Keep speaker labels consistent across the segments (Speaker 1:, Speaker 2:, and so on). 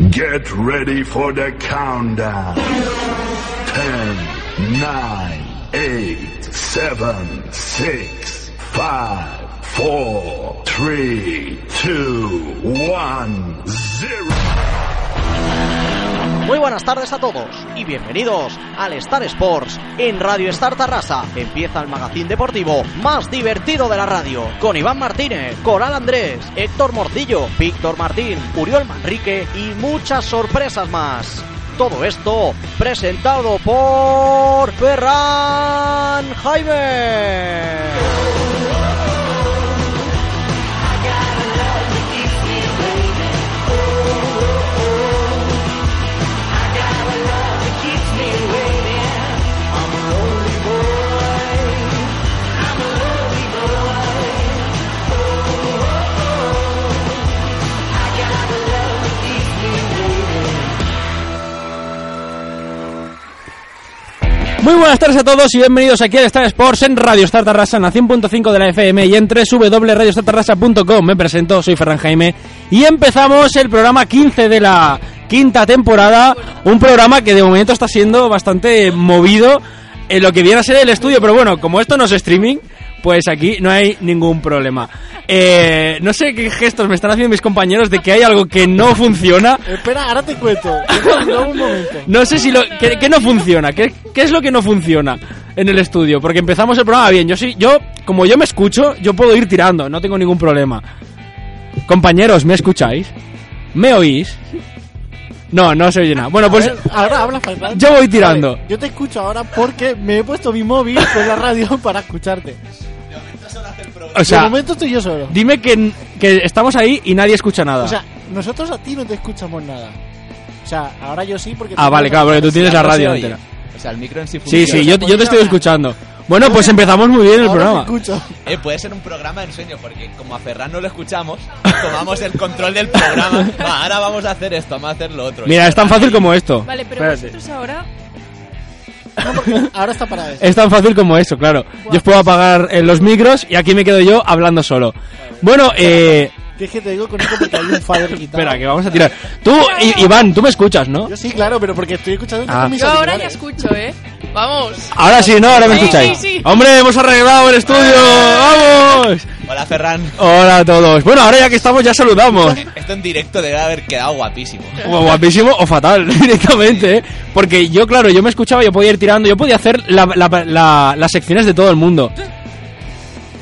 Speaker 1: Get ready for the countdown. 10, 9, 8, 7, 6, 5, 4, 3, 2, 1, 0.
Speaker 2: Muy buenas tardes a todos y bienvenidos al Star Sports en Radio Star Tarrasa. Empieza el magazín deportivo más divertido de la radio con Iván Martínez, Coral Andrés, Héctor Morcillo, Víctor Martín, Uriol Manrique y muchas sorpresas más. Todo esto presentado por Ferran Jaime.
Speaker 3: Muy buenas tardes a todos y bienvenidos aquí al Star Sports en Radio Star Tarrasa en la 100.5 de la FM y en www.radiostartarrasa.com. Me presento, soy Ferran Jaime y empezamos el programa 15 de la quinta temporada, un programa que de momento está siendo bastante movido en lo que viene a ser el estudio, pero bueno, como esto no es streaming, pues aquí no hay ningún problema. Eh, no sé qué gestos me están haciendo mis compañeros de que hay algo que no funciona.
Speaker 4: Espera, ahora te cuento. No, un momento.
Speaker 3: No sé si lo. ¿Qué, qué no funciona? ¿Qué, qué es lo que no funciona en el estudio? Porque empezamos el programa bien. Yo sí, yo, como yo me escucho, yo puedo ir tirando, no tengo ningún problema. Compañeros, ¿me escucháis? ¿Me oís? No, no se oye nada. Bueno, pues.
Speaker 4: A ver, ahora habla Ferran.
Speaker 3: Yo voy tirando.
Speaker 4: Vale, yo te escucho ahora porque me he puesto mi móvil con la radio para escucharte.
Speaker 3: O sea,
Speaker 4: de momento estoy yo solo.
Speaker 3: dime que, que estamos ahí y nadie escucha nada.
Speaker 4: O sea, nosotros a ti no te escuchamos nada. O sea, ahora yo sí porque...
Speaker 3: ah, vale, claro, porque tú tienes la
Speaker 5: no se
Speaker 3: radio
Speaker 5: oye.
Speaker 3: entera.
Speaker 5: O sea, el micro en sí funciona.
Speaker 3: Sí, sí, yo, yo te estoy
Speaker 4: ahora.
Speaker 3: escuchando. Bueno, pues empezamos muy bien el
Speaker 4: Ahora te
Speaker 3: programa.
Speaker 4: escucho.
Speaker 5: Eh, puede ser un programa de ensueño, porque como a Ferran no lo escuchamos, tomamos el control del programa. Va, ahora vamos a hacer esto, vamos a hacer lo otro.
Speaker 3: Mira, es tan fácil como esto.
Speaker 6: Vale, pero
Speaker 3: Espérate.
Speaker 6: vosotros ahora.
Speaker 4: Ahora está para eso.
Speaker 3: Es tan fácil como eso, claro. Yo os puedo apagar eh, los micros y aquí me quedo yo hablando solo. Bueno, eh.
Speaker 4: Que es que te digo con esto porque hay un fader guitarra.
Speaker 3: Espera, que vamos a tirar. Tú, I- Iván, tú me escuchas, ¿no?
Speaker 4: Yo sí, claro, pero porque estoy escuchando
Speaker 3: Ah.
Speaker 4: con mis
Speaker 6: Yo ahora ya
Speaker 4: auriculares.
Speaker 6: escucho, ¿eh? Vamos.
Speaker 3: Ahora sí, ¿no? Ahora me
Speaker 6: Sí,
Speaker 3: escucháis.
Speaker 6: sí, sí.
Speaker 3: Hombre, hemos arreglado el estudio. ¡Vamos!
Speaker 5: Hola, Ferran.
Speaker 3: Hola a todos. pues Bueno, ahora ya que estamos, ya saludamos.
Speaker 5: Esto en directo debe haber quedado guapísimo.
Speaker 3: O guapísimo o fatal, directamente, ¿eh? Porque yo, claro, yo me escuchaba, yo podía ir tirando, yo podía hacer la- la- la- las secciones de todo el mundo.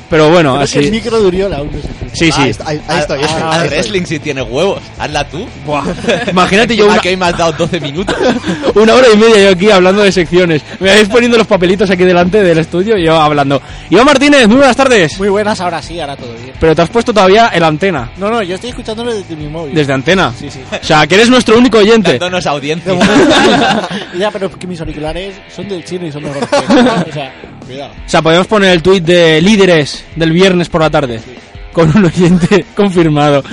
Speaker 3: Pero bueno,
Speaker 4: Creo que El
Speaker 3: así.
Speaker 4: micro durió la uno.
Speaker 3: Sí, sí.
Speaker 5: Ah, est- ahí, ahí estoy, ahí estoy. Al wrestling si tiene huevos. Hazla tú.
Speaker 3: Buah. Imagínate yo
Speaker 5: Encima
Speaker 3: una,
Speaker 5: que hoy me has dado 12 minutos.
Speaker 3: Una hora y media yo aquí hablando de secciones. Me vais poniendo los papelitos aquí delante del estudio y yo hablando. Iván Martínez, muy buenas tardes.
Speaker 4: Muy buenas, ahora sí, ahora todo bien.
Speaker 3: Pero te has puesto todavía el antena.
Speaker 4: No, no, yo estoy escuchándolo desde mi móvil.
Speaker 3: Desde antena.
Speaker 4: Sí, sí.
Speaker 3: O sea, que eres nuestro único oyente.
Speaker 5: Dándonos audiencia.
Speaker 4: De momento. ya, pero es que mis auriculares son del chino y son mejores que estos. O sea, cuidado.
Speaker 3: O sea, podemos poner el tuit de líderes del viernes por la tarde. Con un oyente confirmado.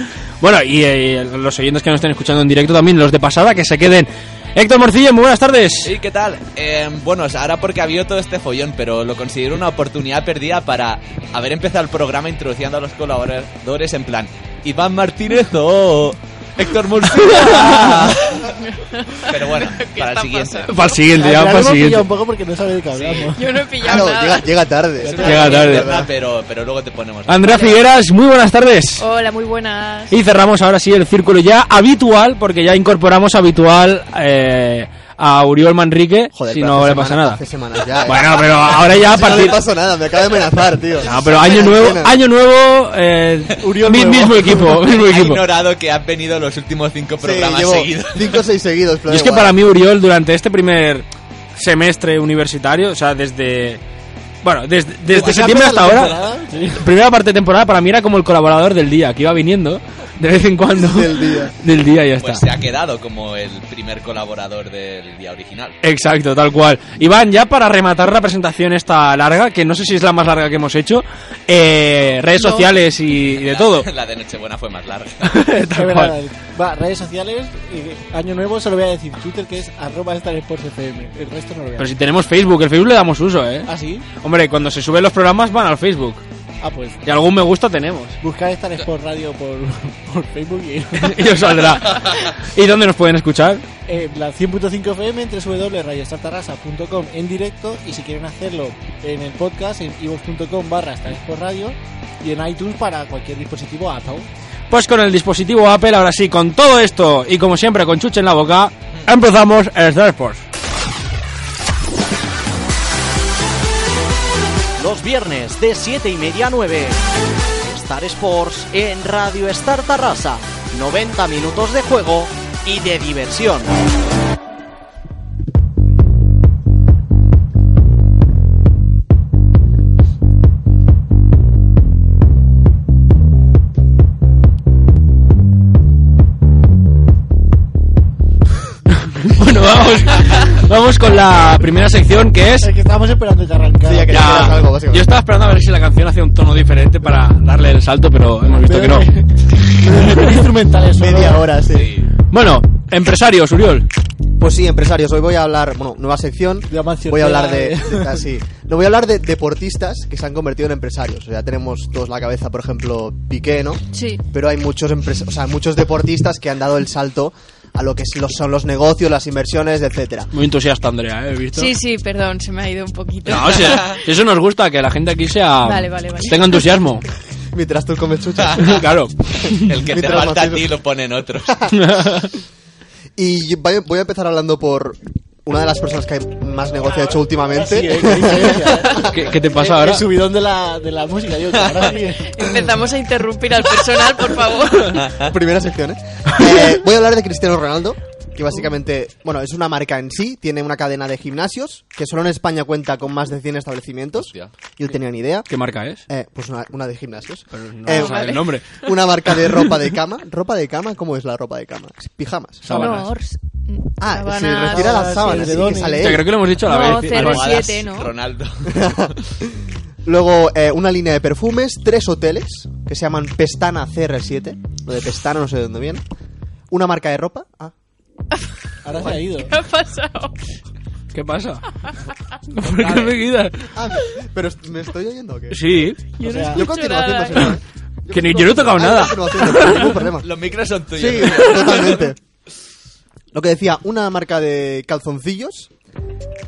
Speaker 3: Bueno, y, eh, los oyentes que nos estén escuchando en directo también, los de pasada, que se queden. Héctor Morcillo, muy buenas tardes.
Speaker 5: Sí, ¿qué tal? Eh, bueno, o sea, ahora porque ha habido todo este follón, pero lo considero una oportunidad perdida para haber empezado el programa introduciendo a los colaboradores en plan Iván Martínez o Héctor Murcia. pero bueno, para el siguiente.
Speaker 3: Para el siguiente, ya,
Speaker 4: Al final lo hemos
Speaker 3: para el
Speaker 4: pillado
Speaker 3: siguiente.
Speaker 4: un poco porque no sabe de qué hablamos.
Speaker 6: Yo no he pillado
Speaker 7: Claro, llega,
Speaker 6: nada.
Speaker 7: llega tarde.
Speaker 3: Llega tarde.
Speaker 5: ¿Verdad? Pero, pero luego te ponemos.
Speaker 3: Andrea Figueras, muy buenas tardes.
Speaker 6: Hola, muy buenas.
Speaker 3: Y cerramos ahora sí el círculo ya habitual, porque ya incorporamos habitual eh, a Uriol Manrique, si
Speaker 7: pero
Speaker 3: no
Speaker 7: hace
Speaker 3: le pasa
Speaker 7: semana-
Speaker 3: nada.
Speaker 7: Hace semanas ya. eh.
Speaker 3: Bueno, pero ahora ya a
Speaker 7: no le
Speaker 3: partir...
Speaker 7: pasó nada, me acaba de amenazar, tío.
Speaker 3: No, pero año nuevo, año nuevo, eh, mi- mismo equipo, mismo
Speaker 5: Ha
Speaker 3: equipo.
Speaker 5: ignorado que han venido los últimos cinco
Speaker 7: Sí,
Speaker 5: programas
Speaker 7: llevo
Speaker 5: seguidos.
Speaker 7: 5 o 6 seguidos.
Speaker 3: Y es que para mí Uriol durante este primer semestre universitario, o sea, desde... Bueno, desde, desde septiembre hasta ahora, primera parte de temporada para mí era como el colaborador del día, que iba viniendo de vez en cuando.
Speaker 7: Del día.
Speaker 3: Del día y ya está.
Speaker 5: Pues se ha quedado como el primer colaborador del día original.
Speaker 3: Exacto, tal cual. Iván, ya para rematar la presentación esta larga, que no sé si es la más larga que hemos hecho, eh, redes
Speaker 6: No.
Speaker 3: sociales y, y de
Speaker 5: La-
Speaker 3: todo.
Speaker 5: La de Nochebuena fue más larga.
Speaker 4: Es
Speaker 3: tal
Speaker 4: verdad.
Speaker 3: cual.
Speaker 4: Va, redes sociales, eh, año nuevo, solo voy a decir Twitter que es arroba Star Sports FM. El resto no lo voy a
Speaker 3: Pero
Speaker 4: decir.
Speaker 3: si tenemos Facebook, el Facebook le damos uso, ¿eh?
Speaker 4: ¿Ah, sí?
Speaker 3: Hombre, cuando se suben los programas van al Facebook.
Speaker 4: Ah, pues
Speaker 3: Y algún me gusta tenemos.
Speaker 4: buscad Star Sport Radio por, por Facebook y
Speaker 3: y os saldrá. ¿Y dónde nos pueden escuchar?
Speaker 4: eh, la 100.5 FM en www.radiostartarrasa.com en directo y si quieren hacerlo en el podcast en ivox.com barra Star Sport Radio y en iTunes para cualquier dispositivo Apple.
Speaker 3: Pues con el dispositivo Apple, ahora sí, con todo esto y como siempre con chuche en la boca, empezamos el Star Sports.
Speaker 2: Los viernes de 7 y media a 9. Star Sports en Radio Star Tarrasa. 90 minutos de juego y de diversión.
Speaker 3: Bueno, vamos, vamos con la primera sección que es...
Speaker 4: Es que estábamos esperando que arrancara.
Speaker 7: Sí, ya que-
Speaker 3: Ya,
Speaker 7: quieras algo, básicamente.
Speaker 3: yo estaba esperando a ver si la canción hacía un tono diferente para darle el salto, pero hemos visto que no.
Speaker 4: instrumentales solo.
Speaker 7: Media hora, sí.
Speaker 3: Bueno, empresarios, Uriol.
Speaker 7: Pues sí, empresarios, hoy voy a hablar, bueno, nueva sección.
Speaker 4: De Amancio
Speaker 7: Voy a hablar de,
Speaker 3: eh.
Speaker 4: Ortega,
Speaker 7: de- ah, sí. No voy a hablar de deportistas que se han convertido en empresarios. Ya tenemos todos la cabeza, por ejemplo, Piqué, ¿no?
Speaker 6: Sí.
Speaker 7: Pero hay muchos empres- o sea, muchos deportistas que han dado el salto a lo que es- los- son los negocios, las inversiones, etcétera.
Speaker 3: Muy entusiasta, Andrea, ¿eh? ¿He visto?
Speaker 6: Sí, sí, perdón, se me ha ido un poquito.
Speaker 3: No, si, si eso nos gusta, que la gente aquí sea...
Speaker 6: Vale, vale, vale.
Speaker 3: Tenga entusiasmo.
Speaker 7: Mientras tú comes chuchas.
Speaker 3: claro.
Speaker 5: El que
Speaker 7: Mi
Speaker 5: te falta a
Speaker 7: traumatismo.
Speaker 5: ti lo ponen otros.
Speaker 7: Y yo voy voy a empezar hablando por una de las personas que más negocio ha hecho últimamente.
Speaker 4: Sí, eh, qué diferencia, eh.
Speaker 3: ¿Qué, qué te pasa ahora?
Speaker 4: El subidón de la, de la música, yo que ahora sí.
Speaker 6: Empezamos a interrumpir al personal, por favor.
Speaker 7: Primera sección, ¿eh? Eh, Voy a hablar de Cristiano Ronaldo, que básicamente, bueno, es una marca en sí, tiene una cadena de gimnasios, que solo en España cuenta con más de 100 establecimientos.
Speaker 5: Hostia.
Speaker 7: Yo tenía ni idea.
Speaker 3: ¿Qué marca es?
Speaker 7: Eh, pues una, una de gimnasios.
Speaker 3: No
Speaker 7: Eh,
Speaker 3: vamos a ver el nombre.
Speaker 7: Una marca de ropa de cama. ¿Ropa de cama? ¿Cómo es la ropa de cama? Es Pijamas.
Speaker 3: Sábanas.
Speaker 6: No, ors-
Speaker 7: Ah, se
Speaker 6: sábanas,
Speaker 7: retira las
Speaker 4: sí,
Speaker 7: sábanas sí, que
Speaker 4: edredones.
Speaker 7: sale
Speaker 3: Hostia,
Speaker 7: él.
Speaker 3: creo que lo hemos dicho a la
Speaker 6: No,
Speaker 3: vez.
Speaker 6: cero
Speaker 3: Alba-
Speaker 6: siete. Siete, ¿no?
Speaker 5: Ronaldo.
Speaker 7: Luego eh, una línea de perfumes, tres hoteles que se llaman Pestana CR7. Lo de Pestana no sé de dónde viene. Una marca de ropa. Ah,
Speaker 4: Ahora se ha ido.
Speaker 6: ¿Qué ha pasado?
Speaker 3: ¿Qué pasa? ¿Por qué me quitas?
Speaker 7: Ah, pero est- ¿me estoy oyendo o qué?
Speaker 3: Sí.
Speaker 6: Yo
Speaker 4: sea,
Speaker 6: no
Speaker 7: Yo
Speaker 6: escucho
Speaker 7: continúo haciendo
Speaker 6: nada.
Speaker 7: sonido, ¿eh?
Speaker 3: Que ni- yo no he tocado
Speaker 7: Ah,
Speaker 3: nada.
Speaker 7: continúo haciendo, no hay ningún problema.
Speaker 5: Los micros son tuyos.
Speaker 7: Sí, totalmente. Lo que decía, una marca de calzoncillos.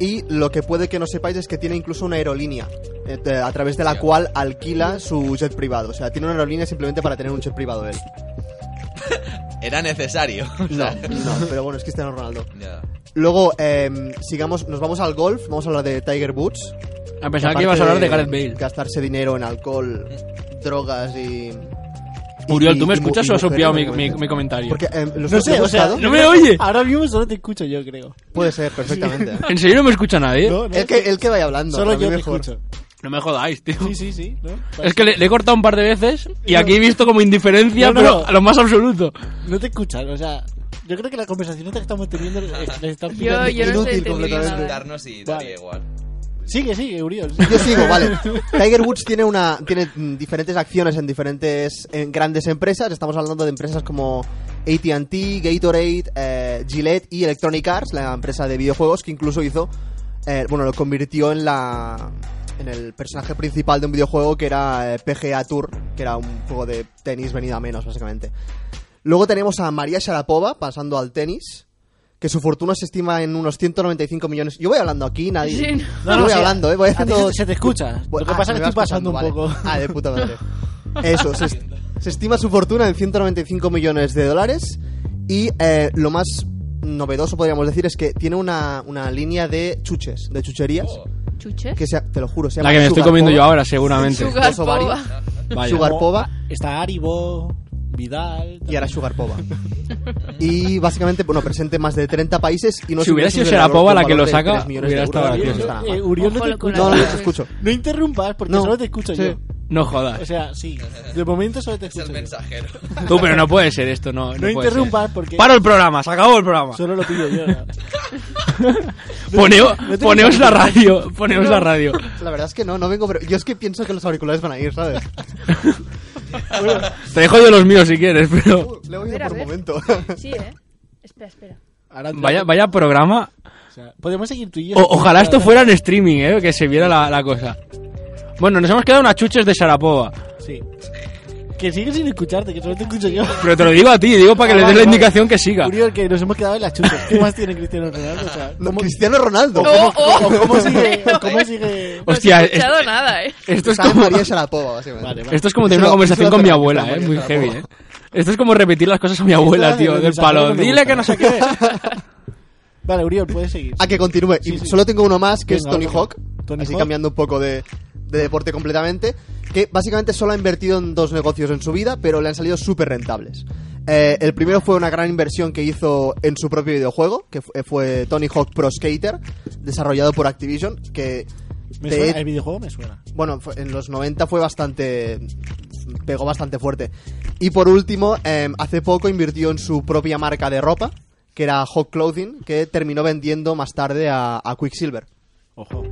Speaker 7: Y lo que puede que no sepáis es que tiene incluso una aerolínea eh, de- a través de la cual alquila su jet privado. O sea, tiene una aerolínea simplemente para tener un jet privado él.
Speaker 5: Era necesario.
Speaker 7: No, no, pero bueno, es Cristiano Ronaldo.
Speaker 5: Ya.
Speaker 7: Luego, em, sigamos, nos vamos al golf, vamos a hablar de Tiger Woods.
Speaker 3: A pensar Ah, que
Speaker 7: Aparte
Speaker 3: ibas a hablar de Gareth Bale.
Speaker 7: Gastarse dinero en alcohol, drogas y... y-
Speaker 3: Uriol,
Speaker 7: y-
Speaker 3: ¿tú me
Speaker 7: y mu-
Speaker 3: escuchas
Speaker 7: y
Speaker 3: o has
Speaker 7: mujeres,
Speaker 3: soplado
Speaker 7: no
Speaker 3: mi,
Speaker 7: me
Speaker 3: mi-
Speaker 7: cuento.
Speaker 3: mi comentario?
Speaker 7: Porque em, los
Speaker 4: No
Speaker 7: que
Speaker 4: sé,
Speaker 7: he
Speaker 4: o sea,
Speaker 7: buscado-
Speaker 3: ¡No me oye!
Speaker 4: Ahora mismo solo te escucho yo, creo.
Speaker 7: Puede ser, perfectamente. ¿eh?
Speaker 3: ¿En serio no me escucha nadie?
Speaker 4: No, no,
Speaker 7: El que, el que vaya hablando.
Speaker 4: solo
Speaker 7: a mí
Speaker 4: yo te
Speaker 7: mejor.
Speaker 4: escucho.
Speaker 3: No me jodáis, tío.
Speaker 4: Sí, sí, sí. ¿no?
Speaker 3: Es que le, le he cortado un par de veces y
Speaker 4: No.
Speaker 3: aquí he visto como indiferencia,
Speaker 4: No, no.
Speaker 3: pero a lo más absoluto.
Speaker 4: No te escuchan, o sea, yo creo que la conversación esta que estamos teniendo les les están
Speaker 6: Yo,
Speaker 4: pillando.
Speaker 6: yo no
Speaker 7: Inútil
Speaker 6: estoy entendiendo
Speaker 7: completamente.
Speaker 6: nada.
Speaker 5: Darnos y
Speaker 4: Vale.
Speaker 5: daría igual.
Speaker 4: Sigue, sigue, Uriol.
Speaker 7: Yo sigo, vale. Tiger Woods tiene una tiene mm, diferentes acciones en diferentes en grandes empresas. Estamos hablando de empresas como AT&T, Gatorade, eh, Gillette y Electronic Arts, la empresa de videojuegos que incluso hizo eh, bueno, lo convirtió en la en el personaje principal de un videojuego que era eh, PGA Tour, que era un juego de tenis venido a menos básicamente. Luego tenemos a María Sharapova pasando al tenis. Que su fortuna se estima en unos 195 millones. Yo voy hablando aquí, nadie.
Speaker 6: Sí, no.
Speaker 7: Yo voy
Speaker 4: sí,
Speaker 7: hablando, eh. Voy
Speaker 4: a ti
Speaker 7: haciendo
Speaker 4: se- se te escucha. Lo
Speaker 7: bueno,
Speaker 4: que
Speaker 7: ah,
Speaker 4: pasa es
Speaker 7: me
Speaker 4: que estoy
Speaker 7: vas
Speaker 4: pasando un
Speaker 7: contando,
Speaker 4: poco.
Speaker 7: vale. Ah, de puta madre. Eso, se, est- se estima su fortuna en 195 millones de dólares y eh, lo más novedoso podríamos decir es que tiene una, una línea de chuches, de chucherías,
Speaker 6: ¿Chuche?
Speaker 7: que se, te lo juro, se
Speaker 3: La
Speaker 7: llama
Speaker 3: que me estoy
Speaker 7: Sugar
Speaker 3: comiendo
Speaker 7: Pop,
Speaker 3: yo ahora, seguramente.
Speaker 6: Sugar
Speaker 7: dos ovarios.
Speaker 6: boba.
Speaker 3: Vaya.
Speaker 7: Sugar Pova
Speaker 4: Está Aribo, Vidal.
Speaker 7: y ahora Sugar Pova. Y básicamente, bueno, presente en más de 30 países y no
Speaker 3: Si hubiera sido Sharapova la que lo saca, hubiera estado gracioso.
Speaker 7: No, está nada
Speaker 4: Eh,
Speaker 7: mal.
Speaker 4: Uriol, no
Speaker 6: Ojo
Speaker 4: te
Speaker 6: con la
Speaker 7: no,
Speaker 4: escucho.
Speaker 7: no, no
Speaker 6: Uriol.
Speaker 7: te escucho.
Speaker 4: No interrumpas porque
Speaker 7: No.
Speaker 4: solo te escucho
Speaker 7: Sí.
Speaker 4: yo.
Speaker 3: No
Speaker 4: O
Speaker 3: jodas.
Speaker 4: sea, sí. De momento solo te
Speaker 5: Es el
Speaker 4: escucho. yo.
Speaker 5: mensajero.
Speaker 3: Tú, pero no puede ser esto, no. No,
Speaker 4: No
Speaker 3: puede ser.
Speaker 4: interrumpas porque
Speaker 3: Paro el programa, se acabó el programa.
Speaker 4: solo lo pillo yo. ¿no?
Speaker 3: Poneo-
Speaker 4: no te-
Speaker 3: poneos la radio, poneos la radio.
Speaker 7: La verdad es que no, no vengo, pero yo es que pienso que los auriculares van a ir, ¿sabes?
Speaker 3: Te dejo yo los míos si quieres, pero...
Speaker 7: Le voy
Speaker 6: A
Speaker 7: a
Speaker 6: ver, a
Speaker 7: por un
Speaker 6: ver.
Speaker 7: momento.
Speaker 6: Sí, eh. Espera, espera.
Speaker 4: Ahora te-
Speaker 3: Vaya, vaya programa.
Speaker 4: o sea, podemos seguir tú y yo.
Speaker 3: O- ojalá esto fuera en streaming, ¿eh? que se viera la, la cosa. Bueno, nos hemos quedado unas chuches de Sharapova.
Speaker 4: Sí. Que sigues sin escucharte, que solo te escucho yo.
Speaker 3: Pero te lo digo a ti, digo para que
Speaker 4: Ah,
Speaker 3: le des
Speaker 4: vale,
Speaker 3: la
Speaker 4: vale.
Speaker 3: indicación que siga.
Speaker 4: Uriol, que nos hemos quedado en las chuchas. ¿Qué más tiene Cristiano Ronaldo? O sea,
Speaker 7: No,
Speaker 4: ¿cómo-
Speaker 7: Cristiano Ronaldo.
Speaker 6: No, oh,
Speaker 4: o ¿Cómo sigue?
Speaker 6: no,
Speaker 4: ¿Cómo
Speaker 6: eh.
Speaker 4: sigue?
Speaker 6: No
Speaker 3: Hostia,
Speaker 6: he escuchado
Speaker 3: este-
Speaker 6: nada, ¿eh?
Speaker 3: Esto es
Speaker 7: Está
Speaker 3: como,
Speaker 7: María Sharapova, básicamente.
Speaker 4: Vale, vale.
Speaker 3: esto es como tener
Speaker 7: Eso
Speaker 3: una
Speaker 7: lo-
Speaker 3: conversación
Speaker 7: eso lo
Speaker 3: con mi
Speaker 7: hace
Speaker 3: abuela,
Speaker 7: María
Speaker 3: eh, muy
Speaker 7: Sharapova.
Speaker 3: heavy, eh. Esto es como repetir las cosas a mi abuela,
Speaker 4: Esto
Speaker 3: tío,
Speaker 4: hace
Speaker 3: del
Speaker 4: mis abuelos
Speaker 3: palo.
Speaker 4: me
Speaker 3: Dile
Speaker 4: gustan.
Speaker 3: que no sé qué.
Speaker 4: Vale, Uriol, puedes seguir.
Speaker 7: A que continúe.
Speaker 4: Sí,
Speaker 7: y
Speaker 4: sí.
Speaker 7: solo tengo uno más, que
Speaker 4: Venga,
Speaker 7: es Tony
Speaker 4: otro.
Speaker 7: Hawk.
Speaker 4: Tony
Speaker 7: así
Speaker 4: Hawk.
Speaker 7: cambiando un poco de, de deporte completamente. Que básicamente solo ha invertido en dos negocios en su vida, pero le han salido súper rentables. Eh, el primero fue una gran inversión que hizo en su propio videojuego, que fu- eh, fue Tony Hawk Pro Skater, desarrollado por Activision, que...
Speaker 4: Me
Speaker 7: te-
Speaker 4: suena, el videojuego me suena.
Speaker 7: bueno, fue- en los 90 fue bastante. pegó bastante fuerte. Y por último, eh, hace poco invirtió en su propia marca de ropa, que era Hot Clothing, que terminó vendiendo más tarde a, a Quicksilver.
Speaker 4: Ojo.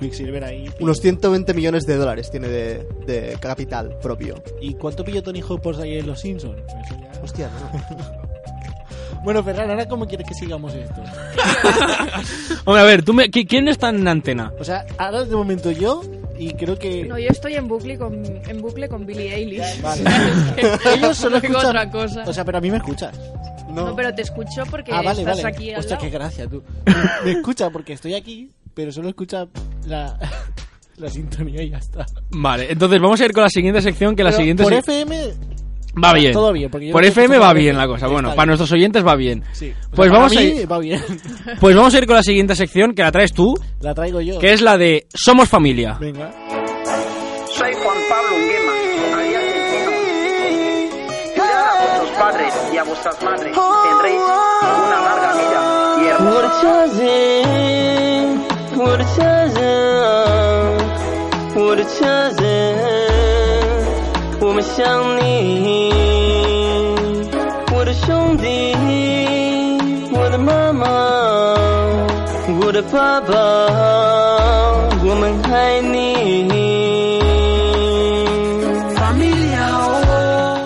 Speaker 4: Quicksilver ahí.
Speaker 7: Unos 120 millones de dólares tiene de, de capital propio.
Speaker 4: ¿Y cuánto pilló Tony Hawk por salir en Los Simpsons? Eso ya-
Speaker 7: Hostia, no.
Speaker 4: Bueno, Ferran, ¿ahora cómo quieres que sigamos esto?
Speaker 3: Hombre, a ver, tú me, ¿qui- ¿quién está en antena?
Speaker 4: O sea, ahora de momento yo y creo que...
Speaker 6: No, yo estoy en bucle con, en bucle con Billie Eilish.
Speaker 4: Vale.
Speaker 6: Ellos
Speaker 4: solo
Speaker 6: digo
Speaker 4: escuchan-
Speaker 6: otra cosa.
Speaker 4: O sea, pero a mí me escuchas.
Speaker 6: no, pero te escucho porque
Speaker 4: ah, vale,
Speaker 6: estás
Speaker 4: vale.
Speaker 6: aquí al
Speaker 4: Hostia, qué
Speaker 6: lado.
Speaker 4: gracia, tú. Me escucha porque estoy aquí, pero solo escucha la, la sintonía y ya está.
Speaker 3: Vale, entonces vamos a ir con la siguiente sección, que la
Speaker 4: Pero
Speaker 3: siguiente
Speaker 4: Por
Speaker 3: se-
Speaker 4: FM...
Speaker 3: va bien.
Speaker 4: todo bien, porque yo
Speaker 3: por
Speaker 4: lo
Speaker 3: FM
Speaker 4: escucho
Speaker 3: va
Speaker 4: por
Speaker 3: bien
Speaker 4: FM.
Speaker 3: la cosa.
Speaker 4: Está
Speaker 3: Bueno,
Speaker 4: bien.
Speaker 3: para nuestros oyentes va bien.
Speaker 4: Sí. O sea,
Speaker 3: Pues
Speaker 4: para
Speaker 3: vamos a
Speaker 4: mí
Speaker 3: ir-
Speaker 4: va bien.
Speaker 3: Pues vamos a ir con la siguiente sección, que la traes tú,
Speaker 4: La traigo yo.
Speaker 3: que es la de Somos Familia.
Speaker 4: Venga.
Speaker 8: Soy Juan Pablo Unguema, soy argentino. Cuidad a vuestros padres y a vuestras madres. Tendréis una larga vida y hermosa.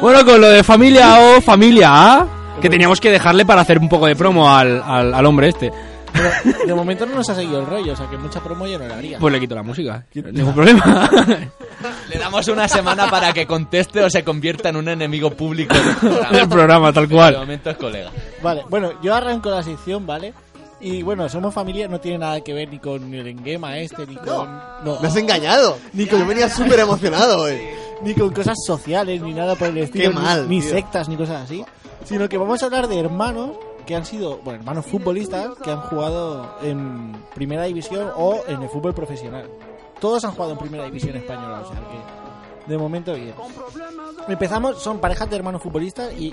Speaker 3: Bueno, con lo de familia O, familia A, que teníamos que dejarle para hacer un poco de promo al, al, al hombre este.
Speaker 4: Pero de momento no nos ha seguido el rollo, o sea que mucha promo yo no la haría.
Speaker 3: Pues le quito la música, ningún problema.
Speaker 5: Le damos una semana para que conteste o se convierta en un enemigo público del
Speaker 3: El
Speaker 5: programa.
Speaker 3: programa, tal
Speaker 5: Pero De
Speaker 3: cual.
Speaker 5: momento es colega.
Speaker 4: Vale, bueno, yo arranco la sección, ¿vale? Y bueno, somos familia, no tiene nada que ver ni con el enguema este, ni con... No,
Speaker 7: Me has engañado. Nico, yo venía súper emocionado hoy.
Speaker 4: ni con cosas sociales, ni nada por el estilo. ni-
Speaker 7: mal,
Speaker 4: Ni,
Speaker 7: tío.
Speaker 4: sectas, ni cosas así. Sino que vamos a hablar de hermanos que han sido, bueno, hermanos futbolistas que han jugado en primera división o en el fútbol profesional. Todos han jugado en primera división española, o sea que de momento bien. Empezamos, son parejas de hermanos futbolistas y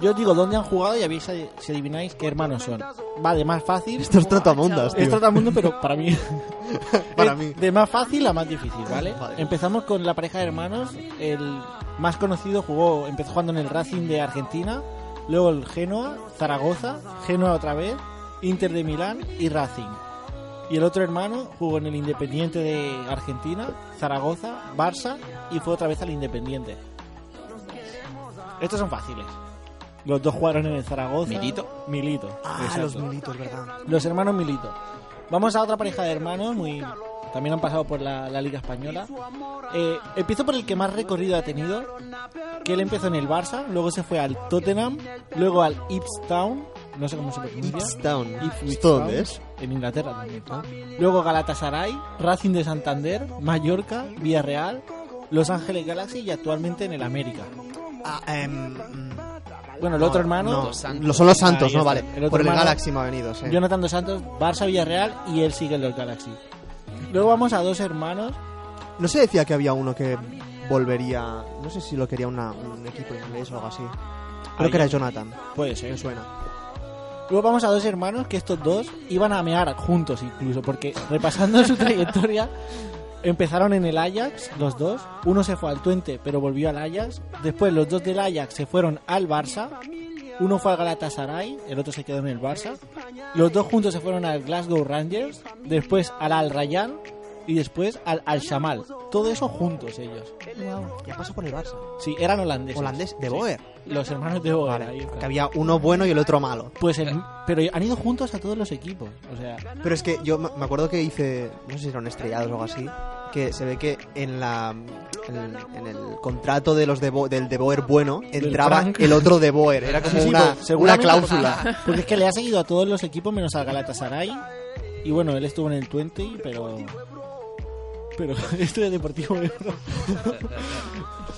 Speaker 4: yo os digo dónde han jugado y a ver si si adivináis qué hermanos son. Vale, más fácil.
Speaker 7: Esto es tratamundas,
Speaker 4: Es
Speaker 7: tío.
Speaker 4: todo el mundo, pero para mí.
Speaker 7: Para
Speaker 4: de-
Speaker 7: mí.
Speaker 4: De más fácil a más difícil, ¿vale?
Speaker 7: Vale.
Speaker 4: Empezamos con la pareja de hermanos. El más conocido jugó, empezó jugando en el Racing de Argentina, luego el Genoa, Zaragoza, Genoa otra vez, Inter de Milán y Racing. Y el otro hermano jugó en el Independiente de Argentina, Zaragoza, Barça y fue otra vez al Independiente. Estos son fáciles. Los dos jugaron en el Zaragoza.
Speaker 5: Milito.
Speaker 4: Milito.
Speaker 7: Ah,
Speaker 4: exacto.
Speaker 7: los militos, verdad.
Speaker 4: Los hermanos Milito. Vamos a otra pareja de hermanos, muy también han pasado por la, la Liga Española. Eh, empiezo por el que más recorrido ha tenido, que él empezó en el Barça, luego se fue al Tottenham, luego al Ipswich Town, no sé cómo se pronuncia.
Speaker 7: Ipstown.
Speaker 4: Ipswich
Speaker 7: ¿Esto dónde
Speaker 4: Town,
Speaker 7: es?
Speaker 4: En Inglaterra también. ¿no? Luego Galatasaray, Racing de Santander, Mallorca, Villarreal, Los Ángeles Galaxy y actualmente en el América.
Speaker 7: Ah, em, mm,
Speaker 4: Bueno, el
Speaker 7: no,
Speaker 4: otro hermano,
Speaker 7: no, lo- son los Santos,
Speaker 4: Ahí
Speaker 7: ¿no?
Speaker 4: está.
Speaker 7: Vale.
Speaker 4: El otro
Speaker 7: Por el
Speaker 4: hermano-
Speaker 7: Galaxy me ha venido, sí.
Speaker 4: Jonathan dos Santos, Barça Villarreal y él sigue en los Galaxy. Luego vamos a dos hermanos.
Speaker 7: No se decía que había uno que volvería. No sé si lo quería una- un equipo inglés o algo así. Creo
Speaker 4: Ahí.
Speaker 7: que era Jonathan.
Speaker 4: Puede
Speaker 7: Me
Speaker 4: ser.
Speaker 7: suena.
Speaker 4: Luego vamos a dos hermanos que estos dos iban a mear juntos incluso, porque repasando su trayectoria, empezaron en el Ajax, los dos. Uno se fue al Twente, pero volvió al Ajax. Después los dos del Ajax se fueron al Barça. Uno fue al Galatasaray, el otro se quedó en el Barça. Los dos juntos se fueron al Glasgow Rangers, después al Al Rayyan y después al Al Shamal. Todo eso juntos ellos.
Speaker 7: Ya pasó por el Barça.
Speaker 4: Sí, eran holandeses.
Speaker 7: Holandés de
Speaker 4: Sí,
Speaker 7: Boer.
Speaker 4: Los hermanos de Boer. ahí
Speaker 7: Vale.
Speaker 4: está.
Speaker 7: Que había uno bueno y el otro malo.
Speaker 4: Pues el- pero han ido juntos a todos los equipos. O sea,
Speaker 7: Pero es que yo me me acuerdo que hice. No sé si eran estrellados o algo así. que se ve que en la en, en el contrato de los de Bo- del de Boer bueno entraba
Speaker 4: Frank.
Speaker 7: el otro de Boer. Era
Speaker 4: Sí,
Speaker 7: como
Speaker 4: sí,
Speaker 7: una,
Speaker 4: pues,
Speaker 7: una
Speaker 4: seguramente-
Speaker 7: cláusula.
Speaker 4: Porque es que le ha seguido a todos los equipos menos al Galatasaray. Y bueno, él estuvo en el 20, pero. Pero esto es deportivo. ¿no?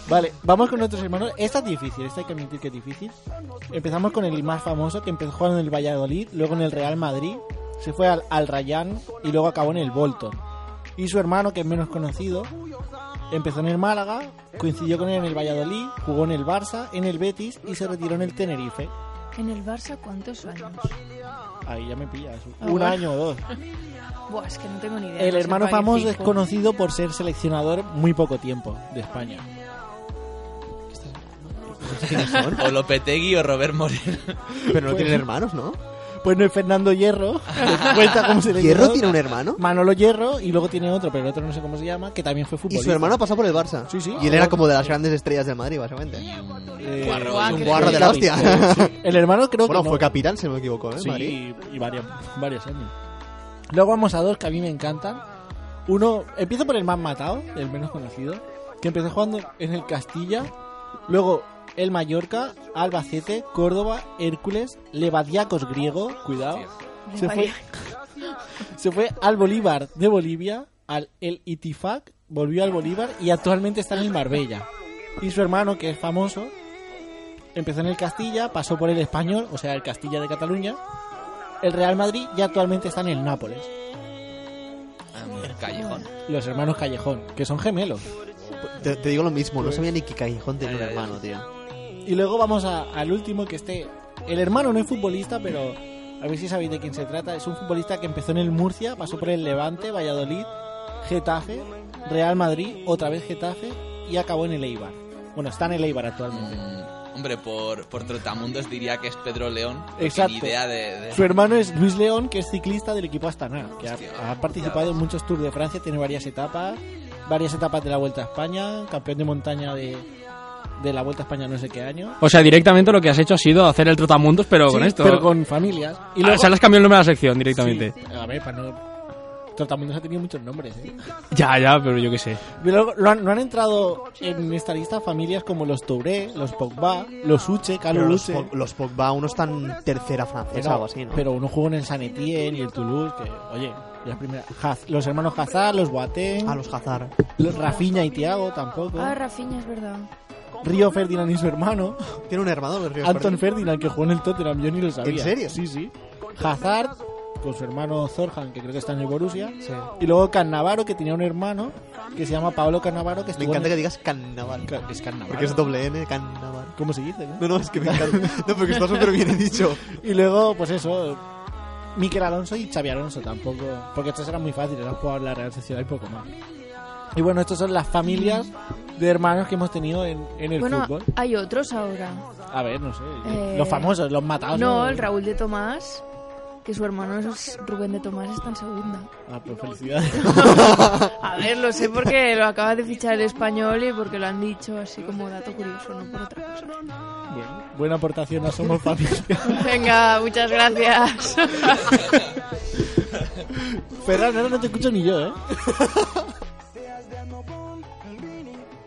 Speaker 4: vale, vamos con nuestros hermanos. Esta es difícil, esta hay que admitir que es difícil. Empezamos con el más famoso que empezó jugando en el Valladolid, luego en el Real Madrid, se fue al, al Rayán y luego acabó en el Bolton. Y su hermano, que es menos conocido, Empezó en el Málaga, coincidió con él en el Valladolid, jugó en el Barça, en el Betis y se retiró en el Tenerife.
Speaker 6: ¿En el Barça cuántos años?
Speaker 4: Ahí ya me pillas. Un
Speaker 6: Ah, bueno.
Speaker 4: año o dos.
Speaker 6: Buah, es que no tengo ni idea. no
Speaker 4: El
Speaker 6: sé
Speaker 4: hermano
Speaker 6: cuál
Speaker 4: famoso es
Speaker 6: fijo.
Speaker 4: conocido por ser seleccionador muy poco tiempo de España.
Speaker 5: O Lopetegui o Robert Moreno.
Speaker 7: Pero no
Speaker 4: Pues-
Speaker 7: tienen hermanos, ¿no?
Speaker 4: Pues no es Fernando Hierro, que cuenta como seleccionador.
Speaker 7: ¿Hierro tiene un hermano?
Speaker 4: Manolo Hierro y luego tiene otro, pero el otro no sé cómo se llama, que también fue
Speaker 7: Y
Speaker 4: futbolista.
Speaker 7: su hermano pasó por el Barça.
Speaker 4: Sí, sí.
Speaker 7: Y él era como de las grandes estrellas del Madrid, básicamente.
Speaker 4: Eh,
Speaker 6: Guau,
Speaker 7: un
Speaker 6: qué
Speaker 7: guarro de la
Speaker 6: feliz.
Speaker 7: hostia.
Speaker 4: sí. El hermano creo
Speaker 7: Bueno,
Speaker 4: que no.
Speaker 7: fue capitán, si no me equivoco, ¿eh? Madrid.
Speaker 4: Sí, y varias, varios años. Luego vamos a dos que a mí me encantan. Uno, empiezo por el más matado, el menos conocido, que empezó jugando en el Castilla, luego el Mallorca, Albacete, Córdoba, Hércules, Levadiacos griego, cuidado. Se fue, se fue al Bolívar de Bolivia, al El Itifac, volvió al Bolívar y actualmente está en el Marbella. Y su hermano, que es famoso, empezó en el Castilla, pasó por el Español, o sea, el Castilla de Cataluña, el Real Madrid y actualmente está en el Nápoles.
Speaker 5: Callejón.
Speaker 4: Los hermanos Callejón, que son gemelos.
Speaker 7: Te, te digo lo mismo,
Speaker 4: Pues
Speaker 7: no sabía ni que Callejón tenía un
Speaker 5: Ya, ya, ya.
Speaker 7: hermano, tío.
Speaker 4: Y luego vamos a- al último que esté. El hermano no es futbolista, pero a ver si sabéis de quién se trata. Es un futbolista que empezó en el Murcia, pasó por el Levante, Valladolid, Getafe, Real Madrid, otra vez Getafe y acabó en el Eibar. Bueno, está en el Eibar actualmente.
Speaker 5: Mm, Hombre, por, por trotamundos diría que es Pedro León. porque
Speaker 4: Exacto.
Speaker 5: Ni idea de. de-
Speaker 4: Su hermano es Luis León, que es ciclista del equipo Astana, que ha,
Speaker 5: Hostia.
Speaker 4: ha participado en muchos Tours de Francia, tiene varias etapas, varias etapas de la Vuelta a España, campeón de montaña de, de la Vuelta a España no sé qué año.
Speaker 3: O sea, directamente lo que has hecho ha sido hacer el trotamundos, pero con
Speaker 4: Sí,
Speaker 3: esto.
Speaker 4: Pero con familias. Y
Speaker 3: Ah,
Speaker 4: luego,
Speaker 3: o sea, le has cambiado el nombre a la sección directamente.
Speaker 4: Sí, a ver, para no... Trotamundos ha tenido muchos nombres, ¿eh?
Speaker 3: Ya, ya, pero yo qué sé.
Speaker 4: Y luego, lo han- no han entrado en esta lista familias como los Touré, los Pogba, los Uche,
Speaker 7: Pero
Speaker 4: Carlos
Speaker 7: los,
Speaker 4: Uche.
Speaker 7: Pog- los Pogba, uno está en tercera francesa o algo así, ¿no?
Speaker 4: pero uno jugó en el San Etienne y el Toulouse, que, oye, las primeras... Haz- los hermanos Hazard, los Boateng...
Speaker 7: A Ah, los Hazard.
Speaker 4: Los Rafinha y Thiago tampoco.
Speaker 6: Ah, Rafinha, es verdad.
Speaker 4: Río Ferdinand y su hermano.
Speaker 7: Tiene un hermano, los Ríos
Speaker 4: Anton
Speaker 7: Ferdinand.
Speaker 4: Ferdinand, que jugó en el Tottenham, yo ni lo sabía.
Speaker 7: ¿En serio?
Speaker 4: Sí, sí. Hazard, con su hermano Zorhan, que creo que está en el Borussia.
Speaker 7: Sí.
Speaker 4: Y luego Cannavaro, que tenía un hermano que se llama Paolo Cannavaro, que
Speaker 7: Me
Speaker 4: estuvo
Speaker 7: encanta que
Speaker 4: en el-
Speaker 7: digas Cannaval.
Speaker 4: Ca- Es Cannavaro.
Speaker 7: Porque es doble N, Cannaval.
Speaker 4: ¿Cómo se dice? no?
Speaker 7: No, no, es que me encanta. No, porque está súper bien dicho.
Speaker 4: Y luego, pues eso... Miquel Alonso y Xavi Alonso tampoco... Porque estos eran muy fáciles, han jugado en la Real Sociedad y poco más. Y bueno, estas son las familias de hermanos que hemos tenido en, en el
Speaker 6: bueno,
Speaker 4: fútbol.
Speaker 6: hay otros ahora.
Speaker 4: A ver, no sé.
Speaker 6: Eh,
Speaker 4: Los famosos, los matados.
Speaker 6: no, el Raúl de Tomás, que su hermano es Rubén de Tomás, está en segunda.
Speaker 4: Ah, pues felicidades.
Speaker 6: A ver, lo sé porque lo acaba de fichar el español y porque lo han dicho así como dato curioso, no por otra cosa.
Speaker 4: Bueno, buena aportación a Somos Familia.
Speaker 6: Venga, muchas gracias.
Speaker 4: Ferran, ahora no te escucho ni yo, ¿eh?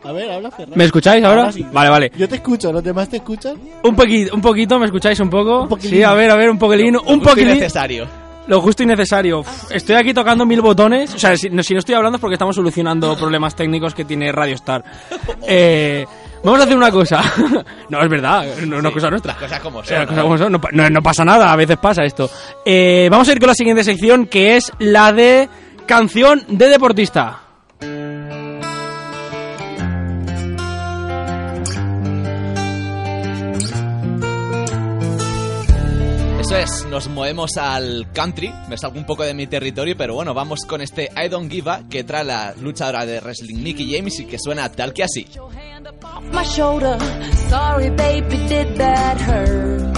Speaker 4: A ver, habla Ferran.
Speaker 3: ¿Me escucháis ahora?
Speaker 4: sí.
Speaker 3: Vale, vale.
Speaker 4: Yo te escucho, los demás te escuchan.
Speaker 3: Un poquito, un poquito, ¿me escucháis un poco?
Speaker 4: poquilín.
Speaker 3: sí, a ver, a ver, un poquilín. un
Speaker 5: Justo y
Speaker 3: poquilín.
Speaker 5: necesario.
Speaker 3: Lo justo y necesario. Uf, Estoy aquí tocando mil botones. O sea, si no, si no estoy hablando es porque estamos solucionando problemas técnicos que tiene Radio Star. Eh, vamos a hacer una cosa. no, es verdad, no, una cosa nuestra.
Speaker 5: Cosas como
Speaker 3: O sea,
Speaker 5: son.
Speaker 3: cosas
Speaker 5: ¿no?
Speaker 3: como son, no, pa- no- no pasa nada, a veces pasa esto. Eh, vamos a ir con la siguiente sección que es la de canción de deportista.
Speaker 5: Eso es, nos movemos al country. Me salgo un poco de mi territorio, pero bueno, vamos con este I Don't Give A que trae la luchadora de wrestling Mickey James y que suena tal que así.
Speaker 9: my shoulder. Sorry, baby, did that hurt?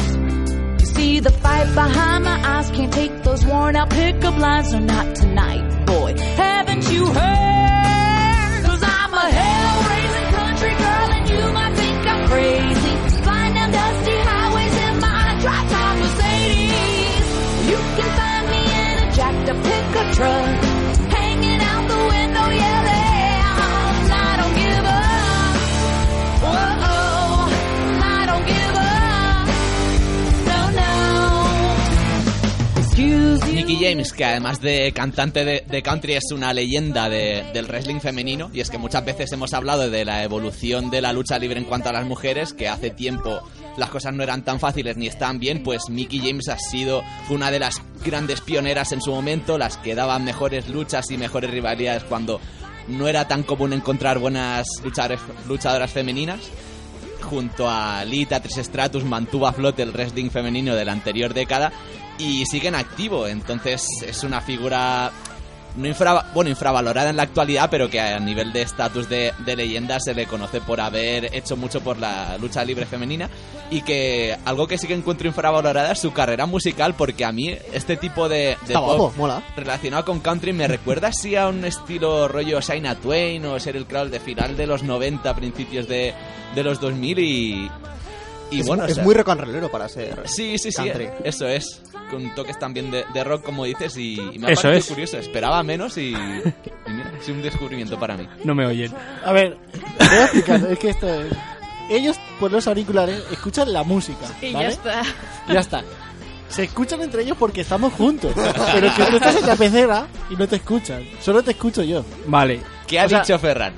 Speaker 9: You see the fight behind my eyes, can't take those worn out pickup lines. No, not tonight, boy. Haven't you heard? Cause I'm a hell raising country girl, and you might think I'm crazy. Flying down dusty highways in my dry top Mercedes. You can find me in a jacked up pickup truck, hanging out the window yelling. excuse you.
Speaker 5: Nicky James, que además de cantante de, de country es una leyenda de- del wrestling femenino, y es que muchas veces hemos hablado de la evolución de la lucha libre en cuanto a las mujeres, que hace tiempo las cosas no eran tan fáciles ni estaban bien, pues Nicky James ha sido una de las grandes pioneras en su momento, las que daban mejores luchas y mejores rivalidades cuando no era tan común encontrar buenas luchadores- luchadoras femeninas junto a Lita, Tres Stratus, mantuvo a flote el wrestling femenino de la anterior década y sigue en activo. Entonces es una figura no infra, bueno, infravalorada en la actualidad, pero que a nivel de estatus de, de leyenda se le conoce por haber hecho mucho por la lucha libre femenina y que algo que sí que encuentro infravalorada es su carrera musical porque a mí este tipo de, de
Speaker 7: Está guapo,
Speaker 5: pop
Speaker 7: mola.
Speaker 5: relacionado con country me recuerda así a un estilo rollo Shina Twain o ser el Crowl de final de los 90, principios de, de los 2000 y... Y
Speaker 7: es,
Speaker 5: bueno, o
Speaker 7: es
Speaker 5: sea,
Speaker 7: muy rocanrolero para ser.
Speaker 5: Sí, sí, sí,
Speaker 7: country.
Speaker 5: eso es. Con toques también de, de rock, como dices, y, y me ha
Speaker 3: Eso
Speaker 5: parecido
Speaker 3: es.
Speaker 5: curioso. Esperaba menos y, y mira, es un descubrimiento para mí.
Speaker 3: No me oyen.
Speaker 4: A ver, te voy a explicar, es que esto es... Ellos por los auriculares escuchan la música,
Speaker 6: Y
Speaker 4: ¿vale?
Speaker 6: ya está.
Speaker 4: Ya está. Se escuchan entre ellos porque estamos juntos. Pero que tú estás en la pecera y no te escuchan. Solo te escucho yo.
Speaker 3: Vale.
Speaker 5: ¿Qué ha
Speaker 4: O sea-
Speaker 5: dicho Ferran?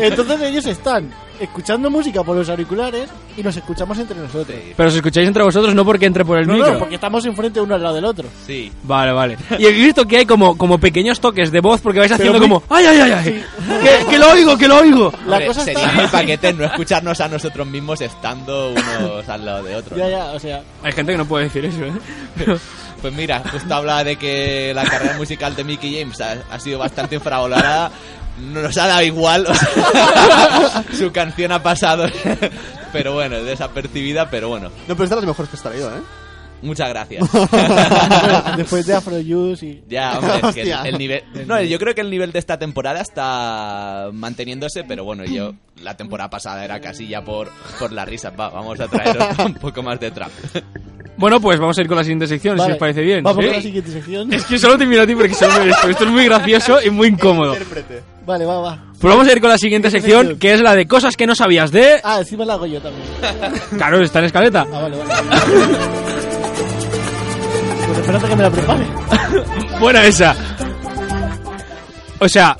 Speaker 4: Entonces ellos están escuchando música por los auriculares y nos escuchamos entre nosotros.
Speaker 3: Pero os escucháis entre vosotros no porque entre por el
Speaker 4: No,
Speaker 3: micro.
Speaker 4: no, porque estamos enfrente uno al lado del otro.
Speaker 5: Sí.
Speaker 3: Vale, vale. Y he visto que hay como, como pequeños toques de voz porque vais haciendo
Speaker 4: muy-
Speaker 3: como ¡Ay, ay, ay! ay! Que, que lo oigo, que lo oigo!
Speaker 4: La
Speaker 5: Hombre,
Speaker 4: cosa está-
Speaker 5: sería muy paquete no escucharnos a nosotros mismos estando unos al lado de otros.
Speaker 4: Ya, ya, o sea,
Speaker 3: Hay gente que no puede decir eso, ¿eh?
Speaker 5: Pues mira, justo hablaba de que la carrera musical de Mickey James ha, ha sido bastante infravalorada. No Nos ha dado igual. o sea, su canción ha pasado, pero bueno, desapercibida, pero bueno.
Speaker 7: No, pero es de las mejores que has traído, ¿eh?
Speaker 5: Muchas gracias.
Speaker 4: bueno, después de Afro Juice y...
Speaker 5: Ya, hombre, es que el,
Speaker 7: Hostia.
Speaker 5: el nivel. No, yo creo que el nivel de esta temporada está manteniéndose, pero bueno, yo la temporada pasada era casi ya por, por la risa. Va, vamos a traer un poco más de trap.
Speaker 3: Bueno, pues vamos a ir con la siguiente sección, si
Speaker 4: Vale,
Speaker 3: os parece bien.
Speaker 4: Vamos
Speaker 3: ¿sí?
Speaker 4: a la siguiente sección.
Speaker 3: Es que solo te miro a ti porque solo me ves, pero esto es muy gracioso y muy incómodo.
Speaker 7: Intérprete.
Speaker 4: Vale, va, va.
Speaker 3: Pues vamos a ir con la siguiente sección, que es la de cosas que no sabías de...
Speaker 4: Ah, encima la hago yo también.
Speaker 3: Claro, está en escaleta.
Speaker 4: Ah, vale, vale. Pues espérate que me la prepare.
Speaker 3: Buena esa. O sea,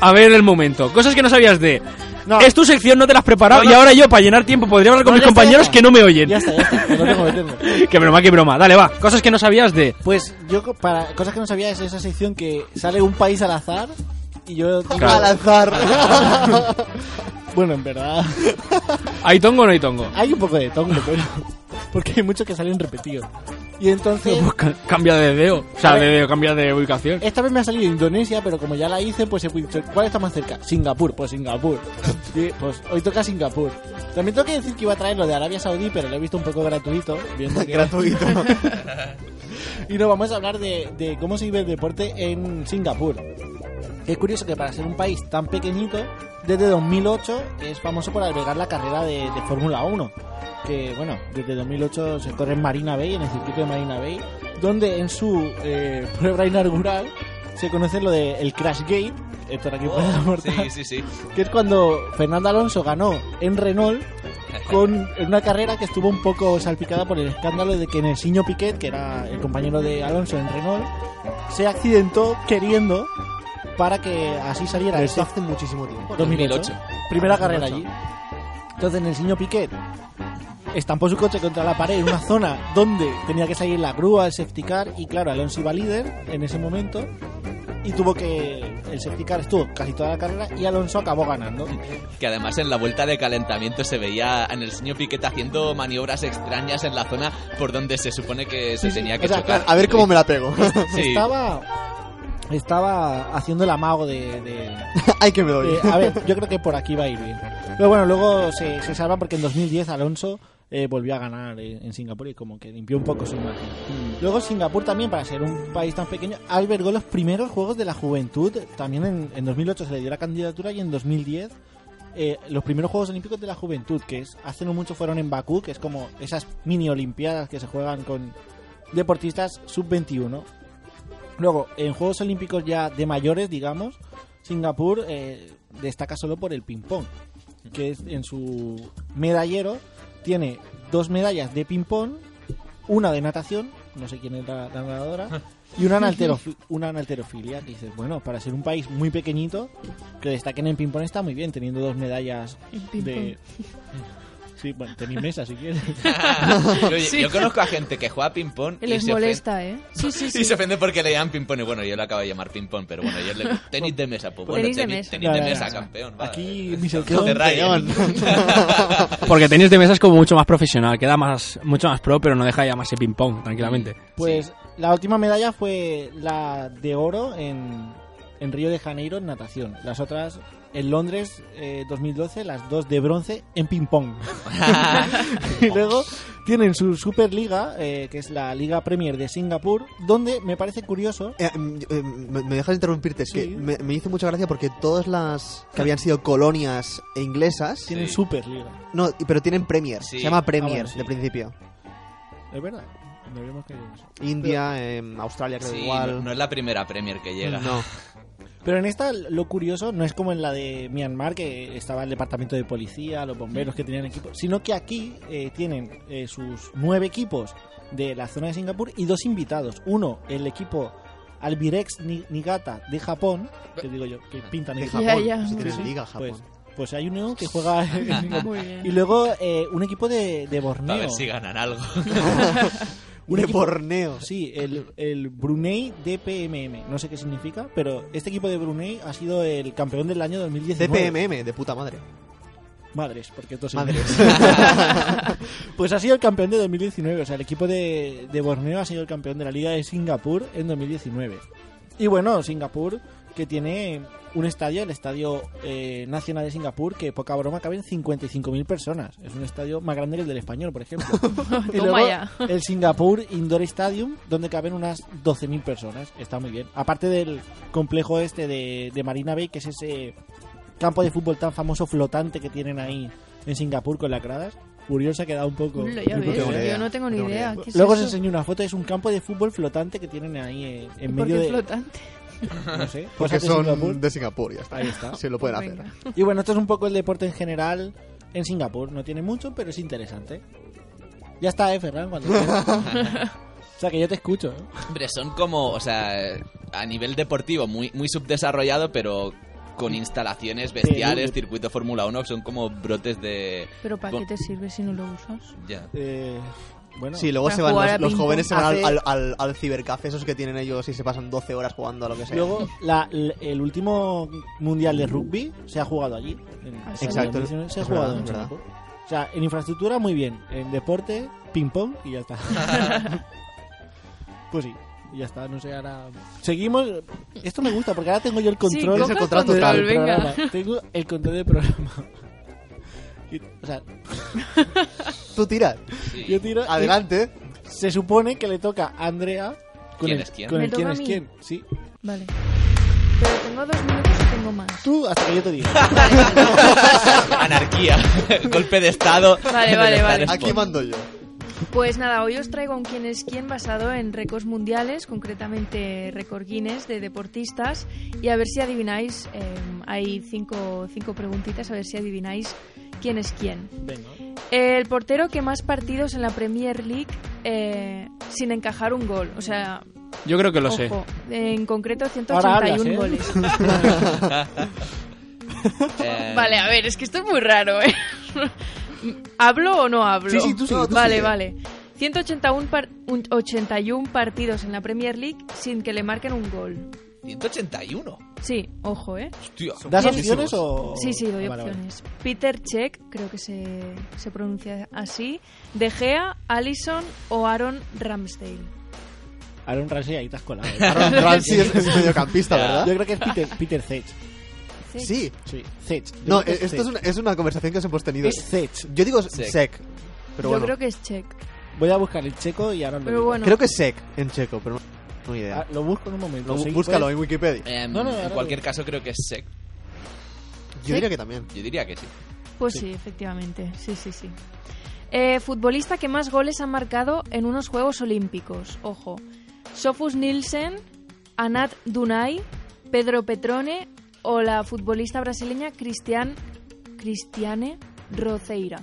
Speaker 3: a ver el momento. Cosas que no sabías de...
Speaker 4: No.
Speaker 3: Es tu sección, no te la has preparado
Speaker 4: No, no.
Speaker 3: y ahora yo, para llenar tiempo, podría hablar con
Speaker 4: No,
Speaker 3: mis
Speaker 4: ya está,
Speaker 3: compañeros
Speaker 4: ya está.
Speaker 3: que no me oyen.
Speaker 4: Ya está, ya está. No tengo que meterlo.
Speaker 3: Qué broma, qué broma. Dale, va. Cosas que no sabías de...
Speaker 4: Pues yo, co- para cosas que no sabía, es esa sección que sale un país al azar y yo. digo-
Speaker 3: Claro.
Speaker 7: Al azar.
Speaker 4: Bueno, en verdad.
Speaker 3: ¿Hay tongo o no hay tongo?
Speaker 4: Hay un poco de tongo, pero. Porque hay muchos que salen repetidos. Y entonces.
Speaker 3: Pues ca- cambia de dedo. O sea, de dedo, cambia de ubicación.
Speaker 4: Esta vez me ha salido Indonesia, pero como ya la hice, pues he dicho, ¿cuál está más cerca? Singapur, pues Singapur. Sí, pues hoy toca Singapur. También tengo que decir que iba a traer lo de Arabia Saudí, pero lo he visto un poco gratuito. Viendo que-
Speaker 7: Gratuito.
Speaker 4: Y nos vamos a hablar de, de cómo se vive el deporte en Singapur. Es curioso que para ser un país tan pequeñito, desde 2008 es famoso por albergar la carrera de, de Fórmula 1. Que bueno, desde 2008 se corre en Marina Bay, en el circuito de Marina Bay, donde en su eh, prueba inaugural se conoce lo del el Crash Gate, esto era que puede abortar,
Speaker 5: Sí, sí, sí.
Speaker 4: que es cuando Fernando Alonso ganó en Renault con en una carrera que estuvo un poco salpicada por el escándalo de que Nersinho Piquet, que era el compañero de Alonso en Renault, se accidentó queriendo para que así saliera el
Speaker 7: Esto hace muchísimo tiempo.
Speaker 4: 2008. Primera carrera allí. Entonces Nersinho Piquet estampó su coche contra la pared en una zona donde tenía que salir la grúa, el safety car y claro, Alonso iba líder en ese momento y tuvo que el safety car estuvo casi toda la carrera y Alonso acabó ganando.
Speaker 5: Que además en la vuelta de calentamiento se veía en el señor Piquet haciendo maniobras extrañas en la zona por donde se supone que se
Speaker 4: Sí, sí.
Speaker 5: tenía
Speaker 4: O
Speaker 5: que
Speaker 4: sea,
Speaker 5: chocar.
Speaker 7: A ver cómo me la pego.
Speaker 5: Sí.
Speaker 4: Estaba estaba haciendo el amago de- de,
Speaker 7: Ay, que me doy.
Speaker 4: Eh, a ver, yo creo que por aquí va a ir bien. Pero bueno, luego se, se salva porque en 2010 Alonso eh, volvió a ganar eh, en Singapur y como que limpió un poco su imagen. Luego Singapur también, para ser un país tan pequeño, albergó los primeros Juegos de la Juventud. También en, en 2008 se le dio la candidatura y en 2010 eh, los primeros Juegos Olímpicos de la Juventud, que es, hace no mucho fueron en Bakú, que es como esas mini Olimpiadas que se juegan con deportistas sub-21. Luego, en Juegos Olímpicos ya de mayores, digamos, Singapur eh, destaca solo por el ping-pong, que es- en su medallero tiene dos medallas de ping-pong, una de natación no sé quién es la, la nadadora, y una, analterofi- una analterofilia, que dices, bueno, para ser un país muy pequeñito, que destaquen en ping-pong está muy bien, teniendo dos medallas de... Sí, bueno, tenis mesa si quieres.
Speaker 5: yo, yo conozco a gente que juega ping-pong y,
Speaker 6: Les
Speaker 5: se ofende-
Speaker 6: molesta, ¿eh? Sí, sí,
Speaker 5: y se ofende porque le llaman ping-pong. Y bueno, yo lo acabo de llamar ping-pong, pero bueno, yo le tenis de mesa. Pues bueno,
Speaker 6: Tenis de
Speaker 5: tenis
Speaker 6: mesa.
Speaker 5: tenis
Speaker 4: Ya,
Speaker 5: de
Speaker 4: ya,
Speaker 5: mesa,
Speaker 4: ya.
Speaker 5: campeón. va.
Speaker 4: Aquí,
Speaker 5: Eh,
Speaker 4: Miselkeon,
Speaker 5: de Ryan.
Speaker 3: Porque tenis de mesa es como mucho más profesional, queda más, mucho más pro, pero no deja de llamarse ping-pong, tranquilamente.
Speaker 4: Pues la última medalla fue la de oro en, en Río de Janeiro en natación. Las otras en Londres eh, 2012, las dos de bronce en ping-pong. y luego tienen su Superliga, eh, que es la Liga Premier de Singapur, donde me parece curioso.
Speaker 7: Eh, mm, eh, me, me dejas interrumpirte, es
Speaker 4: Sí.
Speaker 7: que me, me hizo mucha gracia porque todas las que habían sido colonias e inglesas,
Speaker 4: Tienen
Speaker 5: Sí.
Speaker 4: Superliga,
Speaker 7: no, pero tienen Premier,
Speaker 5: Sí.
Speaker 7: se llama Premier
Speaker 4: bueno, sí.
Speaker 7: de principio.
Speaker 4: es verdad. No habíamos caído en eso.
Speaker 7: India, em, Australia creo
Speaker 5: Sí,
Speaker 7: igual.
Speaker 5: no, no es la primera Premier que llega.
Speaker 7: No.
Speaker 4: Pero en esta lo curioso no es como en la de Myanmar, que estaba el departamento de policía, los bomberos que tenían equipos, sino que aquí eh, tienen eh, sus nueve equipos de la zona de Singapur y dos invitados. Uno, el equipo Albirex Ni- Niigata de Japón, que digo yo, que pintan
Speaker 7: De
Speaker 4: en
Speaker 7: Japón,
Speaker 4: Japón.
Speaker 6: Ya, ya.
Speaker 7: si tienes
Speaker 6: Sí, sí.
Speaker 7: liga Japón.
Speaker 4: Pues, pues hay uno que juega en Singapur.
Speaker 6: Muy
Speaker 4: Y
Speaker 6: bien.
Speaker 4: luego eh, un equipo de, de
Speaker 5: A
Speaker 4: Borneo.
Speaker 5: ver si ganan algo.
Speaker 4: Un
Speaker 7: de
Speaker 4: equipo-
Speaker 7: Borneo.
Speaker 4: Sí, el, el Brunei DPMM. No sé qué significa, pero este equipo de Brunei ha sido el campeón del año 2019.
Speaker 7: DPMM, de puta madre.
Speaker 4: Madres, porque esto sí.
Speaker 7: Madres.
Speaker 4: Pues ha sido el campeón de 2019. O sea, el equipo de, de Borneo ha sido el campeón de la Liga de Singapur en 2019. Y bueno, Singapur que tiene un estadio, el Estadio eh, Nacional de Singapur, que poca broma caben 55.000 personas. Es un estadio más grande que el del español, por ejemplo. y
Speaker 6: Toma
Speaker 4: luego
Speaker 6: ya.
Speaker 4: el Singapur Indoor Stadium, donde caben unas 12.000 personas. Está muy bien. Aparte del complejo este de, de Marina Bay, que es ese campo de fútbol tan famoso flotante que tienen ahí en Singapur con las gradas. Curioso ha quedado un poco.
Speaker 6: Lo- ya
Speaker 4: un poco
Speaker 6: ves,
Speaker 7: tengo ni idea.
Speaker 6: yo no tengo ni
Speaker 7: No tengo ni
Speaker 6: idea.
Speaker 7: idea.
Speaker 6: ¿Qué es
Speaker 4: Luego os
Speaker 6: eso?
Speaker 4: enseño una foto, es un campo de fútbol flotante que tienen ahí eh, en
Speaker 6: ¿Por
Speaker 4: medio
Speaker 6: qué
Speaker 4: de.
Speaker 6: flotante?
Speaker 4: No sé,
Speaker 7: Porque
Speaker 4: cosas de Singapur.
Speaker 7: son de Singapur, ya está.
Speaker 4: Ahí está.
Speaker 7: Se lo pueden hacer.
Speaker 6: Pues Venga.
Speaker 4: Y bueno, esto es un poco el deporte en general en Singapur. No tiene mucho, pero es interesante. Ya está, eh, Ferran, cuando quieras. O sea, que yo te escucho, ¿eh?
Speaker 5: Hombre, son como, o sea, a nivel deportivo muy, muy subdesarrollado, pero con instalaciones bestiales,
Speaker 4: Sí.
Speaker 5: circuito Fórmula 1, son como brotes de...
Speaker 6: ¿Pero para qué te sirve si no lo usas?
Speaker 5: Ya.
Speaker 4: Eh, bueno,
Speaker 7: Sí, luego
Speaker 6: Para
Speaker 7: se van
Speaker 6: jugar
Speaker 7: los,
Speaker 6: a
Speaker 7: los
Speaker 6: ping-pong.
Speaker 7: jóvenes se van al,
Speaker 4: Hace-
Speaker 7: al, al- al cibercafé, esos que tienen ellos y se pasan 12 horas jugando a lo que sea.
Speaker 4: luego la- l- el último mundial de rugby se ha jugado allí. En-
Speaker 6: Ah,
Speaker 4: en
Speaker 7: Exacto.
Speaker 4: 2019 Se ha
Speaker 7: Es
Speaker 4: jugado
Speaker 7: verdad,
Speaker 4: en
Speaker 7: es verdad.
Speaker 4: Singapur. O sea, en infraestructura muy bien, en deporte, ping-pong y ya está. pues sí, ya está, no sé, ahora... Seguimos... Esto me gusta porque ahora tengo yo el control.
Speaker 7: tienes el
Speaker 6: coge
Speaker 7: control
Speaker 4: del
Speaker 7: total,
Speaker 6: venga.
Speaker 4: programa. Tengo el control del programa. Y- o sea,
Speaker 7: Tú tira,
Speaker 5: Sí.
Speaker 4: yo tiro... y
Speaker 7: adelante.
Speaker 4: Se supone que le toca a Andrea... Con
Speaker 5: ¿Quién
Speaker 4: el,
Speaker 5: es quién?
Speaker 4: Con
Speaker 6: Me
Speaker 4: el
Speaker 6: toca
Speaker 4: quién
Speaker 6: a
Speaker 4: es
Speaker 6: mí.
Speaker 4: quién. Sí.
Speaker 6: Vale. Pero tengo dos minutos y tengo más.
Speaker 4: Tú hasta que yo te diga.
Speaker 5: Anarquía, golpe de estado.
Speaker 6: Vale, vale,
Speaker 5: Del
Speaker 6: vale.
Speaker 5: Star
Speaker 7: Aquí
Speaker 5: Sport.
Speaker 7: mando yo.
Speaker 6: Pues nada, hoy os traigo un quién es quién basado en récords mundiales, concretamente récord Guinness de deportistas. Y a ver si adivináis, eh, hay cinco, cinco preguntitas, a ver si adivináis quién es quién.
Speaker 4: Venga.
Speaker 6: El portero que más partidos en la Premier League eh, sin encajar un gol. O sea,
Speaker 3: Yo creo que lo sé.
Speaker 6: ojo, en concreto 181
Speaker 4: Ahora hablas, ¿eh?
Speaker 6: goles.
Speaker 5: Eh,
Speaker 6: Vale, a ver, es que esto es muy raro, ¿eh? ¿Hablo o no hablo?
Speaker 4: Sí, sí, tú sí, tú
Speaker 6: vale,
Speaker 4: sí.
Speaker 6: vale. 181 par- un- 81 partidos en la Premier League sin que le marquen un gol.
Speaker 5: 181.
Speaker 6: Sí, ojo, ¿eh?
Speaker 5: Hostia.
Speaker 4: ¿Das
Speaker 7: Muchísimos.
Speaker 4: opciones o...?
Speaker 6: Sí, sí, doy
Speaker 4: Ah, vale, vale.
Speaker 6: opciones. Peter Check, creo que se, se pronuncia así. De Gea, Allison o Aaron Ramsdale.
Speaker 4: Aaron Ramsey ahí te has colado. ¿eh?
Speaker 7: Aaron Ramsey es, es mediocampista,
Speaker 5: Ya.
Speaker 7: ¿verdad?
Speaker 4: Yo creo que es Peter, Peter Zech.
Speaker 6: Zech.
Speaker 7: Sí.
Speaker 4: Sí, Zech. Yo
Speaker 7: No,
Speaker 4: creo que
Speaker 7: eh, esto es
Speaker 4: Zech.
Speaker 7: una, es una conversación que os hemos tenido.
Speaker 4: Es Zech.
Speaker 7: Yo digo
Speaker 5: Sec.
Speaker 7: sec,
Speaker 6: Yo
Speaker 7: pero bueno.
Speaker 6: creo que es Check.
Speaker 4: Voy a buscar el checo y ahora lo
Speaker 6: Pero
Speaker 4: digo.
Speaker 6: bueno,
Speaker 7: Creo que es sec en checo, pero no, no
Speaker 4: Ah,
Speaker 7: idea.
Speaker 4: lo busco en un momento.
Speaker 7: Lo-
Speaker 4: sí,
Speaker 7: búscalo
Speaker 4: pues.
Speaker 7: en Wikipedia.
Speaker 5: Eh,
Speaker 4: No, no,
Speaker 5: en
Speaker 4: ahora
Speaker 5: cualquier
Speaker 4: lo-
Speaker 5: caso creo que es sec.
Speaker 7: Yo diría que también.
Speaker 5: Yo diría que sí.
Speaker 6: pues sí, efectivamente. Sí, sí, sí. Eh, futbolista que más goles ha marcado en unos Juegos Olímpicos. Ojo. Sofus Nielsen, Anat Dunay, Pedro Petrone o la futbolista brasileña Cristian, Cristiane Roceira.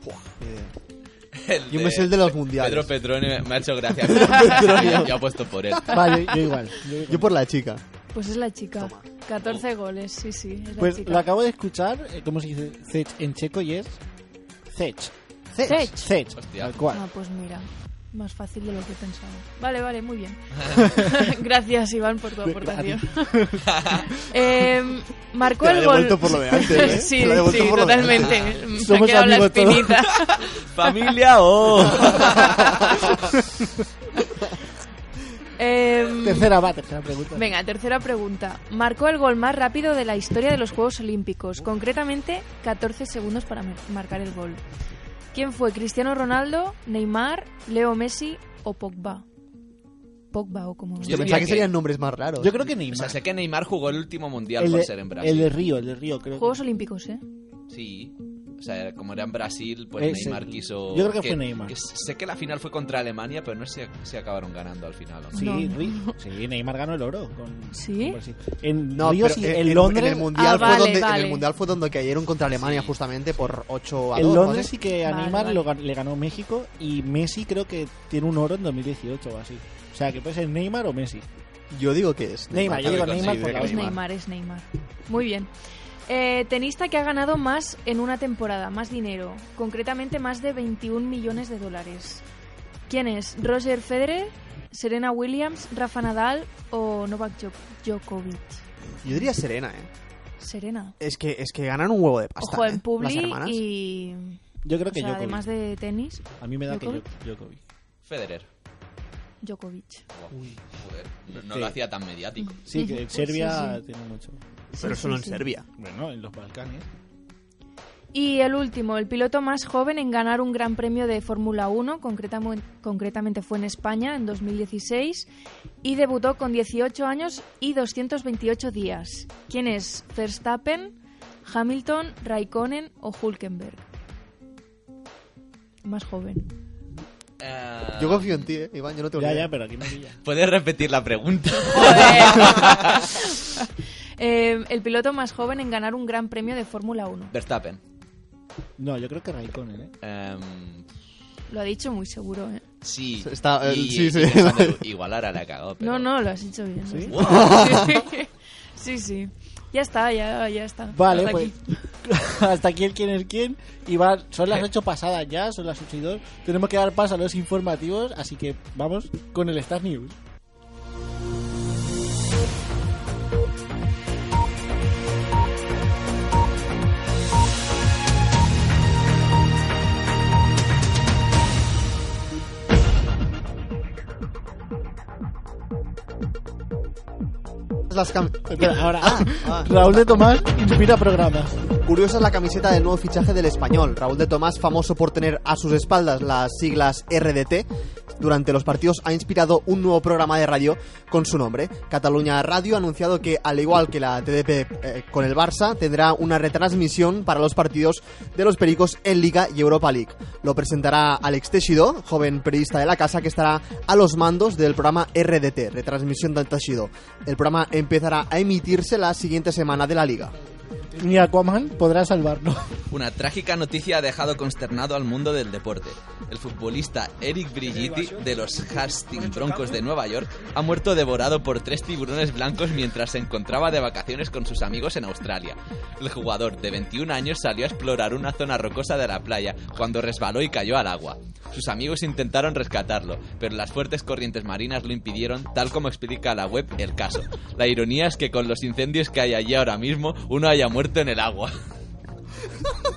Speaker 7: Ni idea.
Speaker 5: el
Speaker 7: Yo
Speaker 5: de
Speaker 7: me sé el de los Eh, mundiales.
Speaker 5: Pedro Petrone me ha hecho gracia. Yo apuesto por él.
Speaker 4: Vale, yo igual. yo igual.
Speaker 7: Yo por la chica.
Speaker 6: Pues es la chica. 14 goles, sí, sí. Es la
Speaker 4: Pues
Speaker 6: chica.
Speaker 4: lo acabo de escuchar, eh, ¿cómo se dice Zech en checo? Y es Zech.
Speaker 6: Zech.
Speaker 4: Zech.
Speaker 5: Hostia.
Speaker 4: Tal cual.
Speaker 6: Ah, pues mira. Más fácil de lo que pensaba. Vale, vale, muy bien. Gracias, Iván, por tu aportación. Em, marcó
Speaker 7: Te la
Speaker 6: el
Speaker 7: he
Speaker 6: gol.
Speaker 7: devuelto por lo de antes, ¿eh?
Speaker 6: sí,
Speaker 7: Te la he devuelto
Speaker 6: sí,
Speaker 7: por lo de antes.
Speaker 6: totalmente. Se ha
Speaker 4: Somos
Speaker 6: quedado la
Speaker 4: amigos todos.
Speaker 6: espinita.
Speaker 5: ¿Familia o...?
Speaker 7: oh.
Speaker 6: Em,
Speaker 4: Tercera va, tercera pregunta.
Speaker 6: Venga, tercera pregunta. Marcó el gol más rápido de la historia de los Juegos Olímpicos, concretamente 14 segundos para mar- marcar el gol. ¿Quién fue? ¿Cristiano Ronaldo, Neymar, Leo Messi o Pogba? Pogba o como...
Speaker 5: Yo
Speaker 7: Yo
Speaker 5: diría
Speaker 7: pensaba que
Speaker 5: que-
Speaker 7: serían nombres más raros.
Speaker 4: Yo creo que
Speaker 5: O
Speaker 4: Neymar.
Speaker 5: sea, sé que Neymar jugó el último mundial
Speaker 4: el,
Speaker 5: por
Speaker 4: de,
Speaker 5: ser en Brasil.
Speaker 4: el de Río, el de Río, creo. que-
Speaker 6: Juegos Olímpicos, ¿eh?
Speaker 5: Sí. O sea, como era en Brasil, pues
Speaker 4: Ese.
Speaker 5: Neymar quiso...
Speaker 4: Eh, Yo creo que fue Neymar.
Speaker 5: sé que la final fue contra Alemania, pero no sé si acabaron ganando al final o no.
Speaker 4: Sí,
Speaker 6: No.
Speaker 4: Ri- sí, Neymar ganó el oro. Con,
Speaker 6: ¿Sí?
Speaker 4: con Brasil. En
Speaker 7: No,
Speaker 4: Río
Speaker 7: pero
Speaker 4: sí,
Speaker 7: en-
Speaker 4: en,
Speaker 7: en-
Speaker 4: Londres.
Speaker 7: en el mundial
Speaker 6: Ah,
Speaker 7: fue
Speaker 6: vale,
Speaker 7: donde en
Speaker 6: vale.
Speaker 7: el mundial fue donde cayeron contra Alemania justamente por 8 a 2.
Speaker 4: en
Speaker 7: ¿no?
Speaker 4: Londres sí que a
Speaker 6: Vale,
Speaker 4: Neymar
Speaker 6: vale.
Speaker 4: lo gan- le ganó México y Messi creo que tiene un oro en 2018 o así. O sea, que puede ser Neymar o Messi.
Speaker 7: Yo digo que es
Speaker 4: Neymar, yo digo
Speaker 5: Sí,
Speaker 4: Neymar
Speaker 5: sí,
Speaker 4: por la
Speaker 6: Es
Speaker 5: Neymar.
Speaker 4: última.
Speaker 6: Neymar, es Neymar. Muy bien. Eh, tenista que ha ganado más en una temporada, más dinero, concretamente más de 21 millones de dólares. ¿Quién es? ¿Roger Federer, Serena Williams, Rafa Nadal o Novak Djok- Djokovic?
Speaker 7: Yo diría Serena, eh.
Speaker 6: Serena.
Speaker 7: Es que es que ganan un huevo de pasta.
Speaker 6: Ojo,
Speaker 7: ¿eh?
Speaker 6: en
Speaker 7: Las
Speaker 6: Publi
Speaker 7: hermanas.
Speaker 6: y...
Speaker 4: Yo creo
Speaker 6: o
Speaker 4: que
Speaker 6: sea,
Speaker 4: Djokovic.
Speaker 6: además de tenis,
Speaker 4: A mí me da
Speaker 6: ¿Djokovic?
Speaker 4: que Djok- Djokovic.
Speaker 5: Federer.
Speaker 6: Djokovic.
Speaker 5: Joder, no, no
Speaker 4: Sí.
Speaker 5: lo hacía tan mediático.
Speaker 4: Sí, que en
Speaker 6: Sí,
Speaker 4: Serbia
Speaker 6: Pues sí.
Speaker 4: tiene mucho.
Speaker 7: Pero
Speaker 6: Sí,
Speaker 7: solo
Speaker 6: sí,
Speaker 7: en
Speaker 6: sí.
Speaker 7: Serbia.
Speaker 4: Bueno, en los Balcanes.
Speaker 6: Y el último, el piloto más joven en ganar un gran premio de Fórmula 1, concretamente, concretamente fue en España en 2016, y debutó con 18 años y 228 días. ¿Quién es? ¿Verstappen, Hamilton, Raikkonen o Hulkenberg? Más joven.
Speaker 5: Eh,
Speaker 7: Yo confío en ti, eh, Iván, yo no tengo
Speaker 4: Ya,
Speaker 7: ni idea.
Speaker 4: ya, pero aquí me pilla.
Speaker 5: ¿Puedes repetir la pregunta?
Speaker 6: Eh, el piloto más joven en ganar un gran premio de Fórmula 1.
Speaker 5: Verstappen.
Speaker 4: No, yo creo que Raikkonen, ¿eh?
Speaker 5: Em,
Speaker 6: Lo ha dicho muy seguro, ¿eh?
Speaker 5: sí.
Speaker 7: Está, eh,
Speaker 5: y-
Speaker 7: sí, sí.
Speaker 5: y pensando, igual ahora la cagó. Pero...
Speaker 6: No, no, lo has dicho bien.
Speaker 4: ¿Sí?
Speaker 6: Sí, sí. Ya está, ya, ya está.
Speaker 4: Vale,
Speaker 6: Hasta
Speaker 4: pues.
Speaker 6: aquí.
Speaker 4: Hasta aquí el quién es quién. Y va- son las 8 pasadas ya, son las 8 y 2. Tenemos que dar paso a los informativos, así que vamos con el Star News.
Speaker 7: Las cam-
Speaker 4: Espera, ahora. ah,
Speaker 7: Ah.
Speaker 4: Raúl de Tomás inspira programa.
Speaker 7: Curiosa es la camiseta del nuevo fichaje del español. Raúl de Tomás, famoso por tener a sus espaldas las siglas RDT, durante los partidos ha inspirado un nuevo programa de radio con su nombre. Cataluña Radio ha anunciado que, al igual que la TDP eh, con el Barça, tendrá una retransmisión para los partidos de los Pericos en Liga y Europa League. Lo presentará Alex Teixidó, joven periodista de la casa que estará a los mandos del programa RDT, retransmisión del Teixidó. El programa empezará a emitirse la siguiente semana de la Liga.
Speaker 4: Ni Aquaman podrá salvarnos.
Speaker 5: Una trágica noticia ha dejado consternado al mundo del deporte. El futbolista Eric Brigitti de los Hastings Broncos de Nueva York ha muerto devorado por tres tiburones blancos mientras se encontraba de vacaciones con sus amigos en Australia. El jugador de 21 años salió a explorar una zona rocosa de la playa cuando resbaló y cayó al agua. Sus amigos intentaron rescatarlo, pero las fuertes corrientes marinas lo impidieron, tal como explica la web El Caso. La ironía es que con los incendios que hay allí ahora mismo, uno haya muerto en el agua.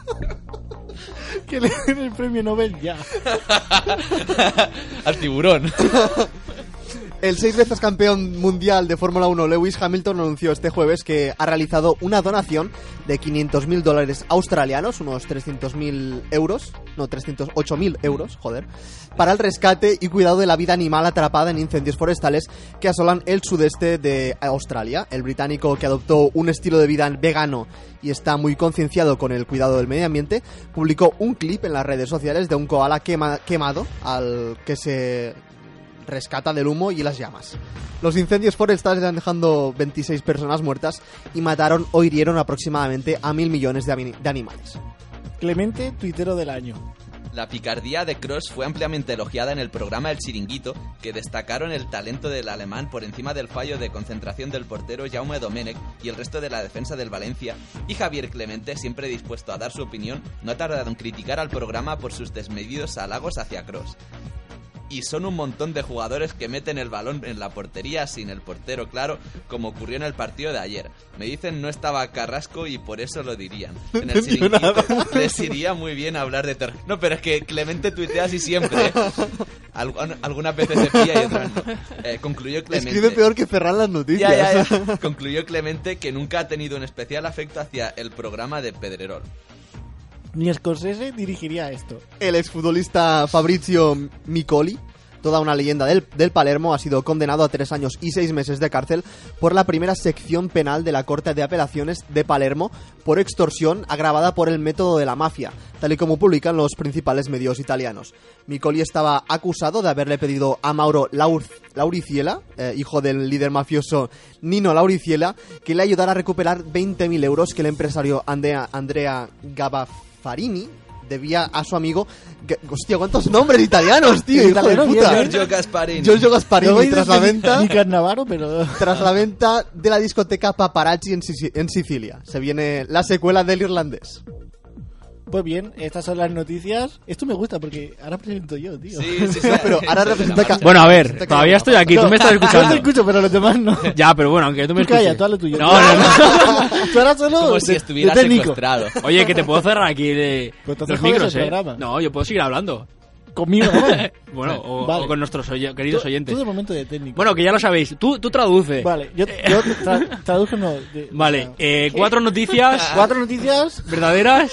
Speaker 4: Que le den el premio Nobel ya.
Speaker 5: al tiburón.
Speaker 7: El seis veces campeón mundial de Fórmula 1, Lewis Hamilton, anunció este jueves que ha realizado una donación de 500.000 dólares australianos, unos 300.000 euros, no, 308.000 euros, joder, para el rescate y cuidado de la vida animal atrapada en incendios forestales que asolan el sudeste de Australia. El británico que adoptó un estilo de vida vegano y está muy concienciado con el cuidado del medio ambiente, publicó un clip en las redes sociales de un koala quema- quemado al que se rescata del humo y las llamas. Los incendios forestales han dejado 26 personas muertas y mataron o hirieron aproximadamente a mil millones de, ami- de animales.
Speaker 4: Clemente, tuitero del año.
Speaker 5: La picardía de Cross fue ampliamente elogiada en el programa El Chiringuito, que destacaron el talento del alemán por encima del fallo de concentración del portero Jaume Domenech y el resto de la defensa del Valencia, y Javier Clemente, siempre dispuesto a dar su opinión, no ha tardado en criticar al programa por sus desmedidos halagos hacia Cross. Y son un montón de jugadores que meten el balón en la portería sin el portero claro, como ocurrió en el partido de ayer. Me dicen no estaba Carrasco y por eso lo dirían. En el chiringuito les iría muy bien hablar de terreno. No, pero es que Clemente tuitea así siempre. ¿eh? Algu- algunas veces se pilla y otras no. Eh, concluyó Clemente.
Speaker 7: Escribe peor que Ferran las noticias.
Speaker 5: Ya, ya, ya. Concluyó Clemente que nunca ha tenido un especial afecto hacia el programa de Pedrerol.
Speaker 4: Ni Scorsese dirigiría esto.
Speaker 7: El exfutbolista Fabrizio Micoli, toda una leyenda del, del Palermo, ha sido condenado a tres años y seis meses de cárcel por la primera sección penal de la Corte de Apelaciones de Palermo por extorsión agravada por el método de la mafia, tal y como publican los principales medios italianos. Micoli estaba acusado de haberle pedido a Mauro Laur- Lauriciela, eh, hijo del líder mafioso Nino Lauriciela, que le ayudara a recuperar 20.000 euros que el empresario Andrea, Andrea Gabafarini debía a su amigo... Ga- hostia, ¿cuántos nombres italianos, tío? Hijo de
Speaker 4: Italiano,
Speaker 7: puta.
Speaker 4: bien,
Speaker 5: Giorgio Gasparini.
Speaker 7: Giorgio Gasparini,
Speaker 4: Yo voy
Speaker 7: tras
Speaker 4: desde
Speaker 7: la venta
Speaker 4: Ni Carnavaro, pero.
Speaker 7: tras la venta de la discoteca Paparazzi en, Sici- en Sicilia. Se viene la secuela del irlandés.
Speaker 4: Pues bien, estas son las noticias. Esto me gusta porque ahora presento yo, tío.
Speaker 5: Sí, sí, sí.
Speaker 7: Pero ahora representa que-
Speaker 3: Bueno, a ver,
Speaker 7: Te
Speaker 3: todavía
Speaker 7: quedo
Speaker 3: estoy aquí, tú me estás
Speaker 4: Yo te
Speaker 3: escuchando.
Speaker 4: escucho, pero los demás no.
Speaker 3: Ya, pero bueno, aunque tú me
Speaker 4: Tú calla,
Speaker 3: escuches.
Speaker 4: tú haz lo tuyo.
Speaker 3: No, no, no.
Speaker 4: tú ahora solo.
Speaker 5: Como
Speaker 4: de-
Speaker 5: si
Speaker 4: de
Speaker 5: estuviera
Speaker 4: técnico. Pues
Speaker 5: secuestrado.
Speaker 3: Oye, que te puedo cerrar aquí eh,
Speaker 4: Pero entonces
Speaker 3: los
Speaker 4: jodes
Speaker 3: micros,
Speaker 4: el
Speaker 3: ¿eh?
Speaker 4: programa.
Speaker 3: No, yo puedo seguir hablando.
Speaker 4: Conmigo, vale.
Speaker 3: Bueno, o,
Speaker 4: Vale.
Speaker 3: o con nuestros oy-
Speaker 4: Tú,
Speaker 3: queridos oyentes.
Speaker 4: tú de momento de técnico.
Speaker 3: Bueno, que ya lo sabéis. Tú, tú traduce.
Speaker 4: Vale, yo, yo tra- traduzco no. de-
Speaker 3: Vale,
Speaker 4: o sea,
Speaker 3: eh, cuatro noticias
Speaker 4: cuatro noticias
Speaker 3: verdaderas.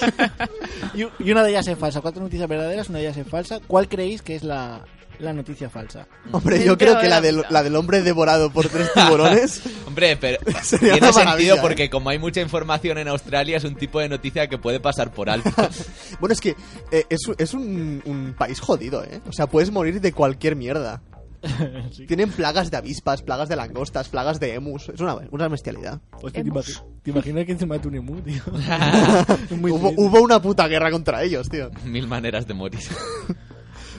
Speaker 4: y, y una de ellas es falsa. Cuatro noticias verdaderas, una de ellas es falsa. ¿Cuál creéis que es la, la noticia falsa?
Speaker 7: Hombre, yo creo que la del, la del hombre devorado por tres tiburones.
Speaker 5: Hombre, pero
Speaker 7: Sería
Speaker 5: tiene
Speaker 7: una
Speaker 5: sentido
Speaker 7: maravilla, ¿eh?
Speaker 5: porque como hay mucha información en Australia es un tipo de noticia que puede pasar por alto.
Speaker 7: bueno, es que eh, es, un- es un, un país jodido, ¿eh? O sea, puedes morir de cualquier mierda. Tienen plagas de avispas, plagas de langostas, plagas de emus. Es una, una bestialidad.
Speaker 4: Hostia, te, imagi- te imaginas que encima mata un emu, tío. Muy
Speaker 7: Hubo,
Speaker 4: triste.
Speaker 7: hubo una puta guerra contra ellos, tío.
Speaker 5: Mil maneras de morir.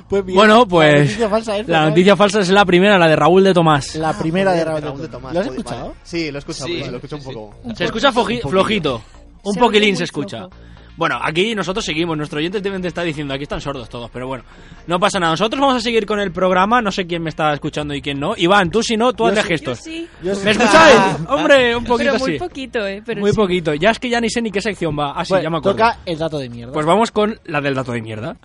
Speaker 4: Pues bien,
Speaker 3: Bueno, pues.
Speaker 4: La noticia falsa es
Speaker 3: la
Speaker 4: ¿verdad?
Speaker 3: noticia falsa es la primera, la de Raúl de Tomás.
Speaker 4: La primera de
Speaker 7: Joder,
Speaker 4: Raúl
Speaker 7: Raúl
Speaker 4: de
Speaker 7: de
Speaker 4: Tomás.
Speaker 7: Tomás.
Speaker 4: ¿Lo has
Speaker 7: Joder,
Speaker 4: escuchado?
Speaker 7: vale. Sí, lo he escuchado,
Speaker 5: Sí,
Speaker 7: sí, lo he escuchado
Speaker 5: sí,
Speaker 7: un
Speaker 5: sí.
Speaker 7: poco.
Speaker 3: Se escucha foji-
Speaker 7: poquillo.
Speaker 3: flojito. Un
Speaker 6: Se oye
Speaker 3: poquilín
Speaker 6: muy
Speaker 3: se escucha.
Speaker 6: flojo.
Speaker 3: Bueno, aquí nosotros seguimos. Nuestros oyentes deben de estar diciendo, aquí están sordos todos, pero bueno, no pasa nada. Nosotros vamos a seguir con el programa. No sé quién me está escuchando y quién no. Iván, tú si no, tú
Speaker 4: Yo
Speaker 3: haz
Speaker 4: sí.
Speaker 3: de
Speaker 6: Yo
Speaker 3: gestos.
Speaker 6: sí,
Speaker 4: Yo sí. Ah,
Speaker 3: ¿Me escucháis? Hombre, un poquito
Speaker 6: pero muy
Speaker 3: así.
Speaker 6: poquito, ¿eh? Pero
Speaker 3: Muy
Speaker 6: sí.
Speaker 3: poquito. Ya es que ya ni sé ni qué sección va. Así,
Speaker 4: Bueno,
Speaker 3: ya me acuerdo.
Speaker 4: toca el dato de mierda. Ah,
Speaker 3: Pues vamos con la del dato de mierda.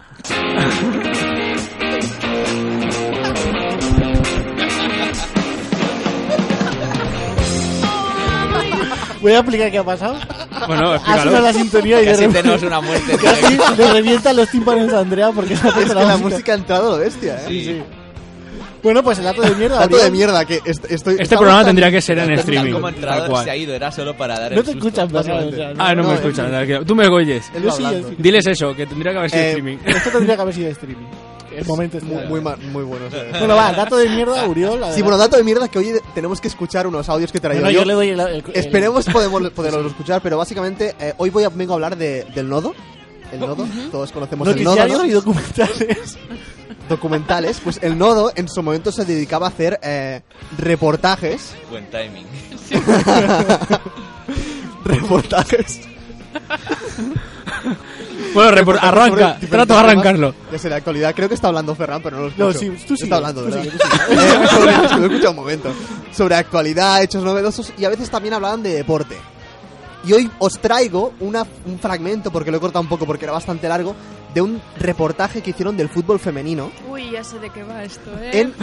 Speaker 4: Voy a explicar qué ha pasado.
Speaker 3: Bueno,
Speaker 4: Ha
Speaker 3: explícalo.
Speaker 4: sonado la sintonía y de
Speaker 5: Casi
Speaker 4: repente
Speaker 5: tenemos una muerte.
Speaker 4: casi le revientan los tímpanos a Andrea porque no
Speaker 7: Es
Speaker 4: hace
Speaker 7: que la música ha entrado lo bestia, ¿eh?
Speaker 5: Sí.
Speaker 4: Bueno, pues el dato de mierda.
Speaker 7: Dato de
Speaker 4: Oriol.
Speaker 7: mierda que est- estoy.
Speaker 3: Este
Speaker 7: estamos
Speaker 3: programa
Speaker 7: tan-
Speaker 3: tendría que ser en
Speaker 7: tan-
Speaker 3: streaming.
Speaker 5: Como
Speaker 3: Tal
Speaker 5: entrado
Speaker 3: cual.
Speaker 5: se ha ido, era solo para dar el
Speaker 4: No te
Speaker 5: susto.
Speaker 4: escuchas, básicamente.
Speaker 7: Básicamente.
Speaker 4: o sea, no.
Speaker 3: Ah, no,
Speaker 7: No,
Speaker 3: me
Speaker 7: en-
Speaker 3: escuchan. tranquilo. Tú me oyes.
Speaker 7: Él
Speaker 4: Yo
Speaker 7: va
Speaker 4: sí,
Speaker 7: hablando.
Speaker 4: yo sí.
Speaker 3: Diles eso, que tendría que haber sido
Speaker 7: Eh,
Speaker 3: streaming.
Speaker 4: Esto tendría que haber sido streaming. El momento está.
Speaker 7: Muy, muy, ma- muy bueno. sí.
Speaker 4: Bueno, va, dato de mierda, Uriol.
Speaker 7: Sí, bueno, dato de mierda que hoy tenemos que escuchar unos audios que traigo
Speaker 4: no,
Speaker 7: yo.
Speaker 4: yo le doy el. el- el-
Speaker 7: Esperemos podemos, poderlos escuchar, pero básicamente eh, hoy voy a, vengo a hablar de, del nodo. El nodo, todos conocemos el nodo.
Speaker 4: Noticiarios
Speaker 7: ¿no?
Speaker 4: y documentales.
Speaker 7: Documentales. Pues el nodo en su momento se dedicaba a hacer eh, reportajes.
Speaker 5: Buen timing.
Speaker 7: Reportajes.
Speaker 3: Bueno, repor-
Speaker 7: sobre
Speaker 3: arranca.
Speaker 7: diferentes
Speaker 3: Trato de
Speaker 7: temas.
Speaker 3: arrancarlo.
Speaker 7: Ya sé, de actualidad. Creo que está hablando Ferran, pero no lo escucho.
Speaker 4: No, sí, tú sigue,
Speaker 7: Está hablando,
Speaker 4: tú
Speaker 7: ¿verdad?
Speaker 4: sigue,
Speaker 7: Eh, sobre, es que lo he escuchado un momento. Sobre actualidad, hechos novedosos y a veces también hablaban de deporte. Y hoy os traigo una- un fragmento, porque lo he cortado un poco porque era bastante largo, de un reportaje que hicieron del fútbol femenino
Speaker 6: Uy, ya sé de qué va esto, ¿eh?
Speaker 7: en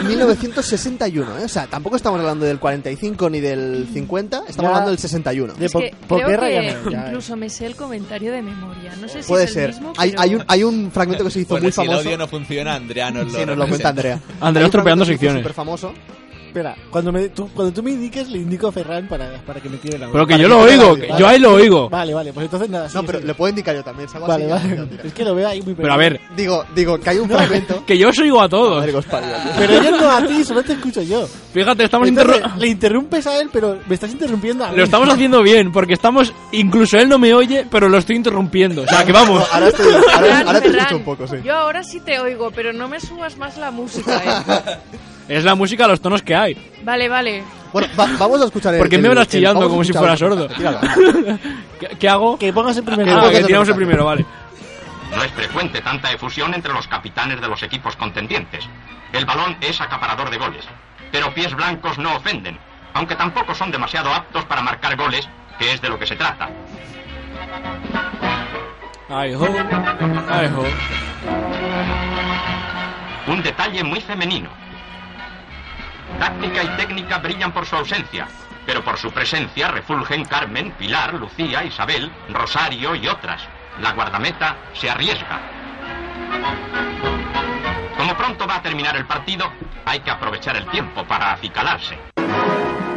Speaker 7: 1961. ¿eh? O sea, tampoco estamos hablando del 45 ni del 50, estamos
Speaker 4: Ya.
Speaker 7: hablando del 61.
Speaker 4: De
Speaker 6: Es que
Speaker 4: po-
Speaker 6: creo
Speaker 4: pokerra ya
Speaker 6: que
Speaker 4: no, ya, eh.
Speaker 6: incluso me sé el comentario de memoria. No sé si
Speaker 7: Puede
Speaker 6: es el
Speaker 7: ser.
Speaker 6: mismo,
Speaker 7: Hay,
Speaker 6: pero-
Speaker 7: hay, un, hay un fragmento que se hizo
Speaker 5: Bueno,
Speaker 7: muy
Speaker 5: si el
Speaker 7: famoso.
Speaker 5: audio no funciona, Andrea nos lo
Speaker 7: Sí, nos lo
Speaker 5: representa.
Speaker 7: cuenta Andrea.
Speaker 3: Andrea estropeando secciones.
Speaker 7: Súper famoso.
Speaker 4: Espera, cuando, me, tú, cuando tú me indiques, le indico a Ferran para, para que me tire la voz.
Speaker 3: Pero que
Speaker 4: Para
Speaker 3: yo lo
Speaker 4: tire la
Speaker 3: oigo,
Speaker 4: voz,
Speaker 3: que yo ahí lo oigo.
Speaker 4: Vale, vale, pues entonces nada.
Speaker 7: No,
Speaker 4: sigue,
Speaker 7: pero
Speaker 4: sigue.
Speaker 7: le puedo indicar yo también. salgo
Speaker 4: Vale,
Speaker 7: así, ya,
Speaker 4: vale.
Speaker 7: ya, ya.
Speaker 4: Es que lo veo ahí muy
Speaker 3: Pero a ver,
Speaker 7: Digo, digo, que hay un fragmento.
Speaker 3: que yo os oigo a todos.
Speaker 7: Madre que os parió.
Speaker 4: Pero yo no a ti, solo te escucho yo.
Speaker 3: Fíjate, estamos
Speaker 4: Entonces,
Speaker 3: interru-
Speaker 4: le interrumpes a él, pero me estás interrumpiendo a mí.
Speaker 3: Lo estamos haciendo bien, porque estamos. Incluso él no me oye, pero lo estoy interrumpiendo. O sea, que vamos.
Speaker 7: Ahora, estoy- ahora-
Speaker 6: Ferran,
Speaker 7: ahora te
Speaker 6: Ferran,
Speaker 7: escucho un poco, sí.
Speaker 6: Yo ahora sí te oigo, pero no me subas más la música. ¿eh?
Speaker 3: Es la música, los tonos que hay.
Speaker 6: vale, vale.
Speaker 7: Bueno, va- vamos a escuchar el.
Speaker 3: ¿Por qué me
Speaker 7: el-
Speaker 3: hablas
Speaker 7: el-
Speaker 3: chillando
Speaker 7: vamos a
Speaker 3: como si
Speaker 7: escuchar-
Speaker 3: fuera sordo?
Speaker 7: Tíralo.
Speaker 3: ¿Qué, qué hago?
Speaker 4: Que pongas en primer
Speaker 3: Ah,
Speaker 4: lugar.
Speaker 7: pongas
Speaker 3: que
Speaker 7: el
Speaker 3: tiramos el
Speaker 7: mensaje.
Speaker 3: primero, vale.
Speaker 10: No es frecuente tanta efusión entre los capitanes de los equipos contendientes. El balón es acaparador de goles. Pero pies blancos no ofenden, aunque tampoco son demasiado aptos para marcar goles, que es de lo que se trata.
Speaker 3: Ay, jo. Ay, jo.
Speaker 10: Un detalle muy femenino. Táctica y técnica brillan por su ausencia, pero por su presencia refulgen Carmen, Pilar, Lucía, Isabel, Rosario y otras. La guardameta se arriesga. Como pronto va a terminar el partido, hay que aprovechar el tiempo para acicalarse.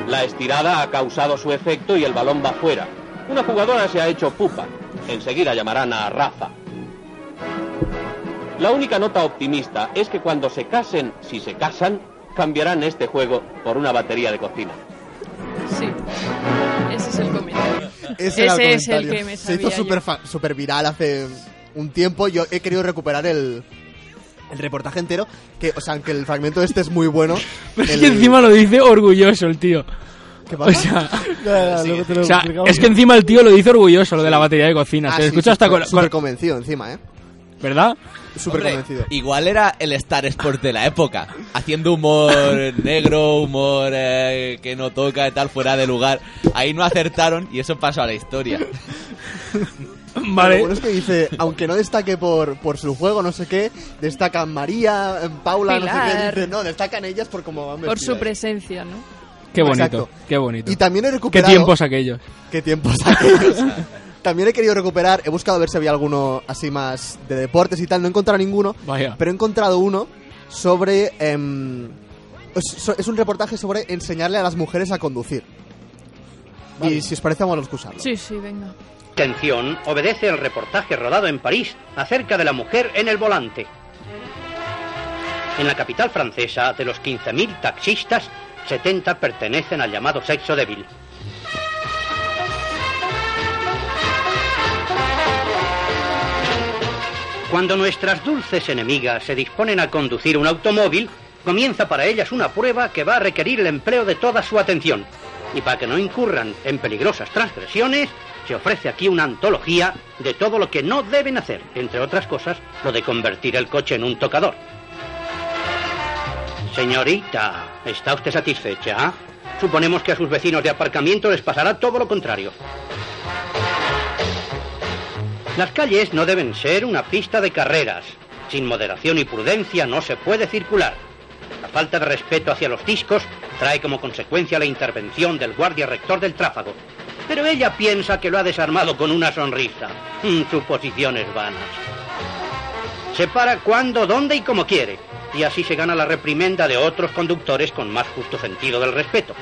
Speaker 11: La estirada ha causado su efecto y el balón va fuera. Una jugadora se ha hecho pupa. Enseguida llamarán a Rafa. La única nota optimista es que cuando se casen, si se casan, cambiarán este juego por una batería de cocina.
Speaker 6: Sí. Ese es el comentario.
Speaker 7: Ese, era
Speaker 6: Ese es el
Speaker 7: comentario.
Speaker 6: que me
Speaker 7: Se hizo
Speaker 6: sabía
Speaker 7: súper
Speaker 6: yo.
Speaker 7: fa- súper viral hace un tiempo. Yo he querido recuperar el, el reportaje entero. Que, o sea, aunque el fragmento este es muy bueno.
Speaker 3: Pero es
Speaker 7: el-
Speaker 3: que encima lo dice orgulloso el tío.
Speaker 7: ¿Qué
Speaker 3: O
Speaker 7: pasa?
Speaker 3: sea,
Speaker 4: Nada, luego te lo
Speaker 3: o sea,
Speaker 4: explicamos.
Speaker 3: es que encima el tío lo dice orgulloso, lo de la batería de cocina.
Speaker 7: Ah,
Speaker 3: Se
Speaker 7: sí,
Speaker 3: lo escucha hasta con,
Speaker 7: súper- súper
Speaker 3: con-
Speaker 7: convencido encima, ¿eh?
Speaker 3: ¿Verdad?
Speaker 7: Súper
Speaker 5: Hombre,
Speaker 7: convencido.
Speaker 5: Igual era el Star Sport de la época, haciendo humor negro, humor eh, que no toca y tal, fuera de lugar. Ahí no acertaron y eso pasó a la historia.
Speaker 7: Lo
Speaker 3: Vale.
Speaker 7: bueno es que dice, aunque no destaque por, por su juego, no sé qué, destacan María, eh, Paula, no sé qué.
Speaker 6: Pilar.
Speaker 7: Dice, no, destacan ellas por cómo van
Speaker 6: Por su
Speaker 7: vestidas.
Speaker 6: presencia, ¿no?
Speaker 3: Qué bonito,
Speaker 7: Exacto.
Speaker 3: qué bonito.
Speaker 7: Y también he
Speaker 3: Qué
Speaker 7: recuperado...
Speaker 3: tiempos aquellos.
Speaker 7: ¿Qué tiempos aquellos? También he querido recuperar, he buscado a ver si había alguno así más de deportes y tal, no he encontrado ninguno,
Speaker 3: Vaya.
Speaker 7: pero he encontrado uno sobre... em, es, so- es un reportaje sobre enseñarle a las mujeres a conducir. Y si os parece, vamos a escucharlo.
Speaker 6: Sí, sí, venga.
Speaker 11: Atención, obedece el reportaje rodado en París acerca de la mujer en el volante. En la capital francesa, de los 15.000 taxistas, 70 pertenecen al llamado sexo débil. Cuando nuestras dulces enemigas se disponen a conducir un automóvil, comienza para ellas una prueba que va a requerir el empleo de toda su atención. Y para que no incurran en peligrosas transgresiones, se ofrece aquí una antología de todo lo que no deben hacer, entre otras cosas, lo de convertir el coche en un tocador. Señorita, ¿está usted satisfecha? Suponemos que a sus vecinos de aparcamiento les pasará todo lo contrario. Las calles no deben ser una pista de carreras. Sin moderación y prudencia no se puede circular. La falta de respeto hacia los discos trae como consecuencia la intervención del guardia rector del tráfago. Pero ella piensa que lo ha desarmado con una sonrisa. Mm, Suposiciones vanas. Se para cuando, dónde y como quiere. Y así se gana la reprimenda de otros conductores con más justo sentido del respeto.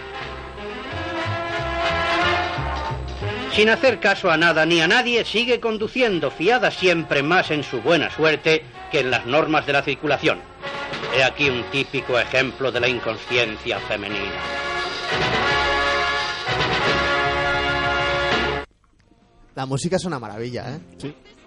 Speaker 11: Sin hacer caso a nada ni a nadie, sigue conduciendo, fiada siempre más en su buena suerte que en las normas de la circulación. He aquí un típico ejemplo de la inconsciencia femenina.
Speaker 7: La música es una maravilla, ¿eh?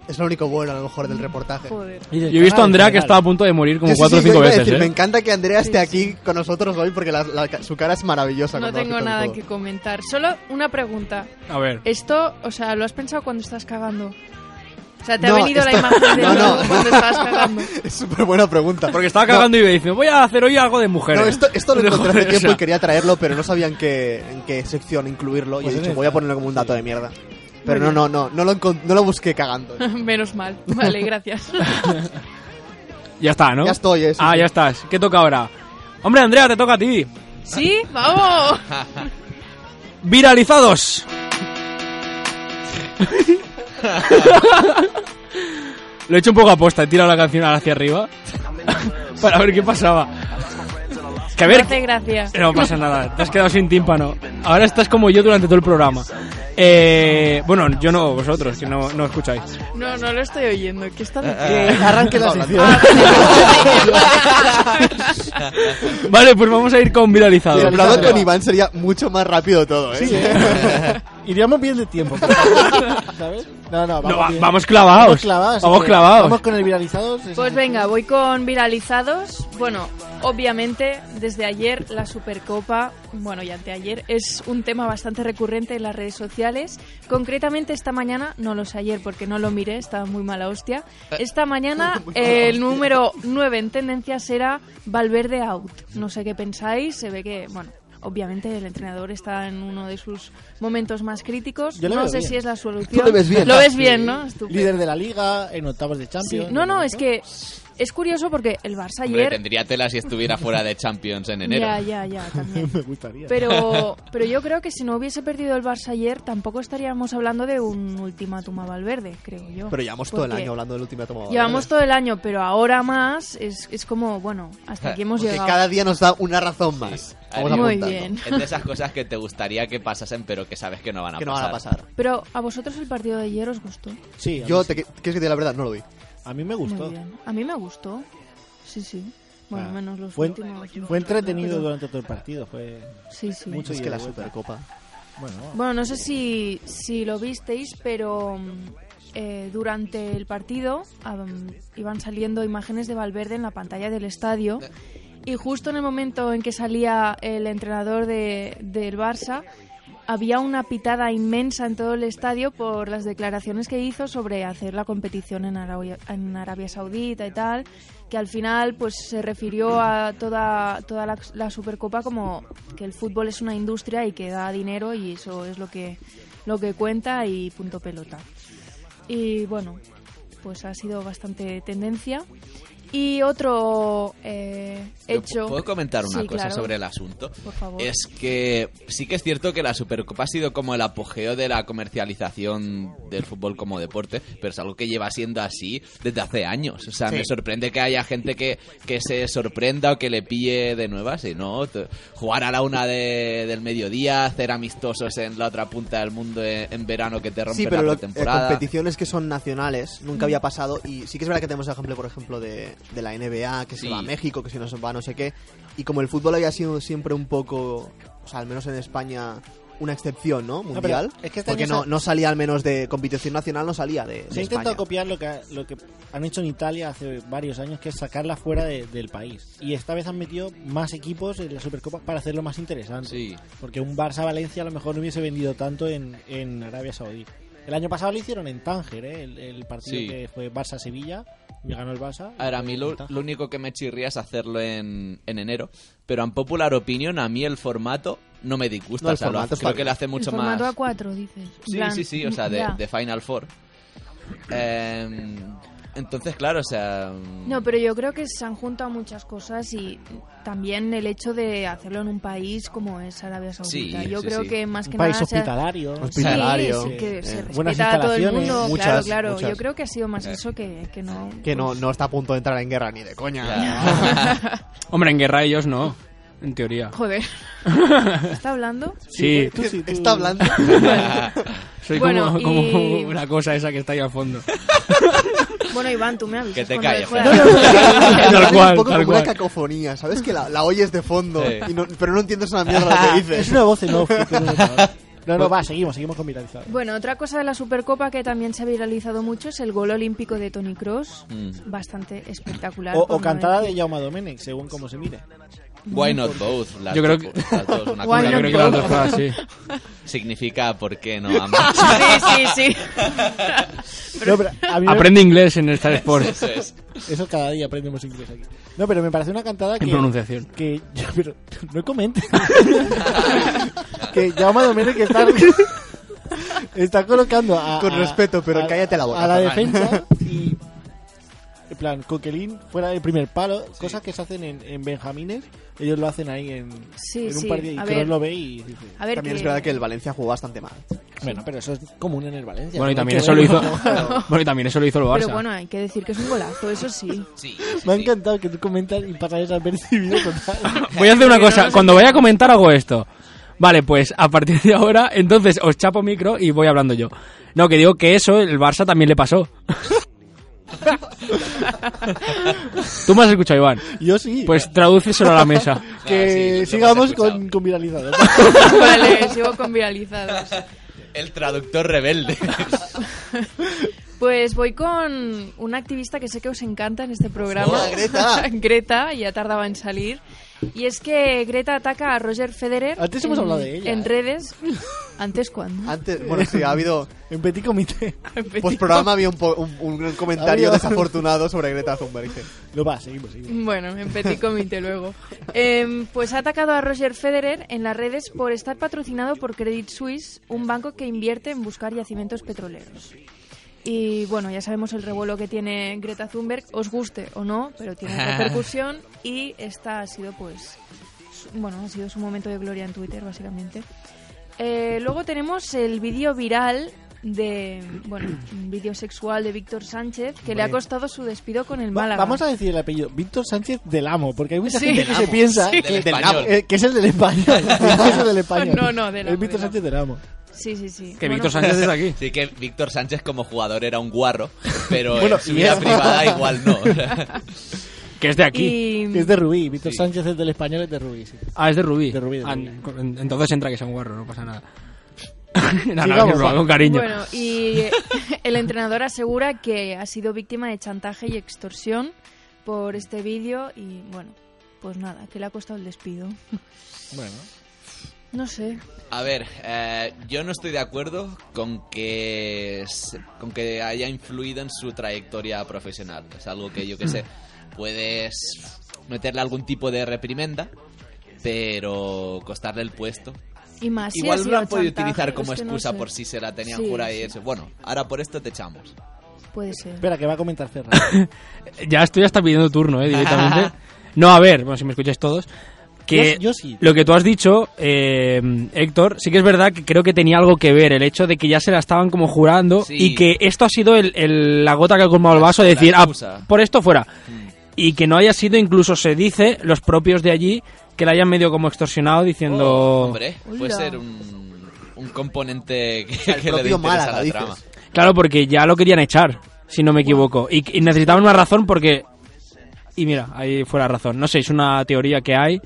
Speaker 7: Es lo único bueno, a lo mejor, del reportaje.
Speaker 6: Joder.
Speaker 3: Yo he visto a Andrea que estaba a punto de morir como
Speaker 7: Sí, sí,
Speaker 3: cuatro o
Speaker 7: sí, yo
Speaker 3: cinco
Speaker 7: iba a
Speaker 3: veces.
Speaker 7: decir,
Speaker 3: ¿eh?
Speaker 7: Me encanta que Andrea
Speaker 6: Sí,
Speaker 7: esté aquí con nosotros hoy porque la- la- su cara es maravillosa.
Speaker 6: No
Speaker 7: cuando va
Speaker 6: tengo
Speaker 7: quitando
Speaker 6: nada
Speaker 7: todo.
Speaker 6: que comentar. Solo una pregunta.
Speaker 3: A ver.
Speaker 6: Esto, o sea, ¿lo has pensado cuando estás cagando? O sea, ¿te
Speaker 7: No,
Speaker 6: ha venido la
Speaker 7: esto-
Speaker 6: imagen de
Speaker 7: No, no.
Speaker 6: todo cuando estabas cagando?
Speaker 7: Es súper buena pregunta.
Speaker 3: Porque estaba cagando y me dice, voy a hacer hoy algo de mujeres.
Speaker 7: No, esto, esto lo
Speaker 3: De
Speaker 7: encontré hace
Speaker 3: joder, o
Speaker 7: tiempo
Speaker 3: sea,
Speaker 7: y quería traerlo, pero no sabía en qué, en qué sección incluirlo.
Speaker 4: Pues
Speaker 7: y he
Speaker 4: en
Speaker 7: dicho,
Speaker 4: esta.
Speaker 7: voy a ponerlo como un dato de mierda. Pero no,
Speaker 6: Muy
Speaker 7: no, no, no lo, encon- no lo busqué cagando.
Speaker 6: Menos mal. Vale, gracias.
Speaker 3: Ya está, ¿no?
Speaker 7: Ya estoy, eh, sí,
Speaker 3: Ah,
Speaker 7: sí.
Speaker 3: ya estás. ¿Qué toca ahora? Hombre, Andrea, te toca a ti.
Speaker 6: ¿Sí? ¡Vamos!
Speaker 3: Viralizados. Lo he hecho un poco aposta, he tirado la canción hacia arriba para ver qué pasaba. Que a ver,
Speaker 6: No hace gracia.
Speaker 3: No pasa nada, te has quedado sin tímpano. Ahora estás como yo durante todo el programa. Eh, bueno, yo no, vosotros, que no, no escucháis.
Speaker 6: No, no lo estoy oyendo. ¿Qué está
Speaker 7: Que
Speaker 6: diciendo?
Speaker 7: Eh, arranque la sección.
Speaker 3: Vale, pues vamos a ir con viralizado.
Speaker 7: El hablado con Iván sería mucho más rápido todo, ¿eh?
Speaker 4: Sí, ¿eh? Iríamos bien de tiempo. pero- ¿Sabes? No, no, vamos,
Speaker 3: No, va-
Speaker 4: bien.
Speaker 3: vamos clavados.
Speaker 4: Vamos clavados. así
Speaker 3: Vamos
Speaker 4: que
Speaker 3: clavados.
Speaker 4: Vamos con el viralizado. sí, sí,
Speaker 6: Pues
Speaker 4: sí.
Speaker 6: venga, voy con viralizados. Bueno, obviamente desde ayer la Supercopa, bueno y anteayer, es un tema bastante recurrente en las redes sociales. Concretamente esta mañana, no lo sé ayer porque no lo miré, estaba muy mala hostia.
Speaker 4: Eh,
Speaker 6: Esta mañana el número 9 en tendencias era Valverde out. No sé qué pensáis, se ve que, bueno... Obviamente el entrenador está en uno de sus momentos más críticos.
Speaker 4: Yo le
Speaker 6: no
Speaker 4: veo
Speaker 6: sé
Speaker 4: bien.
Speaker 6: si es la solución.
Speaker 7: lo ves bien.
Speaker 6: Lo
Speaker 4: Ah,
Speaker 6: ves bien, ¿no? Estupendo.
Speaker 4: Líder de la liga, en octavos de
Speaker 6: Sí,
Speaker 4: Champions.
Speaker 6: No, no, es que es curioso porque el Barça
Speaker 5: Hombre,
Speaker 6: ayer...
Speaker 5: tendría tela si estuviera fuera de Champions en enero.
Speaker 6: Ya, ya, ya, también.
Speaker 4: Me gustaría.
Speaker 6: Pero, pero yo creo que si no hubiese perdido el Barça ayer, tampoco estaríamos hablando de un ultimátum a Valverde, creo yo.
Speaker 7: Pero llevamos todo el
Speaker 6: Porque
Speaker 7: año hablando del ¿eh? último tomado.
Speaker 6: Llevamos todo el año, pero ahora más es, es como, bueno, hasta aquí hemos
Speaker 7: Porque
Speaker 6: llegado.
Speaker 7: cada día nos da una razón más. Vamos
Speaker 6: Muy
Speaker 7: apuntando.
Speaker 6: bien.
Speaker 5: Es de esas cosas que te gustaría que pasasen, pero que sabes que no van a
Speaker 7: Que no
Speaker 5: pasar.
Speaker 7: van a pasar.
Speaker 6: Pero a vosotros el partido de ayer os gustó.
Speaker 4: Sí, a mí,
Speaker 7: Yo, te, ¿quieres que te diga la verdad? No lo vi.
Speaker 4: a mí me gustó.
Speaker 6: Muy bien. A mí me gustó. Sí, sí. Bueno,
Speaker 4: Ah,
Speaker 6: menos los
Speaker 4: fue,
Speaker 6: últimos.
Speaker 4: fue entretenido
Speaker 6: Pero-
Speaker 4: durante todo el partido. Fue
Speaker 6: Sí, sí.
Speaker 4: mucho
Speaker 7: Es
Speaker 4: ida
Speaker 7: que
Speaker 4: y
Speaker 7: la
Speaker 4: vuelta.
Speaker 7: Supercopa.
Speaker 4: Bueno,
Speaker 6: Bueno, no sé si, si lo visteis, pero mm, eh, durante el partido am, iban saliendo imágenes de Valverde en la pantalla del estadio y justo en el momento en que salía el entrenador de- del Barça había una pitada inmensa en todo el estadio por las declaraciones que hizo sobre hacer la competición en Arabia, en Arabia Saudita y tal, que al final pues se refirió a toda, toda la, la Supercopa como que el fútbol es una industria y que da dinero y eso es lo que, lo que cuenta y punto pelota. Y bueno, pues ha sido bastante tendencia. Y otro eh,
Speaker 5: Yo
Speaker 6: hecho...
Speaker 5: ¿Puedo comentar una
Speaker 6: Sí,
Speaker 5: cosa
Speaker 6: claro.
Speaker 5: sobre el asunto?
Speaker 6: Por favor.
Speaker 5: Es que sí que es cierto que la Supercopa ha sido como el apogeo de la comercialización del fútbol como deporte, pero es algo que lleva siendo así desde hace años. O sea,
Speaker 7: Sí.
Speaker 5: me sorprende que haya gente que, que se sorprenda o que le pille de nuevas, y no, t- jugar a la una de- del mediodía, hacer amistosos en la otra punta del mundo eh, en, en verano que te rompe
Speaker 7: Sí, pero
Speaker 5: la
Speaker 7: lo- eh,
Speaker 5: temporada.
Speaker 7: competiciones que son nacionales nunca
Speaker 6: Mm.
Speaker 7: había pasado. Y sí que es verdad que tenemos el ejemplo, por ejemplo, de, de la NBA, que
Speaker 5: Sí.
Speaker 7: se va a México, que se nos va a no sé qué. Y como el fútbol había sido siempre un poco, o sea, al menos en España, una excepción, ¿no?
Speaker 4: pero
Speaker 7: Mundial.
Speaker 4: es que este
Speaker 7: porque
Speaker 4: año
Speaker 7: no,
Speaker 4: se-
Speaker 7: no salía al menos de competición nacional, no salía de, de
Speaker 4: Se ha
Speaker 7: España.
Speaker 4: intentado copiar lo que, ha- lo que han hecho en Italia hace varios años, que es sacarla fuera de- del país. Y esta vez han metido más equipos en la Supercopa para hacerlo más interesante.
Speaker 5: Sí.
Speaker 4: Porque un Barça-Valencia a lo mejor no hubiese vendido tanto en, en Arabia Saudí. El año pasado lo hicieron en Tánger, ¿eh? el, el partido
Speaker 5: Sí.
Speaker 4: que fue Barça-Sevilla, y ganó el Barça.
Speaker 5: A ver, a mí lo,
Speaker 4: En Tánger.
Speaker 5: lo único que me chirría es hacerlo en, en enero, pero en popular opinion a mí el formato no me disgusta,
Speaker 7: No, el
Speaker 5: o sea, lo
Speaker 7: formato
Speaker 5: hace-
Speaker 7: está
Speaker 5: creo
Speaker 7: bien.
Speaker 5: que le hace mucho
Speaker 6: el formato
Speaker 5: más...
Speaker 6: A4, dices. En
Speaker 5: Sí,
Speaker 6: plan,
Speaker 5: sí, sí, o sea, de,
Speaker 6: ya.
Speaker 5: de Final Four. Eh, entonces, claro, o sea...
Speaker 6: No, pero yo creo que se han juntado muchas cosas y también el hecho de hacerlo en un país como es Arabia Saudita.
Speaker 5: Sí,
Speaker 6: yo
Speaker 5: sí,
Speaker 6: creo
Speaker 5: sí.
Speaker 6: que más
Speaker 4: Un
Speaker 6: que
Speaker 4: país
Speaker 6: nada... se ha-
Speaker 4: hospitalario.
Speaker 6: Sí,
Speaker 7: Hospitalario.
Speaker 6: sí, que se
Speaker 7: Eh,
Speaker 4: buenas
Speaker 6: respeta a todo el
Speaker 4: instalaciones,
Speaker 6: mundo.
Speaker 7: muchas,
Speaker 6: claro, claro. Yo
Speaker 7: muchas.
Speaker 6: creo que ha sido más eso que, que no...
Speaker 7: Que no,
Speaker 6: pues,
Speaker 7: no está a punto de entrar en guerra ni de coña.
Speaker 3: Hombre, en guerra ellos no, en teoría.
Speaker 6: Joder. ¿Está hablando?
Speaker 3: Sí,
Speaker 4: Tú sí, tú-
Speaker 7: Está hablando.
Speaker 3: soy
Speaker 6: Bueno,
Speaker 3: como, como
Speaker 6: y-
Speaker 3: la cosa esa que está ahí al fondo.
Speaker 6: Bueno, Iván, tú me avisas.
Speaker 5: Que te
Speaker 6: cuando
Speaker 5: calles,
Speaker 6: fuera.
Speaker 5: Fran.
Speaker 3: Tal cual,
Speaker 7: es un poco
Speaker 3: tal
Speaker 7: como una
Speaker 3: cual.
Speaker 7: cacofonía, ¿sabes? Que la, la oyes de fondo,
Speaker 5: Sí.
Speaker 7: y no- pero no entiendes una mierda lo que
Speaker 4: Es
Speaker 7: dices.
Speaker 4: una voz en off. que tiene un ordenador. No, no, va, seguimos, seguimos con viralizado.
Speaker 6: Bueno, otra cosa de la Supercopa que también se ha viralizado mucho es el gol olímpico de Tony Cross.
Speaker 5: Mm.
Speaker 6: Bastante espectacular.
Speaker 4: O,
Speaker 6: por
Speaker 4: o
Speaker 6: no
Speaker 4: cantada de
Speaker 6: decir-
Speaker 4: Jaume Domenech, según como se mire.
Speaker 5: Why not both? Las
Speaker 3: Yo creo
Speaker 5: dos-
Speaker 3: que-
Speaker 5: las dos, una
Speaker 6: Why
Speaker 5: cosa
Speaker 3: Yo creo
Speaker 6: not
Speaker 3: que
Speaker 5: que
Speaker 3: las
Speaker 6: both?
Speaker 3: dos cosas, sí.
Speaker 5: significa por qué no ambas.
Speaker 6: Sí, sí, sí.
Speaker 4: No, pero a mí me-
Speaker 3: Aprende inglés en Star Sports.
Speaker 5: Eso es.
Speaker 4: Eso cada día aprendemos inglés aquí. No, pero me parece una cantada que.
Speaker 3: En pronunciación.
Speaker 4: Que. Pero, no comente. que Jaume Domenech está. Está colocando a.
Speaker 7: Con
Speaker 4: a-
Speaker 7: respeto, pero
Speaker 4: a-
Speaker 7: cállate la boca,
Speaker 4: A la
Speaker 7: Ferran.
Speaker 4: defensa y. plan, coquelín fuera del primer palo, cosas que se hacen en, en Benjamines, ellos lo hacen ahí en,
Speaker 6: Sí,
Speaker 4: en un
Speaker 6: sí,
Speaker 4: partido y
Speaker 6: a
Speaker 4: que
Speaker 6: ver.
Speaker 4: lo ve y dice,
Speaker 6: A ver,
Speaker 7: También
Speaker 6: que-
Speaker 7: es verdad que el Valencia jugó bastante mal.
Speaker 4: bueno, pero eso es común en el Valencia.
Speaker 3: Bueno, y
Speaker 4: ¿no?
Speaker 3: también
Speaker 4: Hay que
Speaker 3: eso lo hizo.
Speaker 4: verlo.
Speaker 3: Bueno, y también eso lo hizo el Barça.
Speaker 6: Pero bueno, hay que decir que es un golazo, eso sí.
Speaker 5: Sí,
Speaker 4: Me ha encantado que tú comentas y pasas desapercibido total.
Speaker 3: Voy a hacer una
Speaker 6: Porque no
Speaker 3: cosa.
Speaker 6: nos
Speaker 3: Cuando vaya a comentar hago esto. Vale, pues a partir de ahora, entonces os chapo micro y voy hablando yo. No, que digo que eso el Barça también le pasó. Tú me has escuchado, Iván.
Speaker 4: Yo sí.
Speaker 3: Pues tradúceselo a la mesa.
Speaker 4: que
Speaker 5: Ah, sí, lo hemos
Speaker 4: sigamos
Speaker 5: escuchado.
Speaker 4: con, con viralizador.
Speaker 6: vale, sigo con viralizados.
Speaker 5: El traductor rebelde.
Speaker 6: Pues voy con una activista que sé que os encanta en este programa.
Speaker 7: Hola, Greta.
Speaker 6: Greta, ya tardaba en salir. Y es que Greta ataca a Roger Federer.
Speaker 4: Antes hemos
Speaker 6: en-
Speaker 4: hablado de ella,
Speaker 6: En
Speaker 4: ¿eh?
Speaker 6: redes. ¿Antes cuándo?
Speaker 7: Antes, bueno, sí, ha habido.
Speaker 4: en petit comité.
Speaker 7: Pues programa había un, po- un- un comentario
Speaker 4: Había-
Speaker 7: desafortunado sobre Greta Thunberg.
Speaker 4: Lo va, seguimos, seguimos.
Speaker 6: Bueno, en petit comité luego. Em, pues ha atacado a Roger Federer en las redes por estar patrocinado por Credit Suisse, un banco que invierte en buscar yacimientos petroleros. Y bueno, ya sabemos el revuelo que tiene Greta Thunberg, os guste o no, pero tiene repercusión y esta ha sido pues, su- bueno, ha sido su momento de gloria en Twitter básicamente. Eh, luego tenemos el vídeo viral de, bueno, un vídeo sexual de Víctor Sánchez que le ha costado su despido con el
Speaker 4: Va-
Speaker 6: Málaga.
Speaker 4: vamos a decir el apellido. Víctor Sánchez del Amo, porque hay mucha
Speaker 6: Sí.
Speaker 4: gente que
Speaker 6: Del
Speaker 4: se
Speaker 6: Amo,
Speaker 4: piensa
Speaker 5: sí.
Speaker 4: que,
Speaker 5: Del español.
Speaker 4: eh, que es el del español. que es el del español.
Speaker 6: No, no, del
Speaker 4: Es
Speaker 6: Amo, del Amo.
Speaker 4: Víctor Sánchez del Amo.
Speaker 6: Sí, sí, sí. Bueno,
Speaker 3: Que
Speaker 6: pues,
Speaker 3: Víctor Sánchez es aquí.
Speaker 5: Sí que Víctor Sánchez como jugador era un guarro, pero
Speaker 4: Bueno,
Speaker 5: en su
Speaker 4: y
Speaker 5: vida
Speaker 4: es-
Speaker 5: privada igual no.
Speaker 3: Que es de aquí.
Speaker 6: y-
Speaker 4: Que es de Rubí. Víctor
Speaker 5: Sí.
Speaker 4: Sánchez es del español, es de Rubí. sí.
Speaker 3: Ah, es de Rubí.
Speaker 4: De Rubí, de
Speaker 3: Ah,
Speaker 4: Rubí.
Speaker 3: en- entonces entra que sea un guarro, no pasa nada. no, no,
Speaker 4: Sigamos,
Speaker 3: es broma,
Speaker 4: va.
Speaker 3: con cariño.
Speaker 6: Bueno, y el entrenador asegura que ha sido víctima de chantaje y extorsión por este vídeo y bueno, pues nada, que le ha costado el despido.
Speaker 4: Bueno.
Speaker 6: No sé.
Speaker 5: A ver, eh, yo no estoy de acuerdo con que se- con que haya influido en su trayectoria profesional. Es algo que yo que sé, puedes meterle algún tipo de reprimenda, pero costarle el puesto.
Speaker 6: Y más si ha
Speaker 5: Igual
Speaker 6: sido
Speaker 5: lo han podido
Speaker 6: chantaje,
Speaker 5: utilizar
Speaker 6: es
Speaker 5: como
Speaker 6: que no
Speaker 5: excusa
Speaker 6: sé.
Speaker 5: por si se la tenían
Speaker 6: Sí,
Speaker 5: jura y
Speaker 6: sí.
Speaker 5: eso. Bueno, ahora por esto te echamos.
Speaker 6: Puede ser.
Speaker 4: Espera, que va a comentar Ferran.
Speaker 3: Ya estoy hasta pidiendo turno, eh, directamente. No, a ver, bueno, si me escucháis todos. Que
Speaker 4: Yo- yo sí.
Speaker 3: lo que tú has dicho, eh, Héctor, sí que es verdad que creo que tenía algo que ver el hecho de que ya se la estaban como jurando
Speaker 5: Sí.
Speaker 3: y que esto ha sido el, el- la gota que ha colmado el vaso de
Speaker 5: La
Speaker 3: decir, ah,
Speaker 5: excusa.
Speaker 3: por esto fuera.
Speaker 4: Mm.
Speaker 3: Y que no haya sido, incluso se dice, los propios de allí que la hayan medio como extorsionado diciendo...
Speaker 4: Oh,
Speaker 5: Hombre, puede
Speaker 6: Hola.
Speaker 5: ser un, un componente que,
Speaker 7: el
Speaker 5: que le dé
Speaker 7: propio
Speaker 5: interés
Speaker 7: Málaga,
Speaker 5: a la
Speaker 7: dices.
Speaker 5: trama.
Speaker 3: Claro, porque ya lo querían echar, si no me equivoco. Y, y necesitaban una razón porque... Y mira, ahí fue la razón. No sé, es una teoría que hay.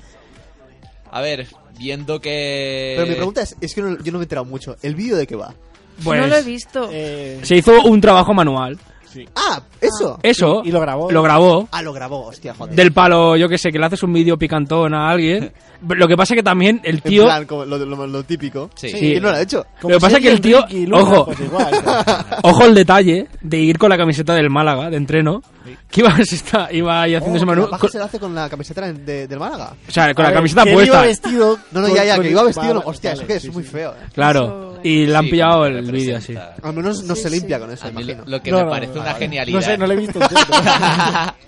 Speaker 5: A ver, viendo que...
Speaker 7: Pero mi pregunta es: es que no- yo no me he enterado mucho. ¿El vídeo de qué va?
Speaker 3: Pues
Speaker 6: No lo he visto.
Speaker 4: Eh,
Speaker 3: se hizo un trabajo manual.
Speaker 7: ¡Ah! ¡Eso!
Speaker 3: Eso.
Speaker 4: Y- y lo grabó.
Speaker 3: Lo grabó.
Speaker 7: Ah, lo grabó, hostia, joder.
Speaker 3: Del palo, yo que sé, que le haces un vídeo picantón a alguien. Lo que pasa que también el
Speaker 7: En
Speaker 3: tío...
Speaker 7: plan, como lo, lo- lo típico.
Speaker 5: Sí.
Speaker 7: ¿Quién no lo ha hecho?
Speaker 4: como
Speaker 3: Lo que pasa
Speaker 4: si
Speaker 3: que el tío-
Speaker 4: Enrique y Lucas,
Speaker 3: ojo.
Speaker 4: pues igual, pero-
Speaker 3: Ojo el detalle de ir con la camiseta del Málaga de entreno. Que iba, se está- iba ahí
Speaker 7: Oh,
Speaker 3: haciéndose
Speaker 7: que
Speaker 3: manu-
Speaker 7: la paja
Speaker 3: con-
Speaker 7: se la hace con la camiseta de- de- del Málaga.
Speaker 3: O sea, con
Speaker 4: A
Speaker 3: la
Speaker 4: ver,
Speaker 3: camiseta
Speaker 4: que él
Speaker 3: puesta.
Speaker 4: Iba vestido
Speaker 7: No, no,
Speaker 4: con-
Speaker 7: ya, ya,
Speaker 4: con-
Speaker 7: que iba vestido.
Speaker 4: Vale,
Speaker 7: no,
Speaker 4: vale,
Speaker 7: hostia, eso
Speaker 4: vale,
Speaker 7: que es
Speaker 4: sí,
Speaker 7: muy
Speaker 4: sí.
Speaker 7: feo. eh.
Speaker 3: Claro.
Speaker 6: Eso-
Speaker 3: Y le han
Speaker 5: Sí,
Speaker 3: pillado
Speaker 5: como
Speaker 3: el vídeo así.
Speaker 5: representa.
Speaker 7: Al menos no
Speaker 6: Sí,
Speaker 7: se
Speaker 6: sí.
Speaker 7: limpia con eso,
Speaker 5: A mí
Speaker 7: imagino.
Speaker 5: lo que
Speaker 4: No,
Speaker 5: me
Speaker 4: no,
Speaker 5: parece
Speaker 4: no,
Speaker 5: una
Speaker 4: no,
Speaker 5: genialidad.
Speaker 4: No sé, no le he visto. entero.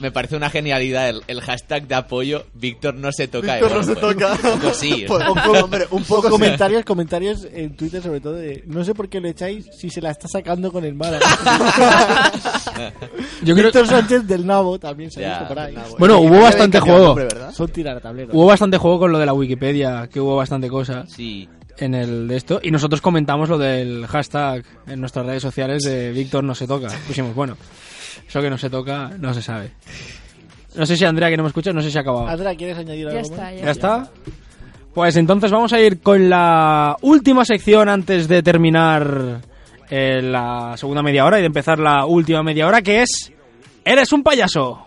Speaker 5: Me parece una genialidad el, el hashtag de apoyo Víctor no se toca.
Speaker 7: Víctor
Speaker 5: eh,
Speaker 7: no
Speaker 5: bueno,
Speaker 7: se
Speaker 5: pues,
Speaker 7: toca.
Speaker 5: un poco sí.
Speaker 7: Pues, un poco, hombre, un poco sí.
Speaker 4: comentarios, comentarios en Twitter sobre todo de no sé por qué lo echáis si se la está sacando con el Málaga.
Speaker 3: Yo creo
Speaker 4: Víctor Sánchez del Nabo también se ha
Speaker 5: Ya,
Speaker 4: visto por ahí.
Speaker 3: Bueno, hubo
Speaker 7: Ya
Speaker 3: bastante
Speaker 7: habían cambiado el
Speaker 3: juego.
Speaker 7: nombre, ¿verdad?
Speaker 4: Son tirar a tablero.
Speaker 3: hubo bastante juego con lo de la Wikipedia, que hubo bastante cosas
Speaker 5: Sí.
Speaker 3: en el de esto. Y nosotros comentamos lo del hashtag en nuestras redes sociales de Víctor no se toca. Pusimos, bueno, eso que no se toca no se sabe. No sé si Andrea, que no me escucha, no sé si ha acabado.
Speaker 4: Andrea, ¿quieres añadir algo?
Speaker 6: Ya
Speaker 4: más?
Speaker 6: está, ya.
Speaker 3: ¿Ya está? Pues entonces vamos a ir con la última sección antes de terminar eh, la segunda media hora y de empezar la última media hora, que es... ¡Eres un payaso!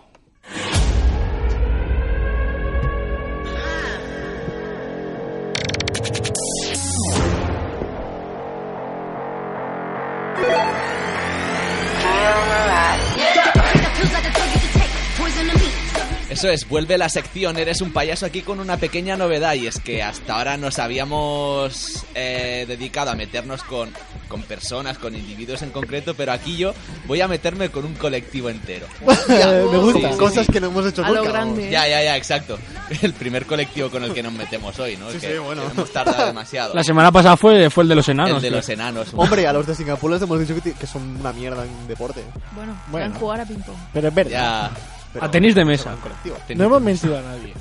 Speaker 5: Eso es, vuelve la sección, eres un payaso aquí con una pequeña novedad y es que hasta ahora nos habíamos eh, dedicado a meternos con, con personas, con individuos en concreto, pero aquí yo voy a meterme con un colectivo entero.
Speaker 7: Me gusta.
Speaker 5: Sí, sí,
Speaker 7: Cosas
Speaker 5: sí.
Speaker 7: que no hemos hecho
Speaker 6: A lo
Speaker 7: nunca.
Speaker 6: grande.
Speaker 5: Ya, ya, ya, exacto. El primer colectivo con el que nos metemos hoy, ¿no?
Speaker 7: Sí,
Speaker 5: que
Speaker 7: sí, bueno.
Speaker 5: que Hemos tardado demasiado.
Speaker 3: La semana pasada fue, fue el de los enanos.
Speaker 5: el de
Speaker 3: creo.
Speaker 5: los enanos.
Speaker 7: Hombre, a los de Singapur les hemos dicho que, ti- que son una mierda en deporte.
Speaker 6: Ah, Bueno,
Speaker 4: Bueno.
Speaker 6: van a jugar a ping-pong.
Speaker 4: Pero es verdad,
Speaker 5: Ya.
Speaker 7: Pero-
Speaker 3: A Ah, tenis de mesa.
Speaker 7: Colectivo.
Speaker 4: no hemos mentido a nadie.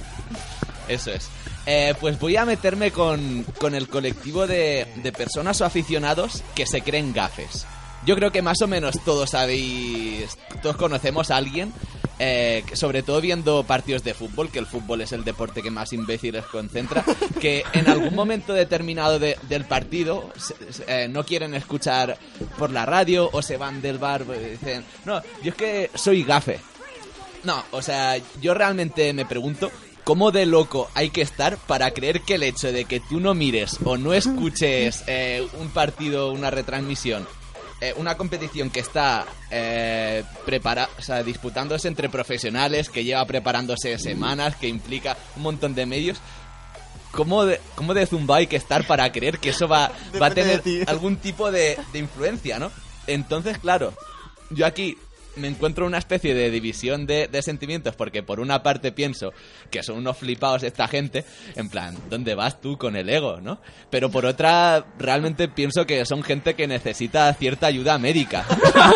Speaker 5: Eso es. Eh, pues voy a meterme con, con el colectivo de, de personas o aficionados que se creen gafes. Yo creo que más o menos todos sabéis, todos conocemos a alguien, eh, que sobre todo viendo partidos de fútbol, que el fútbol es el deporte que más imbéciles concentra, que en algún momento determinado de- del partido se- se- eh, no quieren escuchar por la radio o se van del bar y dicen, no, yo es que soy gafe. No, o sea, yo realmente me pregunto cómo de loco hay que estar para creer que el hecho de que tú no mires o no escuches eh, un partido, una retransmisión, eh, una competición que está eh, prepara- o sea, disputándose entre profesionales, que lleva preparándose semanas, que implica un montón de medios. ¿Cómo de, cómo de zumba hay que estar para creer que eso va, va a
Speaker 7: Depende de
Speaker 5: tener
Speaker 7: ti.
Speaker 5: algún tipo de, de influencia, no? Entonces, claro, yo aquí me encuentro una especie de división de, de sentimientos porque por una parte pienso que son unos flipados esta gente, en plan, ¿dónde vas tú con el ego, no? Pero por otra, realmente pienso que son gente que necesita cierta ayuda médica.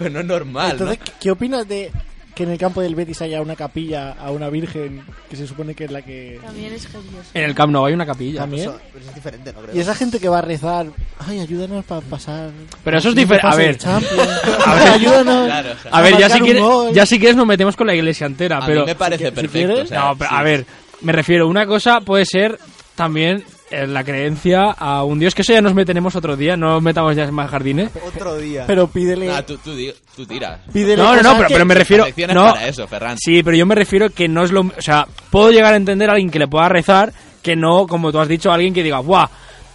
Speaker 5: no, no es normal, ¿no?
Speaker 4: Entonces, ¿qué- ¿qué opinas de que en el campo del Betis haya una capilla a una virgen que se supone que es la que...
Speaker 6: También es genios.
Speaker 3: En el Camp Nou hay una capilla.
Speaker 4: También.
Speaker 7: Eso- pero es diferente, ¿no creo?
Speaker 4: Y esa gente que va a rezar, ay, ayúdanos para pasar.
Speaker 3: Pero eso es
Speaker 4: no
Speaker 3: difer-
Speaker 4: pasa
Speaker 3: a ver.
Speaker 4: el Champions.
Speaker 3: A ver.
Speaker 4: ayúdanos.
Speaker 5: Claro, o sea,
Speaker 3: A ver, ya
Speaker 4: marcar
Speaker 3: si,
Speaker 4: un
Speaker 3: quieres,
Speaker 4: gol.
Speaker 3: ya si quieres nos metemos con la iglesia entera,
Speaker 5: a
Speaker 3: pero...
Speaker 5: mí me parece
Speaker 4: si
Speaker 5: perfecto.
Speaker 4: quieres-
Speaker 5: o sea,
Speaker 3: No, pero,
Speaker 5: sí.
Speaker 3: a ver, me refiero, una cosa puede ser también eh, la creencia a un dios, que eso ya nos meteremos otro día, no metamos ya en más jardines.
Speaker 7: Otro día.
Speaker 4: Pero pídele.
Speaker 5: Nah, Ah, tú, tú di- tú tiras.
Speaker 4: pídele
Speaker 3: No, no,
Speaker 4: cosas
Speaker 3: no, pero,
Speaker 4: que-
Speaker 3: pero me refiero...
Speaker 5: La sección es
Speaker 3: No,
Speaker 5: para eso, Ferran.
Speaker 3: sí, pero yo me refiero que no es lo... O sea, puedo llegar a entender a alguien que le pueda rezar, que no, como tú has dicho, a alguien que diga, ¡buah!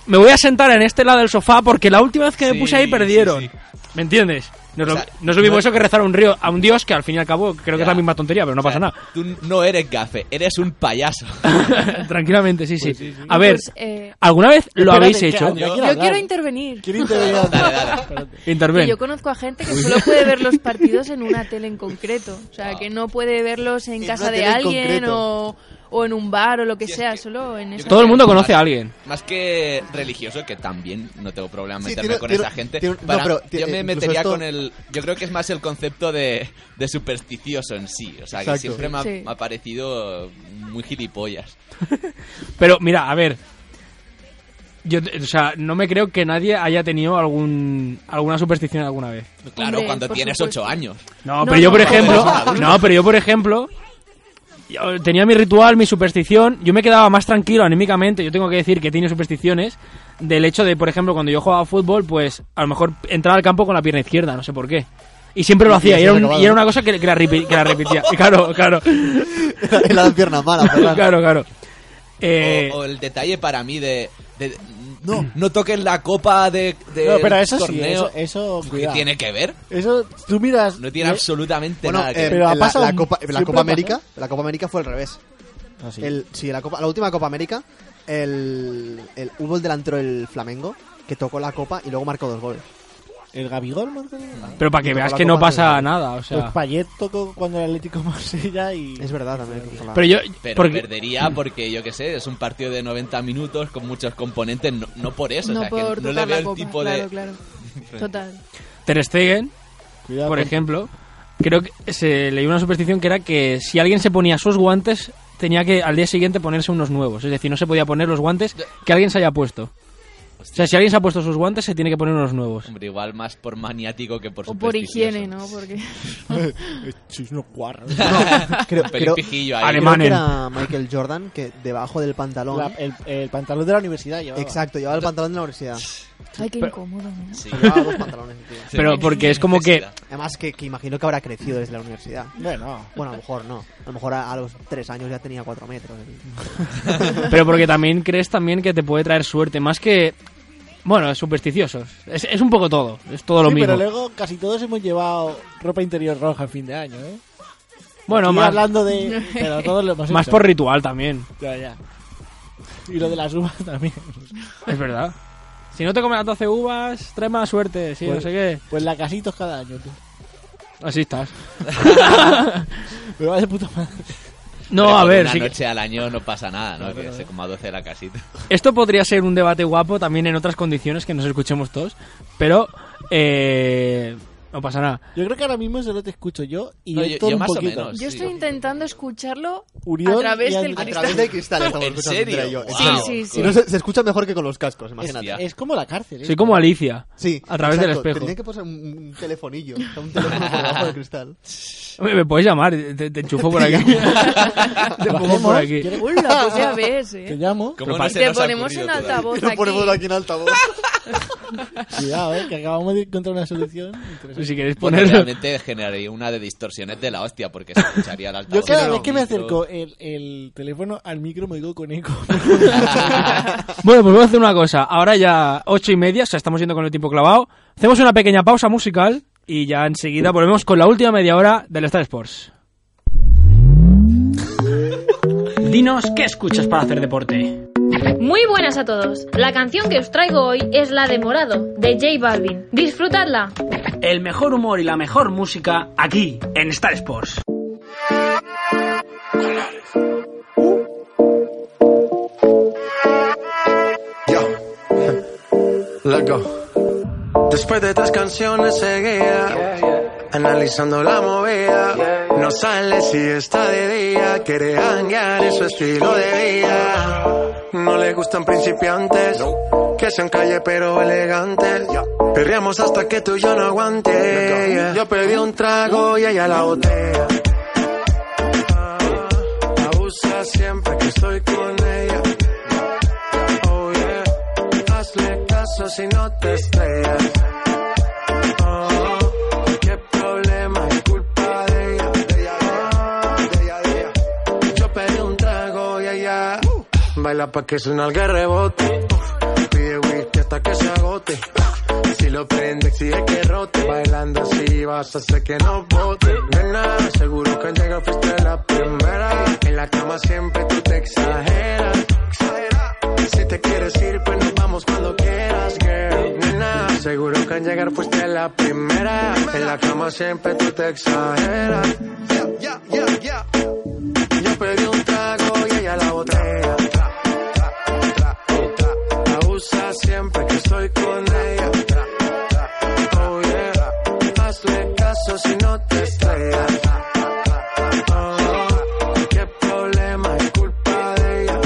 Speaker 3: Me voy a sentar en este lado del sofá porque la última vez que me
Speaker 5: Sí,
Speaker 3: puse ahí perdieron.
Speaker 5: sí,
Speaker 3: ¿Me entiendes? No es, lo,
Speaker 5: O sea,
Speaker 3: no es lo mismo
Speaker 5: no-
Speaker 3: eso que rezar a un río, a un dios que al fin y al cabo creo que es
Speaker 5: Ya.
Speaker 3: la misma tontería, pero no
Speaker 5: O sea,
Speaker 3: pasa nada.
Speaker 5: Tú no eres gafe, eres un payaso.
Speaker 3: Tranquilamente, sí, sí. A ver,
Speaker 6: Pues, eh,
Speaker 3: ¿alguna vez lo
Speaker 4: Espérate,
Speaker 3: habéis
Speaker 4: que
Speaker 3: hecho?
Speaker 4: Andrea
Speaker 6: yo
Speaker 4: quiere hablar.
Speaker 6: quiero intervenir.
Speaker 4: Quiero intervenir.
Speaker 5: Dale, dale.
Speaker 6: Que
Speaker 3: Interven.
Speaker 6: yo conozco a gente que solo puede ver los partidos en una tele en concreto. O sea, que no puede verlos en
Speaker 7: En
Speaker 6: casa
Speaker 7: una
Speaker 6: de
Speaker 7: tele en
Speaker 6: alguien
Speaker 7: concreto.
Speaker 6: o, o en un bar o lo que
Speaker 5: Sí, es
Speaker 6: sea,
Speaker 5: que-
Speaker 6: solo en esa.
Speaker 3: Todo el mundo conoce a alguien.
Speaker 5: Más que religioso, que también no tengo problema en
Speaker 7: Sí,
Speaker 5: meterme
Speaker 7: tiene-
Speaker 5: con
Speaker 7: tiene-
Speaker 5: esa gente.
Speaker 7: tiene- no,
Speaker 5: para-
Speaker 7: pero ti-
Speaker 5: yo me
Speaker 7: incluso
Speaker 5: metería
Speaker 7: esto-
Speaker 5: con el. Yo creo que es más el concepto de, de supersticioso en sí. O sea, que
Speaker 7: Exacto.
Speaker 5: siempre me ha,
Speaker 6: Sí.
Speaker 5: me ha parecido muy gilipollas.
Speaker 3: Pero mira, a ver. Yo, o sea, no me creo que nadie haya tenido algún alguna superstición alguna vez.
Speaker 5: Claro,
Speaker 6: Hombre,
Speaker 5: cuando
Speaker 6: por
Speaker 5: tienes
Speaker 6: supuesto.
Speaker 5: ocho años.
Speaker 3: No,
Speaker 6: No,
Speaker 3: pero yo
Speaker 6: no,
Speaker 3: por
Speaker 6: no,
Speaker 3: ejemplo,
Speaker 5: no, no, no.
Speaker 3: no, pero yo por ejemplo yo tenía mi ritual, mi superstición, yo me quedaba más tranquilo anímicamente, yo tengo que decir que he tenido supersticiones del hecho de, por ejemplo, cuando yo jugaba a fútbol, pues a lo mejor entraba al campo con la pierna izquierda, no sé por qué. Y siempre lo
Speaker 7: Y
Speaker 3: hacía,
Speaker 7: ya
Speaker 3: y
Speaker 7: se
Speaker 3: era, un-
Speaker 7: acababa.
Speaker 3: y era una cosa que, que la, repi- que la repetía. Claro, claro.
Speaker 7: Es la de pierna mala, Ferran.
Speaker 3: Claro, claro. Eh,
Speaker 5: O, o el detalle para mí de. de- no, no toques la copa de, de
Speaker 4: No, pero eso sí,
Speaker 5: torneo.
Speaker 4: eso, eso pues,
Speaker 5: ¿Qué
Speaker 4: cuidado.
Speaker 5: tiene que ver?
Speaker 4: Eso, tú miras.
Speaker 5: No tiene
Speaker 4: eh,
Speaker 5: absolutamente
Speaker 7: Bueno,
Speaker 5: nada que
Speaker 7: eh,
Speaker 5: ver.
Speaker 4: Pero ha
Speaker 7: la,
Speaker 4: pasado
Speaker 7: la
Speaker 4: un-
Speaker 7: Copa, la
Speaker 4: siempre
Speaker 7: Copa
Speaker 4: ha
Speaker 7: América,
Speaker 4: pasado.
Speaker 7: la Copa América fue al revés.
Speaker 4: Ah, sí.
Speaker 7: El, sí, la, Copa- la última Copa América, el, el, hubo el delantero del Flamengo que tocó la copa y luego marcó dos goles.
Speaker 4: El Gabigol, Marco.
Speaker 3: pero para que
Speaker 7: Tocó
Speaker 3: veas
Speaker 7: la
Speaker 3: que no
Speaker 7: copa antes de
Speaker 3: pasa
Speaker 7: la-
Speaker 3: nada, o
Speaker 4: Pues
Speaker 3: sea.
Speaker 4: Payet tocó cuando el Atlético de Marsella y.
Speaker 7: Es verdad también. Ferran.
Speaker 3: Pero yo.
Speaker 5: Pero
Speaker 3: porque-
Speaker 5: perdería porque, yo qué sé, es un partido de 90 minutos con muchos componentes, no, no por eso,
Speaker 6: No
Speaker 5: o sea,
Speaker 6: por
Speaker 5: que no le
Speaker 6: tocar la
Speaker 5: veo el
Speaker 6: copa,
Speaker 5: tipo de...
Speaker 6: claro, claro. Total.
Speaker 3: Ter Stegen,
Speaker 4: Cuidado
Speaker 3: por
Speaker 4: con-
Speaker 3: ejemplo, creo que se leí una superstición que era que si alguien se ponía sus guantes, tenía que al día siguiente ponerse unos nuevos. Es decir, no se podía poner los guantes que alguien se haya puesto. O sea, si alguien se ha puesto sus guantes, se tiene que poner unos nuevos.
Speaker 5: Hombre, igual más por maniático que por
Speaker 6: O por
Speaker 5: supersticioso.
Speaker 6: higiene, ¿no? Porque
Speaker 4: Sí, es unos guarros.
Speaker 7: creo,
Speaker 5: Un pelín
Speaker 7: creo-
Speaker 5: pijillo ahí.
Speaker 3: Alemán.
Speaker 7: creo que
Speaker 3: Manen.
Speaker 7: era Michael Jordan que debajo del pantalón.
Speaker 4: La- el, el pantalón de la universidad llevaba.
Speaker 7: exacto, llevaba el pantalón de la universidad.
Speaker 6: Ay, qué incómodo, ¿no?
Speaker 5: Sí.
Speaker 7: Llevaba dos pantalones, tío.
Speaker 5: Sí.
Speaker 3: Pero porque es como que-
Speaker 5: Necesidad.
Speaker 7: Además que, que imagino que habrá crecido desde la universidad.
Speaker 4: Bueno,
Speaker 7: Bueno, a lo mejor no. A lo mejor a, a los tres años ya tenía cuatro metros.
Speaker 3: Pero porque también crees también que te puede traer suerte, más que... Bueno, es supersticioso. Es, es un poco todo, es todo lo
Speaker 4: sí,
Speaker 3: mismo.
Speaker 4: pero luego casi todos hemos llevado ropa interior roja en fin de año, ¿eh?
Speaker 3: Bueno,
Speaker 4: Aquí
Speaker 3: más,
Speaker 4: hablando de. Pero todos lo hemos
Speaker 3: más
Speaker 4: hecho.
Speaker 3: por ritual también.
Speaker 4: Ya, ya. Y lo de las uvas también.
Speaker 3: Es verdad. Si no te comes las 12 uvas, trae más suerte, sí, no
Speaker 4: Pues-
Speaker 3: sé qué.
Speaker 4: Pues la casitos cada año, tío.
Speaker 3: Así estás.
Speaker 4: Pero va de puta madre.
Speaker 3: No,
Speaker 5: Pero
Speaker 3: a
Speaker 5: con
Speaker 3: ver,
Speaker 5: Una
Speaker 3: sí que-
Speaker 5: noche al año no pasa nada, ¿no? que se coma 12 de la casita.
Speaker 3: esto podría ser un debate guapo también en otras condiciones que nos escuchemos todos, pero eh, no pasa nada.
Speaker 4: Yo creo que ahora mismo solo te escucho yo y
Speaker 5: No, yo-
Speaker 4: Héctor
Speaker 5: yo
Speaker 4: un
Speaker 5: más o
Speaker 4: poquito.
Speaker 5: menos.
Speaker 6: Yo
Speaker 5: Sí.
Speaker 6: estoy intentando escucharlo
Speaker 4: Uriol
Speaker 6: a través
Speaker 4: y
Speaker 6: del
Speaker 4: Andrés.
Speaker 7: A
Speaker 6: cristal.
Speaker 7: través del cristal estamos
Speaker 5: ¿En
Speaker 7: escuchando
Speaker 5: serio?
Speaker 7: Andrea y yo.
Speaker 5: Wow.
Speaker 6: Sí, sí,
Speaker 7: Si
Speaker 6: sí.
Speaker 7: no, se, se escucha mejor que con los cascos, imagínate.
Speaker 5: Hostia.
Speaker 4: Es como la cárcel, ¿eh?
Speaker 3: Soy como Alicia,
Speaker 7: Sí,
Speaker 3: a través del
Speaker 7: exacto.
Speaker 3: espejo.
Speaker 7: Tendría que poner un, un telefonillo, o sea, un teléfono por debajo del cristal.
Speaker 3: Hombre, me puedes llamar, te, te enchufo por aquí. te
Speaker 4: ¿Lo
Speaker 3: pongo
Speaker 4: hacemos?
Speaker 3: por aquí.
Speaker 4: ¿Quieres-
Speaker 6: Hola, pues ya ves,
Speaker 4: Te
Speaker 6: ¿eh?
Speaker 4: llamo.
Speaker 5: ¿Cómo
Speaker 6: Y
Speaker 5: se
Speaker 6: te
Speaker 5: nos ha
Speaker 6: ponemos
Speaker 5: ocurrido
Speaker 6: en
Speaker 5: todavía?
Speaker 6: altavoz
Speaker 7: Y lo ponemos aquí
Speaker 6: aquí.
Speaker 7: en altavoz.
Speaker 4: Cuidado, eh, que acabamos de encontrar una solución. interesante.
Speaker 3: Si queréis
Speaker 5: Bueno,
Speaker 3: poner...
Speaker 5: realmente generaría una de distorsiones de la hostia porque se escucharía el altavoz.
Speaker 4: Yo cada
Speaker 5: del
Speaker 4: vez que me
Speaker 5: micro.
Speaker 4: acerco el, el teléfono al micro me digo con eco.
Speaker 3: Bueno, pues vamos a hacer una cosa. Ahora ya ocho y media, o sea, estamos yendo con el tiempo clavado. Hacemos una pequeña pausa musical y ya enseguida volvemos con la última media hora del Star Sports. Dinos qué escuchas para hacer deporte.
Speaker 12: Muy buenas a todos. La canción que os traigo hoy es la de Morado, de J Balvin. Disfrutadla.
Speaker 3: El mejor humor y la mejor música aquí en Star Sports.
Speaker 13: Después de tres canciones seguía analizando la movida. No sale si está de día, quiere hanguear en su estilo de vida. No le gustan principiantes, que sean calle pero elegantes. Perreamos hasta que tú y yo no aguante. yeah. Yo pedí un trago y ella la botella. Ah, Abusa siempre que estoy con ella. Oh, yeah. Hazle caso si no te estrellas. Oh, qué problema es culpa de ella. De ella, de ella, de ella. Yo pedí un trago y ella uh, baila pa' que suena el rebote. Pide whisky hasta que se agote. Si lo prende, exige que rote. Bailando así vas a hacer que no bote. Nena, seguro que al llegar fuiste la primera. En la cama siempre tú te exageras. Exagera. Si te quieres ir, pues nos vamos cuando quieras, girl. Nena, seguro que al llegar fuiste la primera. En la cama siempre tú te exageras. Yo pedí un trago y ella la botella. Tra, tra, tra, tra. Abusa siempre que estoy con ella. Tra, tra, oh yeah. Hazle caso si no te estrellas. Oh, qué problema es culpa de ella.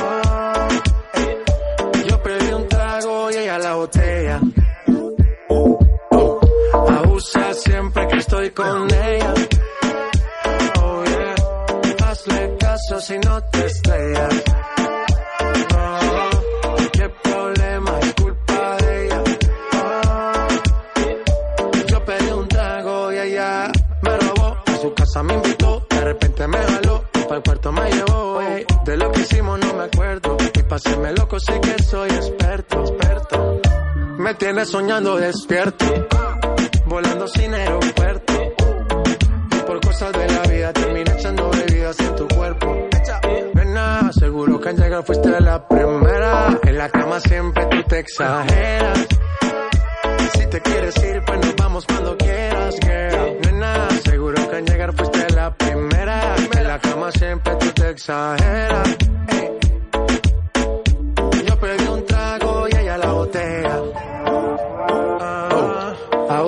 Speaker 13: Oh, eh. Yo pedí un trago y ella la botella. Uh, uh. Abusa siempre que estoy con ella. Oh, yeah. Hazle caso si no te estrellas. Oh, qué problema es culpa de ella. Oh, yo pedí un trago y ella me robó. A su casa me invitó, de repente me jaló. Para el cuarto me llevó. ey. De lo que hicimos no me acuerdo. Y pa' hacerme loco sé que soy experto, experto. Me tienes soñando despierto, volando sin aeropuerto. Y por cosas de la vida termina echando bebidas en tu cuerpo. Nena, seguro que al llegar fuiste la primera. En la cama siempre tú te exageras. Si te quieres ir, pues nos vamos cuando quieras, girl. Nena, seguro que al llegar fuiste la primera. En la cama siempre tú te exageras. ey. Yo pedí un trago y ella la botella. Ah,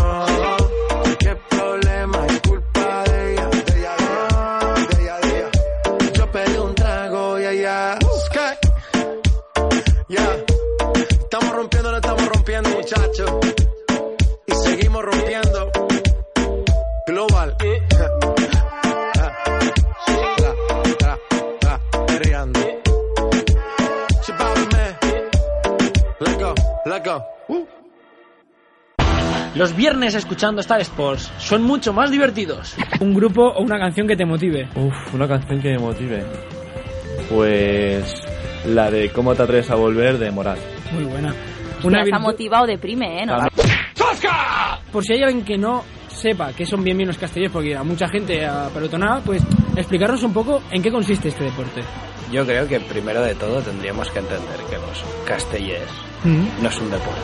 Speaker 13: Oh, qué problema es culpa de ella, de ella, de ella, de ella, de ella. Yo pedí un trago y allá. Sky, ya. Estamos rompiendo, no estamos rompiendo, muchachos. Y seguimos rompiendo. Global. Tra, tra, tra, perreando. Chipotle, man. Let go, let go.
Speaker 3: Los viernes escuchando Star Sports son mucho más divertidos. Un grupo o una canción que te motive.
Speaker 13: Uf, una canción que me motive. Pues.
Speaker 14: la de Cómo te atreves a volver de Morat.
Speaker 15: Muy buena.
Speaker 16: Una está
Speaker 15: virtud-
Speaker 16: motivado deprime, ¿eh? No-
Speaker 15: Por si hay alguien que no sepa que son bien bien los castellers, porque a mucha gente ha pelotonado, pues explicarnos un poco en qué consiste este deporte.
Speaker 11: Yo creo que primero de todo tendríamos que entender que los castellers
Speaker 4: Mm.
Speaker 11: no es un deporte.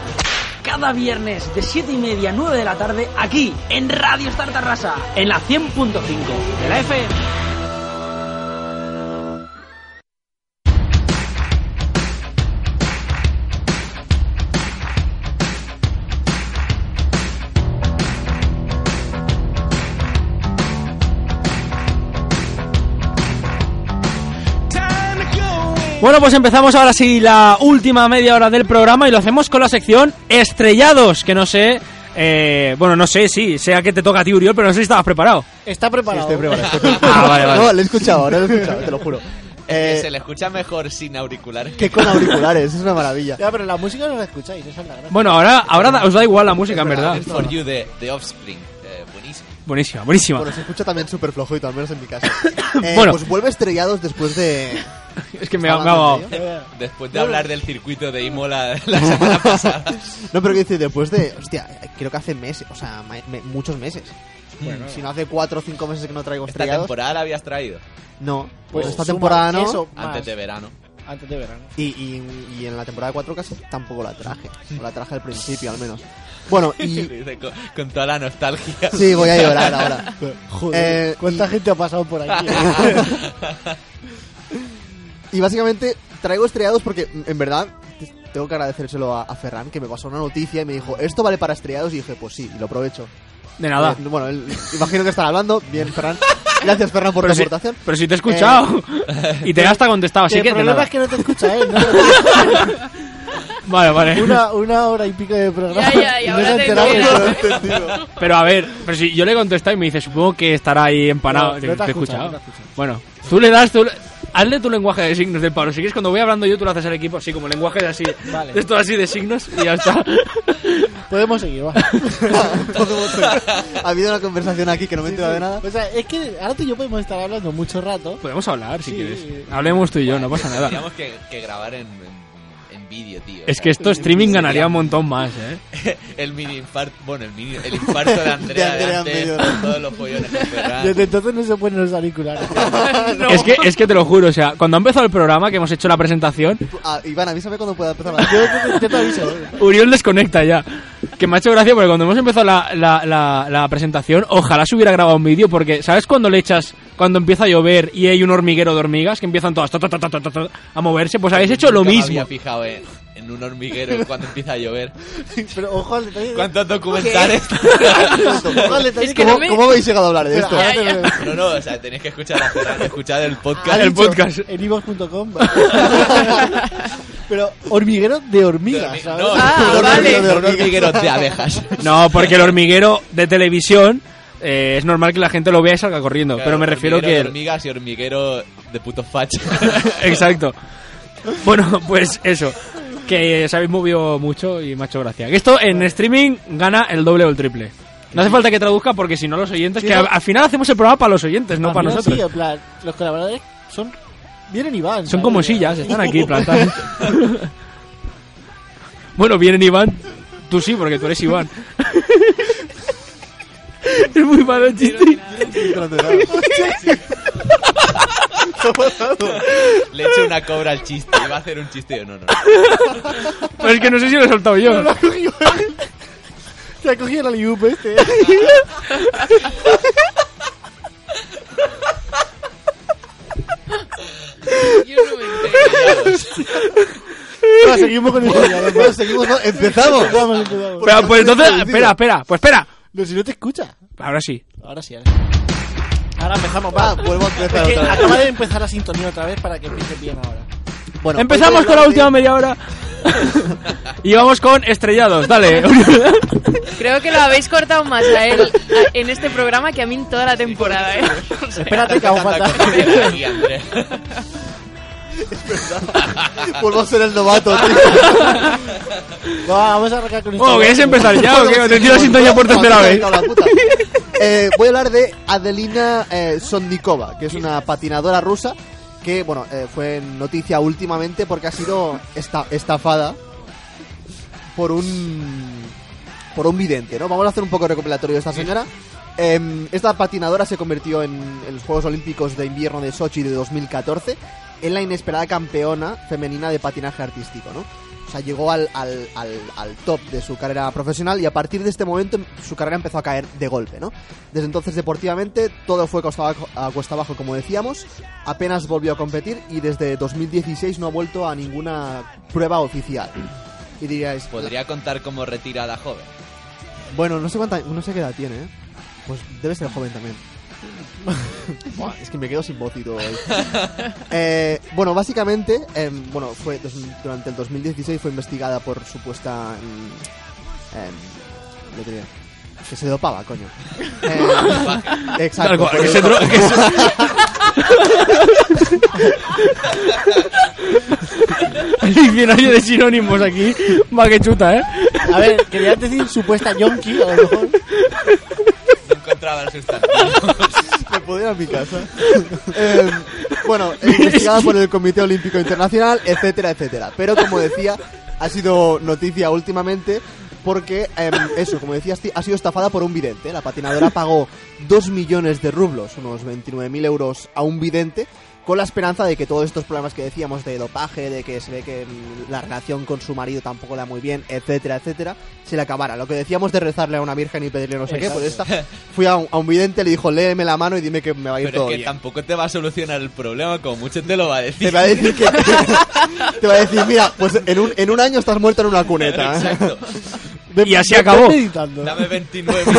Speaker 17: Cada viernes de 7 y media a 9 de la tarde aquí en Radio Star Tarrasa, en la 100.5 de la FM.
Speaker 3: Bueno, pues empezamos ahora sí la última media hora del programa y lo hacemos con la sección Estrellados, que no sé, eh, bueno, no sé, sí, sea que te toca a ti, Uriol, pero no sé si estabas preparado.
Speaker 4: Está
Speaker 3: Este
Speaker 4: preparado.
Speaker 7: estoy preparado, estoy
Speaker 3: preparado. Ah, vale, vale.
Speaker 7: No, lo he escuchado, ahora lo he escuchado, te lo juro.
Speaker 5: Es que
Speaker 7: Eh,
Speaker 5: se le escucha mejor sin auricular.
Speaker 7: que con auriculares, es una maravilla.
Speaker 4: Ya, pero la música no la escucháis, esa es la gracia.
Speaker 3: Bueno, ahora, ahora da- os da igual la música, en verdad.
Speaker 5: For You de, de Offspring. Eh, buenísimo.
Speaker 3: Buenísima, buenísima.
Speaker 7: Bueno, se escucha también súper flojito, al menos en mi casa.
Speaker 3: Bueno.
Speaker 7: bueno. Pues vuelve estrellados después de...
Speaker 3: Es que
Speaker 5: me ha- me ha Eh, Después de
Speaker 7: No,
Speaker 5: hablar del circuito de Imola la semana pasada.
Speaker 7: No, pero que decir, después de... Hostia, creo que hace meses, o sea, ma- me- muchos meses.
Speaker 5: Bueno.
Speaker 7: si no hace cuatro o cinco meses que no traigo
Speaker 5: Esta
Speaker 7: estrellados...
Speaker 5: temporada la habías traído.
Speaker 7: No,
Speaker 5: Pues
Speaker 7: pues
Speaker 3: Oh,
Speaker 7: esta
Speaker 5: suma
Speaker 7: temporada no.
Speaker 5: eso más. Antes de verano.
Speaker 4: Antes de verano.
Speaker 7: Y, y- y en la temporada 4 casi tampoco la traje. O la traje al principio, al menos. Bueno, y...
Speaker 5: Dice, con, con toda la nostalgia.
Speaker 7: Sí, voy a llorar ahora.
Speaker 4: Joder,
Speaker 7: Eh,
Speaker 4: ¿cuánta gente ha pasado por aquí?
Speaker 7: Y básicamente traigo estrellados porque, m- en verdad, te- tengo que agradecérselo a, a Ferran, que me pasó una noticia y me dijo, ¿esto vale para estrellados? Y dije, pues sí, y lo aprovecho.
Speaker 3: De nada.
Speaker 7: Eh, bueno, él- imagino que estará hablando. Bien, Ferran. Gracias, Ferran, por
Speaker 3: Pero
Speaker 7: la
Speaker 3: si,
Speaker 7: aportación. Eh,
Speaker 3: pero si te he escuchado y te hasta contestado, así
Speaker 7: el
Speaker 3: que de
Speaker 7: problema
Speaker 3: nada.
Speaker 7: es que no te escucha él, ¿no?
Speaker 3: Vale, vale.
Speaker 4: ¿eh? Una, una hora y pico de programa.
Speaker 7: ya, ya,
Speaker 4: Y no
Speaker 7: ahora
Speaker 4: se ha
Speaker 7: te
Speaker 4: enterado.
Speaker 7: entiendo.
Speaker 4: No,
Speaker 3: Pero a ver, pero si yo le he contestado y me dice, supongo que estará ahí empanado.
Speaker 4: No,
Speaker 3: Te-
Speaker 4: no te
Speaker 3: te
Speaker 4: ha
Speaker 3: he
Speaker 4: escuchado,
Speaker 3: escuchado.
Speaker 4: no te ha escuchado.
Speaker 3: Bueno, tú le das, tú le- hazle tu lenguaje de signos del Pablo. Si quieres, cuando voy hablando yo, tú lo haces al equipo así, como lenguaje de así,
Speaker 4: Vale.
Speaker 3: de esto así de signos y ya está.
Speaker 4: Podemos seguir, va.
Speaker 7: ha habido una conversación aquí que no me he enterado de nada.
Speaker 4: O sea, es que ahora tú y yo podemos estar hablando mucho rato.
Speaker 3: Podemos hablar si
Speaker 4: Sí.
Speaker 3: quieres. Hablemos tú y yo, no pasa nada.
Speaker 5: Teníamos que, que grabar en, en- en vídeo, tío.
Speaker 3: Es
Speaker 5: O sea,
Speaker 3: que esto streaming
Speaker 5: sería
Speaker 3: ganaría un montón más, ¿eh?
Speaker 5: el mini infarto, bueno, el, mini, el infarto de Andrea,
Speaker 4: De
Speaker 5: de
Speaker 4: Andrea
Speaker 5: antes,
Speaker 4: medio.
Speaker 5: con todos los pollones que Ferran.
Speaker 4: Desde entonces no se ponen los auriculares.
Speaker 3: Es, que, es que te lo juro, o sea, cuando ha empezado el programa, que hemos hecho la presentación,
Speaker 7: Ah, Iván, avísame cuando pueda empezar la... Yo,
Speaker 4: te aviso.
Speaker 3: Uriol desconecta ya. Que me ha hecho gracia porque cuando hemos empezado la, la, la, la presentación, ojalá se hubiera grabado un vídeo porque, ¿sabes cuando le echas, cuando empieza a llover y hay un hormiguero de hormigas que empiezan todas ta, ta, ta, ta, ta, ta, ta, a moverse? Pues habéis hecho lo
Speaker 5: Nunca me
Speaker 3: mismo.
Speaker 5: había fijado en, en un hormiguero cuando empieza a llover.
Speaker 4: Pero ojo al detalle.
Speaker 5: ¿Cuántos documentales?
Speaker 7: Ojo al detalle. ¿Cómo, cómo habéis llegado a hablar de esto? Ah,
Speaker 5: No, no, o sea, tenéis que escuchar a Ferran, escuchar el
Speaker 4: Ha
Speaker 5: podcast.
Speaker 4: dicho En iVoox.com. Pero hormiguero de hormigas, ¿sabes?
Speaker 5: No,
Speaker 7: Ah,
Speaker 5: un hormiguero de hormigas. Un hormiguero de abejas.
Speaker 3: No, porque el hormiguero de televisión eh, es normal que la gente lo vea y salga corriendo. pero me refiero
Speaker 5: Hormiguero de
Speaker 3: que...
Speaker 5: hormigas y hormiguero de puto facha.
Speaker 3: Exacto. Bueno, pues eso. Que eh, se habéis movido mucho y me ha hecho gracia. Que esto en streaming gana el doble o el triple. No hace falta que traduzca porque si no los oyentes... Que
Speaker 4: Sí,
Speaker 3: a-
Speaker 4: no.
Speaker 3: al final hacemos el programa para los oyentes, no
Speaker 4: Al
Speaker 3: para
Speaker 4: final
Speaker 3: nosotros.
Speaker 4: Sí, en plan, los colaboradores son. Vienen y van.
Speaker 3: Son
Speaker 4: ¿sabes?
Speaker 3: como sillas, están aquí plantadas. bueno, vienen Iván. Tú sí, porque tú eres Iván. es muy malo el chiste.
Speaker 5: Le echo una cobra al chiste. Iba a hacer un chiste. No, no.
Speaker 3: Pero es Pues que no sé si lo he soltado yo.
Speaker 4: Te ha cogido el IUP este.
Speaker 7: No, seguimos con el no, seguimos, no, empezamos.
Speaker 4: Empezamos, empezamos.
Speaker 3: Pero pues entonces... Espera, espera, pues espera.
Speaker 4: No, si no te escucha.
Speaker 3: Ahora sí.
Speaker 4: Ahora sí, ahora sí. Ahora empezamos, va.
Speaker 7: Ah, vuelvo a
Speaker 4: Es
Speaker 7: empezar
Speaker 4: que
Speaker 7: otra vez.
Speaker 4: acaba de empezar la sintonía otra vez para que empiece bien ahora.
Speaker 7: Bueno,
Speaker 3: Empezamos
Speaker 7: hoy voy
Speaker 3: con
Speaker 7: a
Speaker 3: la
Speaker 7: hablar
Speaker 3: última media hora. y vamos con estrellados, dale.
Speaker 6: Creo que lo habéis cortado más a él a- en este programa que a mí en toda la temporada, ¿eh? O sea,
Speaker 4: Espérate que aún falta.
Speaker 5: Y Andrea.
Speaker 7: de- Vuelvo a ser el novato, tío.
Speaker 4: Va, vamos a arrancar con esto.
Speaker 3: Oh, ¿queréis empezar ya o qué? Te tiro la sintonía por tercera vez.
Speaker 7: La puta. Eh, voy a hablar de Adelina eh, Sonnikova, que es una patinadora rusa que bueno, eh, fue noticia últimamente porque ha sido esta- estafada por un por un vidente, ¿no? Vamos a hacer un poco recopilatorio de esta señora. Em, esta patinadora se convirtió en, en los Juegos Olímpicos de Invierno de Sochi de 2014 en la inesperada campeona femenina de patinaje artístico, ¿no? O sea, llegó al, al- al- al top de su carrera profesional y a partir de este momento su carrera empezó a caer de golpe, ¿no? Desde entonces deportivamente todo fue costa abajo, a cuesta abajo, como decíamos, apenas volvió a competir y desde 2016 no ha vuelto a ninguna prueba oficial. Y diríais,
Speaker 5: Podría contar como retirada joven.
Speaker 7: bueno, no sé cuánta, no sé qué edad tiene, ¿eh? Pues debe ser joven también. Buah, es que me quedo sin voz y todo hoy. Eh, bueno, básicamente, em, bueno, fue dos- durante el 2016 fue investigada por supuesta mm, em, lo que diría, que se dopaba, coño. Eh,
Speaker 3: Tal
Speaker 7: exacto.
Speaker 3: cual, que se dro- que El diccionario de sinónimos aquí va que chuta, ¿eh?
Speaker 4: A ver, quería decir supuesta yonki, a lo mejor.
Speaker 5: Encontraba el
Speaker 7: Me puedo ir a mi casa. Eh, bueno, investigada por el Comité Olímpico Internacional, etcétera, etcétera. Pero como decía, ha sido noticia últimamente porque, em, eso, como decías, ti- ha sido estafada por un vidente. La patinadora pagó 2 millones de rublos, unos 29.000 euros, a un vidente con la esperanza de que todos estos problemas que decíamos de dopaje, de que se ve que mm, la relación con su marido tampoco la muy bien, etcétera, etcétera, se le acabara. Lo que decíamos de rezarle a una virgen y pedirle no sé qué, pues
Speaker 5: Exacto.
Speaker 7: esta fui a un, a un vidente, le dijo, léeme la mano y dime que me va a ir
Speaker 5: Pero
Speaker 7: todo
Speaker 5: es que
Speaker 7: bien.
Speaker 5: tampoco te va a solucionar el problema, como mucho te lo va a decir.
Speaker 7: Te va a decir que... te va a decir, mira, pues en un, en un año estás muerto en una cuneta. ¿eh?".
Speaker 5: Exacto.
Speaker 7: Ve-
Speaker 5: Y así
Speaker 7: ve-
Speaker 5: acabó.
Speaker 7: ve meditando.
Speaker 5: Dame 29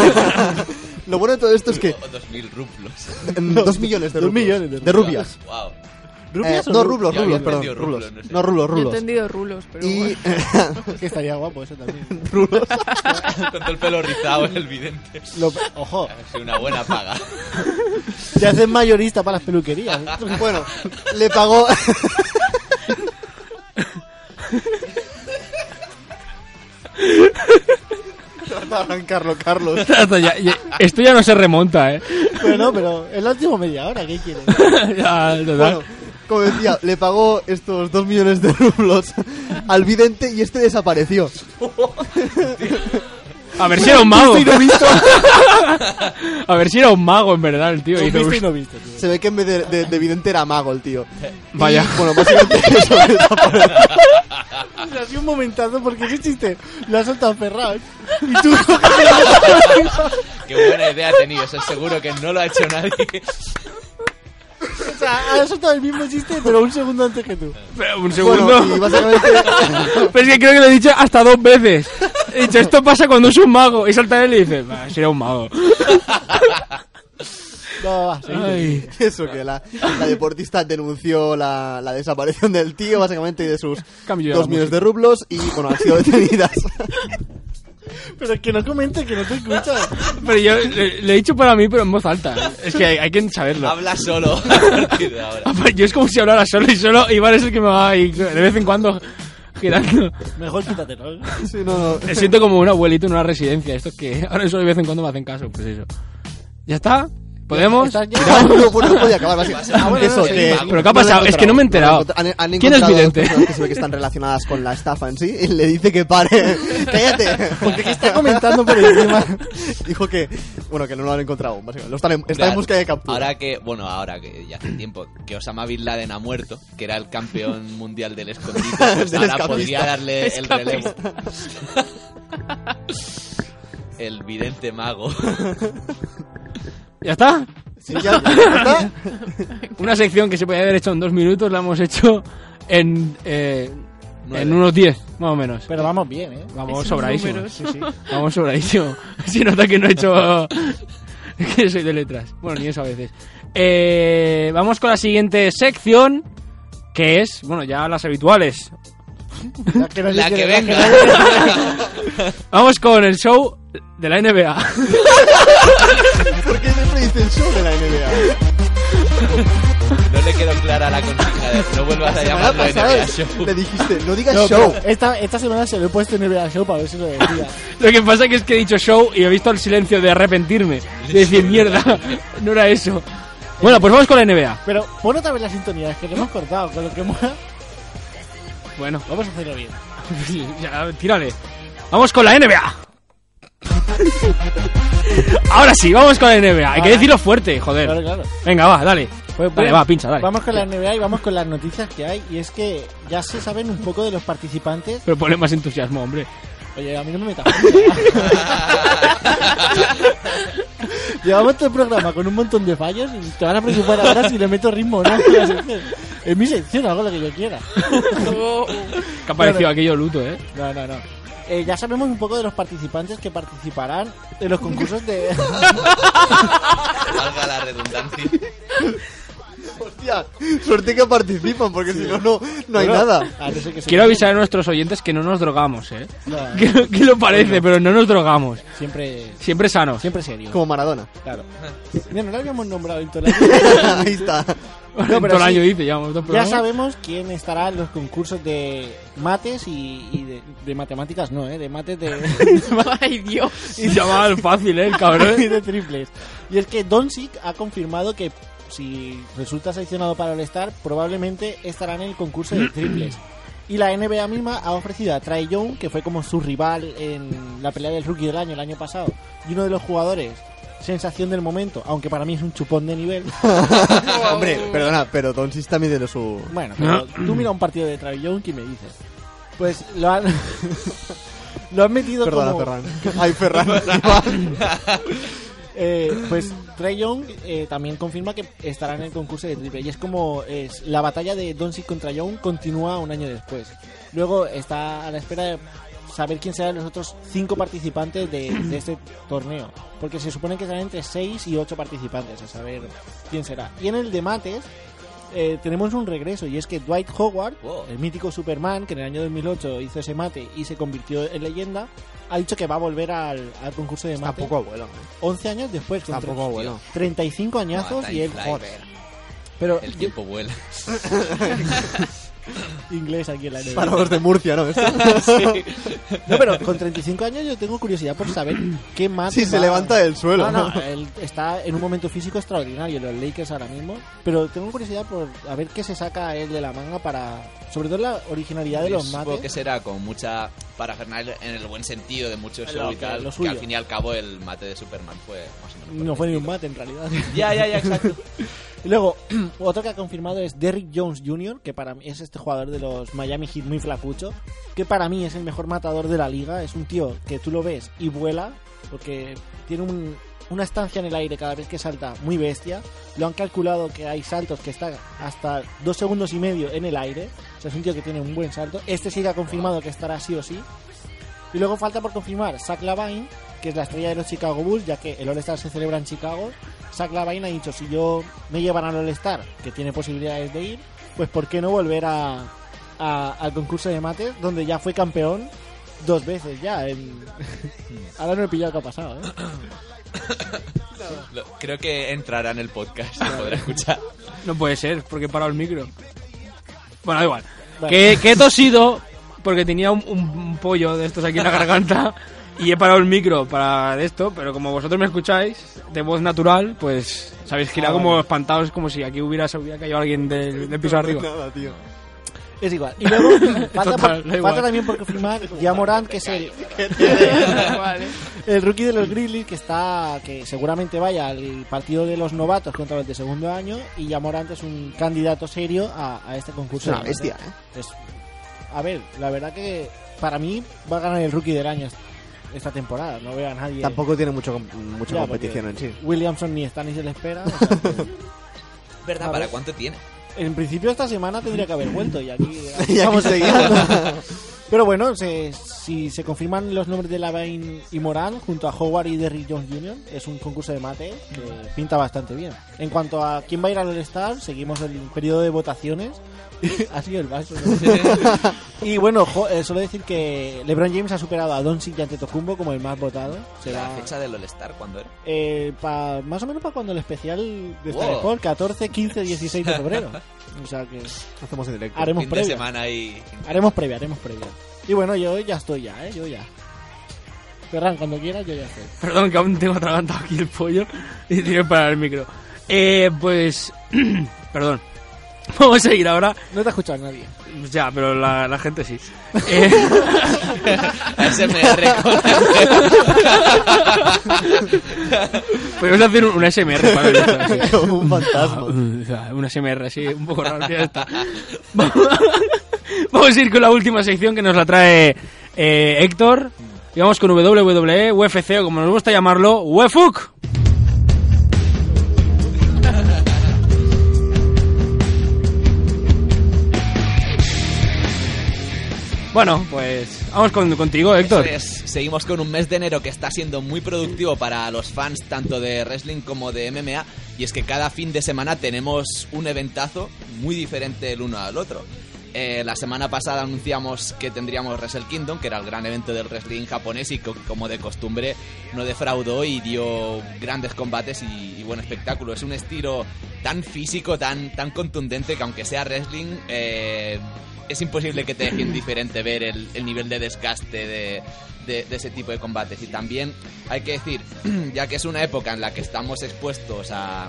Speaker 7: Lo bueno de todo esto es que...
Speaker 5: O 2000 rublos.
Speaker 7: Mm, Dos millones de
Speaker 5: Dos
Speaker 7: rublos.
Speaker 5: millones de
Speaker 7: de rubias.
Speaker 5: Wow.
Speaker 7: Eh,
Speaker 5: ¿Rubias o
Speaker 7: no,
Speaker 5: rub-
Speaker 7: rublos,
Speaker 5: Yo había
Speaker 7: rublos, perdón.
Speaker 5: entendido
Speaker 7: Rublos.
Speaker 5: rublo, no sé.
Speaker 7: No, rublos,
Speaker 6: Yo he
Speaker 7: rublos.
Speaker 6: entendido rulos, pero
Speaker 7: Y...
Speaker 6: bueno.
Speaker 4: que estaría guapo eso también. ¿eh?
Speaker 7: Rulos.
Speaker 5: Con todo el pelo rizado el vidente.
Speaker 4: Lo- ojo.
Speaker 5: Es una buena paga.
Speaker 4: Te hacen mayorista para las peluquerías. ¿eh?
Speaker 7: bueno, le pagó... Trata de arrancarlo, Carlos.
Speaker 3: Esto ya, ya- esto ya no se remonta, ¿eh?
Speaker 4: Pero no, pero el último media hora, ¿qué quieres?
Speaker 3: Ya, total.
Speaker 7: Bueno, como decía, le pagó estos 2 millones de rublos al vidente y este desapareció.
Speaker 3: A ver si era un mago.
Speaker 7: Visto y no visto.
Speaker 3: A ver si era un mago, en verdad, el tío.
Speaker 7: Un
Speaker 3: Hizo-
Speaker 7: visto y no Se ve que en vez de, de- de vidente era mago el tío.
Speaker 3: Vaya.
Speaker 7: Y, bueno, básicamente eso desapareció.
Speaker 4: O sea, ha sido un momentazo porque qué chiste. Lo has soltado ferrado. ¿eh? Y tú.
Speaker 5: Qué buena idea ha tenido, eso seguro que no lo ha hecho nadie.
Speaker 4: o sea, has soltado el mismo chiste, pero un segundo antes que tú.
Speaker 3: Pero un segundo.
Speaker 4: Bueno, y básicamente-
Speaker 3: Pero es que creo que lo he dicho hasta dos veces. He dicho, esto pasa cuando es un mago. Y salta él y dice, "Bah, si era un mago.
Speaker 7: No, va,
Speaker 3: seguid, Ay.
Speaker 7: Eso que la, la deportista denunció la, la desaparición del tío, básicamente, y de sus
Speaker 3: de
Speaker 7: dos
Speaker 3: la
Speaker 7: millones de rublos. Y bueno, han sido detenidas.
Speaker 4: Pero que no comente, que no te escuchas.
Speaker 3: Pero yo le, le he dicho para mí, pero en voz alta. Es que hay, hay que saberlo.
Speaker 5: Habla solo a partir de ahora.
Speaker 3: Apa, Ah, pues Yo es como si hablara solo y solo Iván es el que me va ahí de vez en cuando girando.
Speaker 4: Mejor quítatelo.
Speaker 7: Sí, no,
Speaker 3: Me siento como un abuelito en una residencia. Esto que ahora solo de vez en cuando me hacen caso. Pues eso. ¿Ya está? ¿Podemos?
Speaker 7: Estás ya-
Speaker 3: ¿Tiramos?
Speaker 7: No, bueno, no podía acabar, básicamente.
Speaker 3: Ah, bueno,
Speaker 7: Eso,
Speaker 3: no, sí.
Speaker 7: que-
Speaker 3: Pero ¿qué ha pasado?
Speaker 7: lo
Speaker 3: Es que no me he
Speaker 7: encontraron. No
Speaker 3: enterado.
Speaker 7: lo encontraron. Han- han
Speaker 3: ¿Quién es
Speaker 7: encontrado
Speaker 3: vidente?
Speaker 7: dos personas que se ve que están relacionadas con la estafa en sí y le dice que pare. Cállate. Porque que está
Speaker 4: comentando por encima.
Speaker 7: Dijo que, bueno, que no lo han encontrado aún, básicamente. Lo están en, está
Speaker 5: Claro.
Speaker 7: en busca de captura.
Speaker 5: Ahora que, bueno, ahora que ya hace tiempo que Osama Bin Laden ha muerto, que era el campeón mundial del escondite, pues
Speaker 7: Del
Speaker 5: ahora
Speaker 7: escapista.
Speaker 5: podría darle el relevo.
Speaker 7: Escapista.
Speaker 5: El vidente mago.
Speaker 3: ¿Ya está?
Speaker 7: Sí, ya- ya está.
Speaker 3: Una sección que se podía haber hecho en dos minutos la hemos hecho en, eh,
Speaker 4: Nueve.
Speaker 3: en unos diez, más o menos.
Speaker 4: Pero vamos bien, ¿eh?
Speaker 3: Vamos sobradísimo.
Speaker 4: Sí, sí.
Speaker 3: Vamos sobradísimo. Se nota que no he hecho... que soy de letras. Bueno, ni eso a veces. Eh, vamos con la siguiente sección, que es, bueno, ya las habituales.
Speaker 4: La que, no se
Speaker 5: La que
Speaker 4: quiere-
Speaker 5: venga.
Speaker 3: Vamos con el show de la NBA.
Speaker 7: ¿Por qué siempre dice el show de la NBA?
Speaker 5: No le quedó clara la consigna de no vuelvas a
Speaker 7: Ahora
Speaker 5: llamarlo
Speaker 7: pasada
Speaker 5: NBA
Speaker 7: es-
Speaker 5: Show.
Speaker 7: Le dijiste, no digas
Speaker 4: No,
Speaker 7: show.
Speaker 4: pero Esta, esta semana se lo he puesto en NBA Show para ver si lo decía.
Speaker 3: Lo que pasa que es que he dicho show y he visto el silencio de arrepentirme. De decir, mierda, no era eso. Bueno, pues vamos con la NBA.
Speaker 4: Pero pon otra vez la sintonía, es que le hemos cortado con lo que mola.
Speaker 3: Bueno,
Speaker 4: vamos a hacerlo bien.
Speaker 3: Sí, ya, tírale. Vamos con la NBA. Ahora sí, vamos con la NBA. Hay que
Speaker 4: Ahora.
Speaker 3: decirlo fuerte, joder.
Speaker 4: Claro, claro.
Speaker 3: Venga, va, dale.
Speaker 4: Pues,
Speaker 3: Dale,
Speaker 4: pues,
Speaker 3: va, pincha, dale.
Speaker 4: Vamos con la NBA y vamos con las noticias que hay. Y es que ya se saben un poco de los participantes.
Speaker 3: Pero ponle más entusiasmo, hombre.
Speaker 4: Oye, a mí no me metas. ¿eh? Llevamos todo el programa con un montón de fallos y te van a preocupar ahora si le meto ritmo o no. Es mi sección, hago lo que yo quiera.
Speaker 3: Que ha parecido
Speaker 4: Bueno.
Speaker 3: aquello luto, ¿eh?
Speaker 4: No, no, no. Eh, ya sabemos un poco de los participantes que participarán en los concursos de...
Speaker 5: Salga la redundancia.
Speaker 7: Hostia, suerte que participan, porque si no, no, no hay
Speaker 3: Bueno,
Speaker 7: nada.
Speaker 4: a no ser que se-
Speaker 3: Quiero avisar a nuestros oyentes que no nos drogamos, ¿eh?
Speaker 4: No.
Speaker 3: Que, que lo parece, pero no nos drogamos.
Speaker 4: Siempre...
Speaker 3: Siempre sanos.
Speaker 4: Siempre serio.
Speaker 7: Como Maradona.
Speaker 4: Claro. Mira, no lo habíamos nombrado en todo el año.
Speaker 7: Ahí está.
Speaker 4: No, pero
Speaker 3: Todo el
Speaker 4: sí.
Speaker 3: año dice, llevamos dos
Speaker 4: Ya
Speaker 3: programas.
Speaker 4: sabemos quién estará en los concursos de mates y, y de, de matemáticas, no, ¿eh? De mates de...
Speaker 16: ¡Ay, Dios!
Speaker 3: Y se llamaba al fácil, ¿eh? El cabrón.
Speaker 4: y de triples. Y es que Doncic ha confirmado que si resulta seleccionado para el Star, probablemente estará en el concurso de triples. Y la NBA misma ha ofrecido a Trae Young, que fue como su rival en la pelea del rookie del año el año pasado, y uno de los jugadores sensación del momento, aunque para mí es un chupón de nivel.
Speaker 7: Hombre, perdona, pero Doncic también tiene su...
Speaker 4: Bueno, pero tú mira un partido de Trae Young y me dices. Pues lo han lo han metido
Speaker 7: Perdona,
Speaker 4: como
Speaker 7: Ferran. Ay, Ferran. Iván.
Speaker 4: Eh, pues Trey Young eh, también confirma que estará en el concurso de triple. Y es como es la batalla de Doncic contra Young continúa un año después. Luego está a la espera de saber quién serán los otros cinco participantes de, de este torneo. Porque se supone que serán entre 6 y 8 participantes, a saber quién será. Y en el de mates eh, tenemos un regreso y es que Dwight Howard, el mítico Superman que en el año 2008 hizo ese mate y se convirtió en leyenda, ha dicho que va a volver al, al concurso de mate.
Speaker 7: Tampoco abuelo.
Speaker 4: 11 años después, con
Speaker 7: Tampoco
Speaker 4: tre-
Speaker 7: abuelo.
Speaker 4: 35 añazos y él, joder. Pero
Speaker 5: El tiempo vuela.
Speaker 4: inglés aquí en la NBA.
Speaker 7: Para los de Murcia, ¿no? Esto.
Speaker 4: Sí. No, pero con 35 años yo tengo curiosidad por saber qué más.
Speaker 7: Sí, se levanta del suelo.
Speaker 4: No, eh, no, él está en un momento físico extraordinario, los Lakers ahora mismo. Pero tengo curiosidad por a ver qué se saca él de la manga para. Sobre todo la originalidad de
Speaker 5: Yo
Speaker 4: los
Speaker 5: Supongo que
Speaker 4: mates.
Speaker 5: será con mucha parafernalia en el buen sentido de mucho show
Speaker 4: Lo
Speaker 5: y
Speaker 4: que-
Speaker 5: tal.
Speaker 4: lo
Speaker 5: que
Speaker 4: suyo.
Speaker 5: al fin y al cabo el mate de Superman fue más o menos.
Speaker 4: No fue ni un mate en realidad.
Speaker 5: Ya, ya, ya, exacto.
Speaker 4: Y Luego, otro que ha confirmado es Derrick Jones Jr., que para mí es este jugador de los Miami Heat muy flacucho, que para mí es el mejor matador de la liga. Es un tío que tú lo ves y vuela, porque tiene un- una estancia en el aire cada vez que salta, muy bestia. Lo han calculado que hay saltos que están hasta dos segundos y medio en el aire. O sea, es un tío que tiene un buen salto. Este sí que ha confirmado que estará sí o sí. Y luego falta por confirmar Zach Lavine, que es la estrella de los Chicago Bulls, ya que el All-Star se celebra en Chicago. Zach Lavine ha dicho, si yo me llevan al All-Star, que tiene posibilidades de ir, pues ¿por qué no volver a, a- al concurso de mates, donde ya fue campeón dos veces ya? en- Ahora no he pillado qué ha pasado, ¿eh?
Speaker 5: Lo- Creo que entrará en el podcast, lo podrá escuchar.
Speaker 3: No puede ser, porque he parado el micro. Bueno, da igual.
Speaker 5: Vale.
Speaker 3: Que, que he tosido porque tenía un, un- un pollo de estos aquí en la garganta y he parado el micro para esto, pero como vosotros me escucháis de voz natural, pues sabéis que era
Speaker 4: Ah,
Speaker 3: como
Speaker 4: vale.
Speaker 3: espantados, como si aquí hubiera, se hubiera caído alguien del, del piso arriba.
Speaker 7: Nada, tío.
Speaker 4: Es igual. Y luego falta,
Speaker 3: Total,
Speaker 4: por-
Speaker 3: da igual.
Speaker 4: falta también por confirmar ya Morant, que es el, el rookie de los Grizzlies, que está que seguramente vaya al partido de los novatos contra los de segundo año. Y ya Morant es un candidato serio a, a este concurso.
Speaker 7: Es una
Speaker 4: de-
Speaker 7: bestia, ¿eh?
Speaker 4: Es- a ver, la verdad que para mí va a ganar el rookie del año esta temporada. No veo a nadie.
Speaker 7: Tampoco tiene mucho, com- mucha
Speaker 4: Ya,
Speaker 7: competición en
Speaker 4: porque
Speaker 7: sí.
Speaker 4: Williamson ni está ni se le espera. o sea,
Speaker 5: ¿Verdad?
Speaker 4: A
Speaker 5: ¿Para
Speaker 4: ver.
Speaker 5: cuánto tiene?
Speaker 4: En principio esta semana tendría que haber vuelto y aquí,
Speaker 7: aquí
Speaker 4: vamos
Speaker 7: seguimos.
Speaker 4: estando. Pero bueno, se- si se confirman los nombres de Lavain y Morán junto a Howard y Derrick Jones Jr., es un concurso de mate que pinta bastante bien. En cuanto a quién va a ir al All-Star, seguimos el periodo de votaciones. ha sido el vaso. ¿no? y bueno, jo- eh, solo decir que LeBron James ha superado a Doncic y Antetokounmpo como el más votado. Será
Speaker 5: La fecha del All-Star, ¿cuándo era?
Speaker 4: eh, pa- más o menos para cuando el especial de
Speaker 5: Wow.
Speaker 4: Star Sport, 14, 15, 16 de febrero. O sea que
Speaker 7: Hacemos en directo.
Speaker 4: haremos
Speaker 5: fin de
Speaker 4: previa.
Speaker 5: semana y...
Speaker 4: Haremos previa, haremos previa. Y bueno, yo ya estoy ya, ¿eh? Yo ya. Ferran, cuando quieras, yo ya estoy.
Speaker 3: Perdón, que aún tengo atragantado aquí el pollo y tiene que parar el micro. Eh, pues. perdón. Vamos a ir ahora.
Speaker 4: No te ha escuchado nadie.
Speaker 3: Ya, pero la, la gente sí. Eh,
Speaker 5: ASMR.
Speaker 3: Podemos hacer un, un SMR para ver esto, así.
Speaker 7: Un fantasma.
Speaker 3: Ah, O sea, un SMR así, un poco raro. ya está. Vamos, vamos a ir con la última sección que nos la trae eh, Héctor. Y vamos con E, WWE, UFC o como nos gusta llamarlo, UEFUC. Bueno, pues vamos con- contigo, Héctor.
Speaker 5: Eso es. Seguimos con un mes de enero que está siendo muy productivo para los fans tanto de wrestling como de MMA. Y es que cada fin de semana tenemos un eventazo muy diferente el uno al otro. Eh, la semana pasada anunciamos que tendríamos Wrestle Kingdom, que era el gran evento del wrestling japonés y co- como de costumbre no defraudó y dio grandes combates y, y buen espectáculo. Es un estilo tan físico, tan, tan contundente que aunque sea wrestling, eh, es imposible que te deje indiferente ver el, el nivel de desgaste de, de- de ese tipo de combates. Y también hay que decir, ya que es una época en la que estamos expuestos a,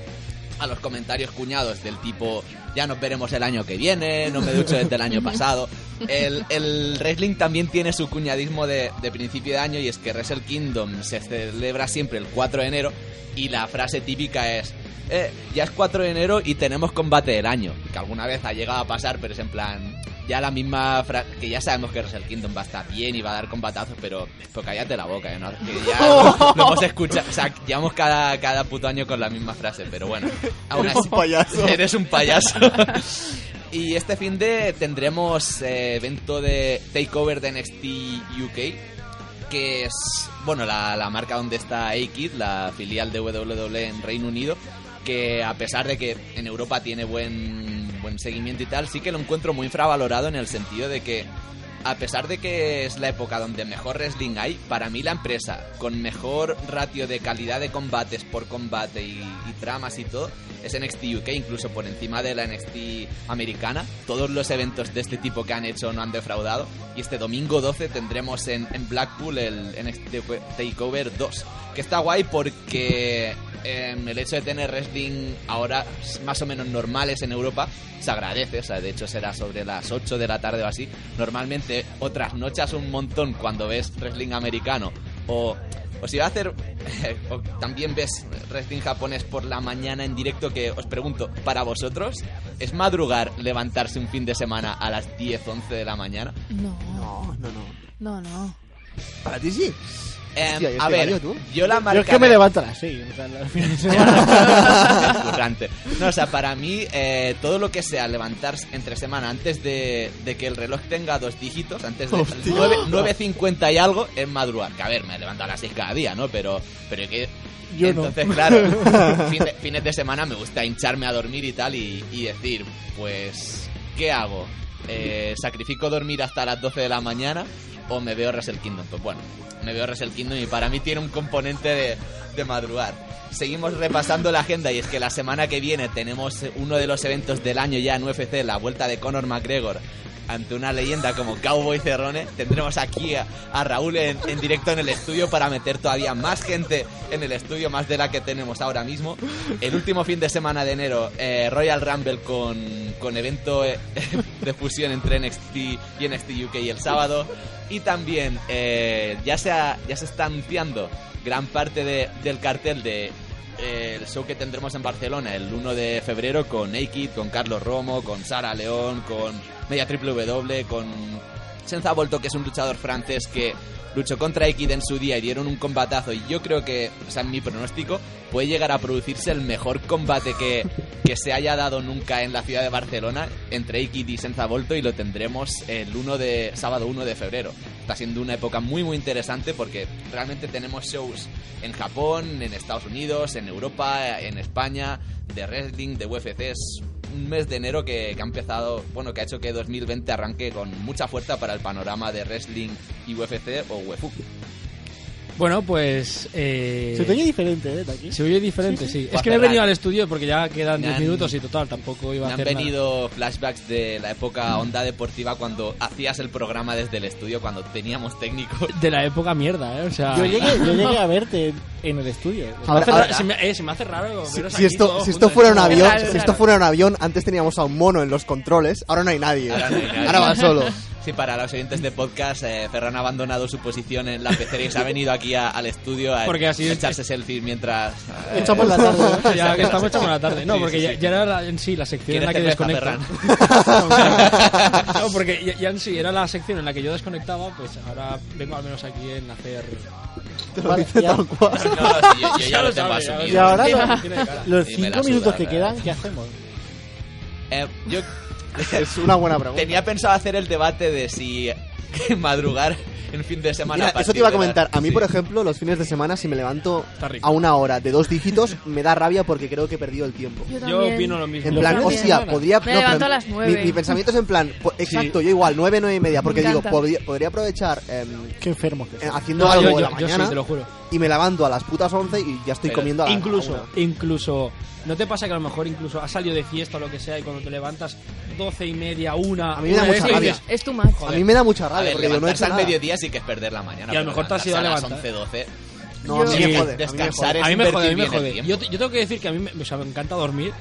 Speaker 5: a los comentarios cuñados del tipo ya nos veremos el año que viene, no me ducho desde el año pasado. El, el wrestling también tiene su cuñadismo de, de principio de año y es que Wrestle Kingdom se celebra siempre el 4 de enero y la frase típica es "Eh, ya es 4 de enero y tenemos combate del año, que alguna vez ha llegado a pasar, pero es en plan ya la misma frase, que ya sabemos que Wrestle Kingdom va a estar bien y va a dar combatazos, pero pues cállate la boca, ¿eh? ¿no? Que ya lo, lo hemos escuchado, o sea, llevamos cada, cada puto año con la misma frase, pero bueno, aún
Speaker 7: Eres
Speaker 5: así,
Speaker 7: un payaso.
Speaker 5: Eres un payaso. y este fin de tendremos eh, evento de Takeover de NXT UK, que es, bueno, la, la marca donde está A-Kid, la filial de WWE en Reino Unido, que a pesar de que en Europa tiene buen, buen seguimiento y tal, sí que lo encuentro muy infravalorado en el sentido de que, a pesar de que es la época donde mejor wrestling hay, para mí la empresa con mejor ratio de calidad de combates por combate y, y tramas y todo es NXT UK, incluso por encima de la NXT americana. Todos los eventos de este tipo que han hecho no han defraudado. Y este domingo 12 tendremos en, en Blackpool el NXT Takeover 2, que está guay porque em, el hecho de tener wrestling ahora más o menos normales en Europa se agradece, o sea, de hecho será sobre las 8 de la tarde o así. Normalmente otras noches un montón cuando ves wrestling americano o, o si va a hacer o también ves wrestling japonés por la mañana en directo que os pregunto, para vosotros ¿es madrugar levantarse un fin de semana a las 10, 11 de la mañana?
Speaker 9: No,
Speaker 7: no, no. no.
Speaker 9: No, no.
Speaker 7: Para ti sí.
Speaker 5: Em,
Speaker 7: Hostia, yo
Speaker 5: a
Speaker 7: estoy
Speaker 5: ver,
Speaker 7: gallo, tú.
Speaker 5: yo la marca
Speaker 4: Yo es que me
Speaker 5: de-
Speaker 4: levanto a las 6. O sea, la-
Speaker 5: Currante. No, o sea, para mí, eh, todo lo que sea levantarse entre semana antes de, de que el reloj tenga dos dígitos, antes de
Speaker 7: Hostia.
Speaker 5: nueve- 9.50 y algo, es madrugar. Que a ver, me levanto a las 6 cada día, ¿no? Pero, pero que.
Speaker 4: Yo no.
Speaker 5: Entonces, claro, fin de- fines de semana me gusta hincharme a dormir y tal, y, y decir, pues, ¿qué hago? Eh, ¿Sacrifico dormir hasta las 12 de la mañana o me veo Wrestle Kingdom? Pues bueno, me veo Wrestle Kingdom y para mí tiene un componente de, de madrugar. Seguimos repasando la agenda y es que la semana que viene tenemos uno de los eventos del año ya en UFC, la vuelta de Conor McGregor ante una leyenda como Cowboy Cerrone. Tendremos aquí a, a Raúl en, en directo en el estudio para meter todavía más gente en el estudio, más de la que tenemos ahora mismo. El último fin de semana de enero, eh, Royal Rumble con, con evento eh, de fusión entre NXT y NXT UK el sábado. Y también eh, ya, se ha- ya se está anunciando gran parte de- del cartel de eh, el show que tendremos en Barcelona el 1 de febrero con Naked, con Carlos Romo, con Sara León, con Media Triple W, con Senza Volto, que es un luchador francés que luchó contra Aikid en su día y dieron un combatazo. Y yo creo que, o sea, en mi pronóstico, puede llegar a producirse el mejor combate que, que se haya dado nunca en la ciudad de Barcelona entre Aikid y Senza Volto y lo tendremos el 1 de sábado 1 de febrero. Está siendo una época muy muy interesante porque realmente tenemos shows en Japón, en Estados Unidos, en Europa, en España, de wrestling, de UFC. Es un mes de enero que, que ha empezado, bueno, que ha hecho que 2020 arranque con mucha fuerza para el panorama de wrestling y UFC o UFU.
Speaker 3: Bueno, pues. eh,
Speaker 4: Se te oye diferente, ¿eh? De aquí.
Speaker 3: se oye diferente, sí.
Speaker 4: Sí, sí.
Speaker 3: Es que no he venido al estudio porque ya quedan
Speaker 5: Me
Speaker 3: 10
Speaker 5: han-
Speaker 3: minutos y total, tampoco iba a
Speaker 5: Me han
Speaker 3: hacer nada.
Speaker 5: venido flashbacks de la época Onda Deportiva cuando hacías el programa desde el estudio, cuando teníamos técnicos.
Speaker 3: De la época mierda, ¿eh? O sea.
Speaker 4: Yo llegué, yo llegué a verte en- en el estudio.
Speaker 3: Se me hace
Speaker 7: Ahora-
Speaker 3: ra- se, me, eh, se me hace raro.
Speaker 7: Si,
Speaker 3: veros
Speaker 7: si
Speaker 3: aquí
Speaker 7: esto,
Speaker 3: todos
Speaker 7: si esto
Speaker 3: juntos.
Speaker 7: fuera un avión,
Speaker 3: Claro,
Speaker 7: si
Speaker 3: claro.
Speaker 7: esto fuera un avión, antes teníamos a un mono en los controles, ahora no hay nadie. Ahora, va solo.
Speaker 5: Sí, para los oyentes de podcast, eh, Ferran ha abandonado su posición en la pecera y se ha venido aquí a- al estudio a
Speaker 3: Porque así es-
Speaker 5: echarse selfies mientras... eh,
Speaker 3: Echamos la tarde. Ya que estamos echamos
Speaker 5: echando
Speaker 3: la tarde. No,
Speaker 5: Sí,
Speaker 3: porque
Speaker 5: sí,
Speaker 3: ya,
Speaker 5: sí.
Speaker 3: ya era la- en sí la sección en la que
Speaker 5: ¿Quieres
Speaker 3: desconecto.
Speaker 5: cerveza, Ferran?
Speaker 3: no, porque ya, ya en sí era la sección en la que yo desconectaba, pues ahora vengo al menos aquí en hacer.
Speaker 7: Te lo dice tal cual.
Speaker 5: No, sí, yo- yo ya lo tengo
Speaker 3: sabe, ya lo
Speaker 5: asumido.
Speaker 4: Y ahora
Speaker 3: Tiene-
Speaker 4: los-
Speaker 3: tiene cara.
Speaker 4: los
Speaker 5: Sí, me la
Speaker 4: cinco minutos
Speaker 5: suda,
Speaker 4: que
Speaker 5: la
Speaker 4: quedan,
Speaker 5: verdad.
Speaker 4: ¿qué hacemos?
Speaker 5: Eh, yo
Speaker 7: Es una buena pregunta.
Speaker 5: tenía pensado hacer el debate de si madrugar en fin de semana...
Speaker 7: Mira,
Speaker 5: a
Speaker 7: eso
Speaker 5: partir
Speaker 7: te iba a
Speaker 5: de las-
Speaker 7: comentar. A mí,
Speaker 5: Sí.
Speaker 7: por ejemplo, los fines de semana, si me levanto
Speaker 3: rico.
Speaker 7: a una hora de dos dígitos, me da rabia porque creo que he perdido el tiempo.
Speaker 3: Yo opino lo mismo.
Speaker 7: En plan, hostia, podría...
Speaker 6: Me
Speaker 7: no,
Speaker 6: levanto
Speaker 7: pero
Speaker 6: a las
Speaker 7: mi-
Speaker 6: nueve.
Speaker 7: Mi, pensamiento es en plan, po- exacto, yo igual, nueve, nueve y media, porque digo,
Speaker 6: encanta.
Speaker 7: podría, podría aprovechar em,
Speaker 4: Qué enfermo que
Speaker 7: eh,
Speaker 4: soy.
Speaker 7: haciendo
Speaker 3: No,
Speaker 7: algo
Speaker 3: yo-
Speaker 7: de la
Speaker 3: yo- yo sí,
Speaker 7: mañana
Speaker 3: te lo juro.
Speaker 7: y me levanto a las putas once y ya estoy
Speaker 5: Pero
Speaker 7: comiendo a la- a
Speaker 3: Incluso,
Speaker 7: una.
Speaker 3: incluso, ¿no te pasa que a lo mejor incluso has salido de fiesta o lo que sea y cuando te levantas doce y media, una,
Speaker 7: A mí me da
Speaker 3: una de
Speaker 7: mucha
Speaker 3: esas,
Speaker 7: rabia.
Speaker 3: dices,
Speaker 6: Es tu match.
Speaker 7: A mí me da mucha rabia
Speaker 5: A ver,
Speaker 7: porque yo no he
Speaker 5: levantarse
Speaker 7: hecho
Speaker 5: al
Speaker 7: nada.
Speaker 5: medianoche mediodía sí que es perder la mañana.
Speaker 3: Y a lo
Speaker 5: pero
Speaker 3: mejor te has ido a
Speaker 5: levantarse
Speaker 3: levantar.
Speaker 5: a las 11, 12.
Speaker 7: No, a mí
Speaker 5: sí,
Speaker 7: me jode. a mí me
Speaker 5: descansar
Speaker 7: jode.
Speaker 5: es
Speaker 3: A mí me jode,
Speaker 5: invertir
Speaker 3: a mí me
Speaker 5: bien el
Speaker 3: jode. Yo,
Speaker 5: tiempo.
Speaker 3: te- yo tengo que decir que a mí me, o sea, me encanta dormir,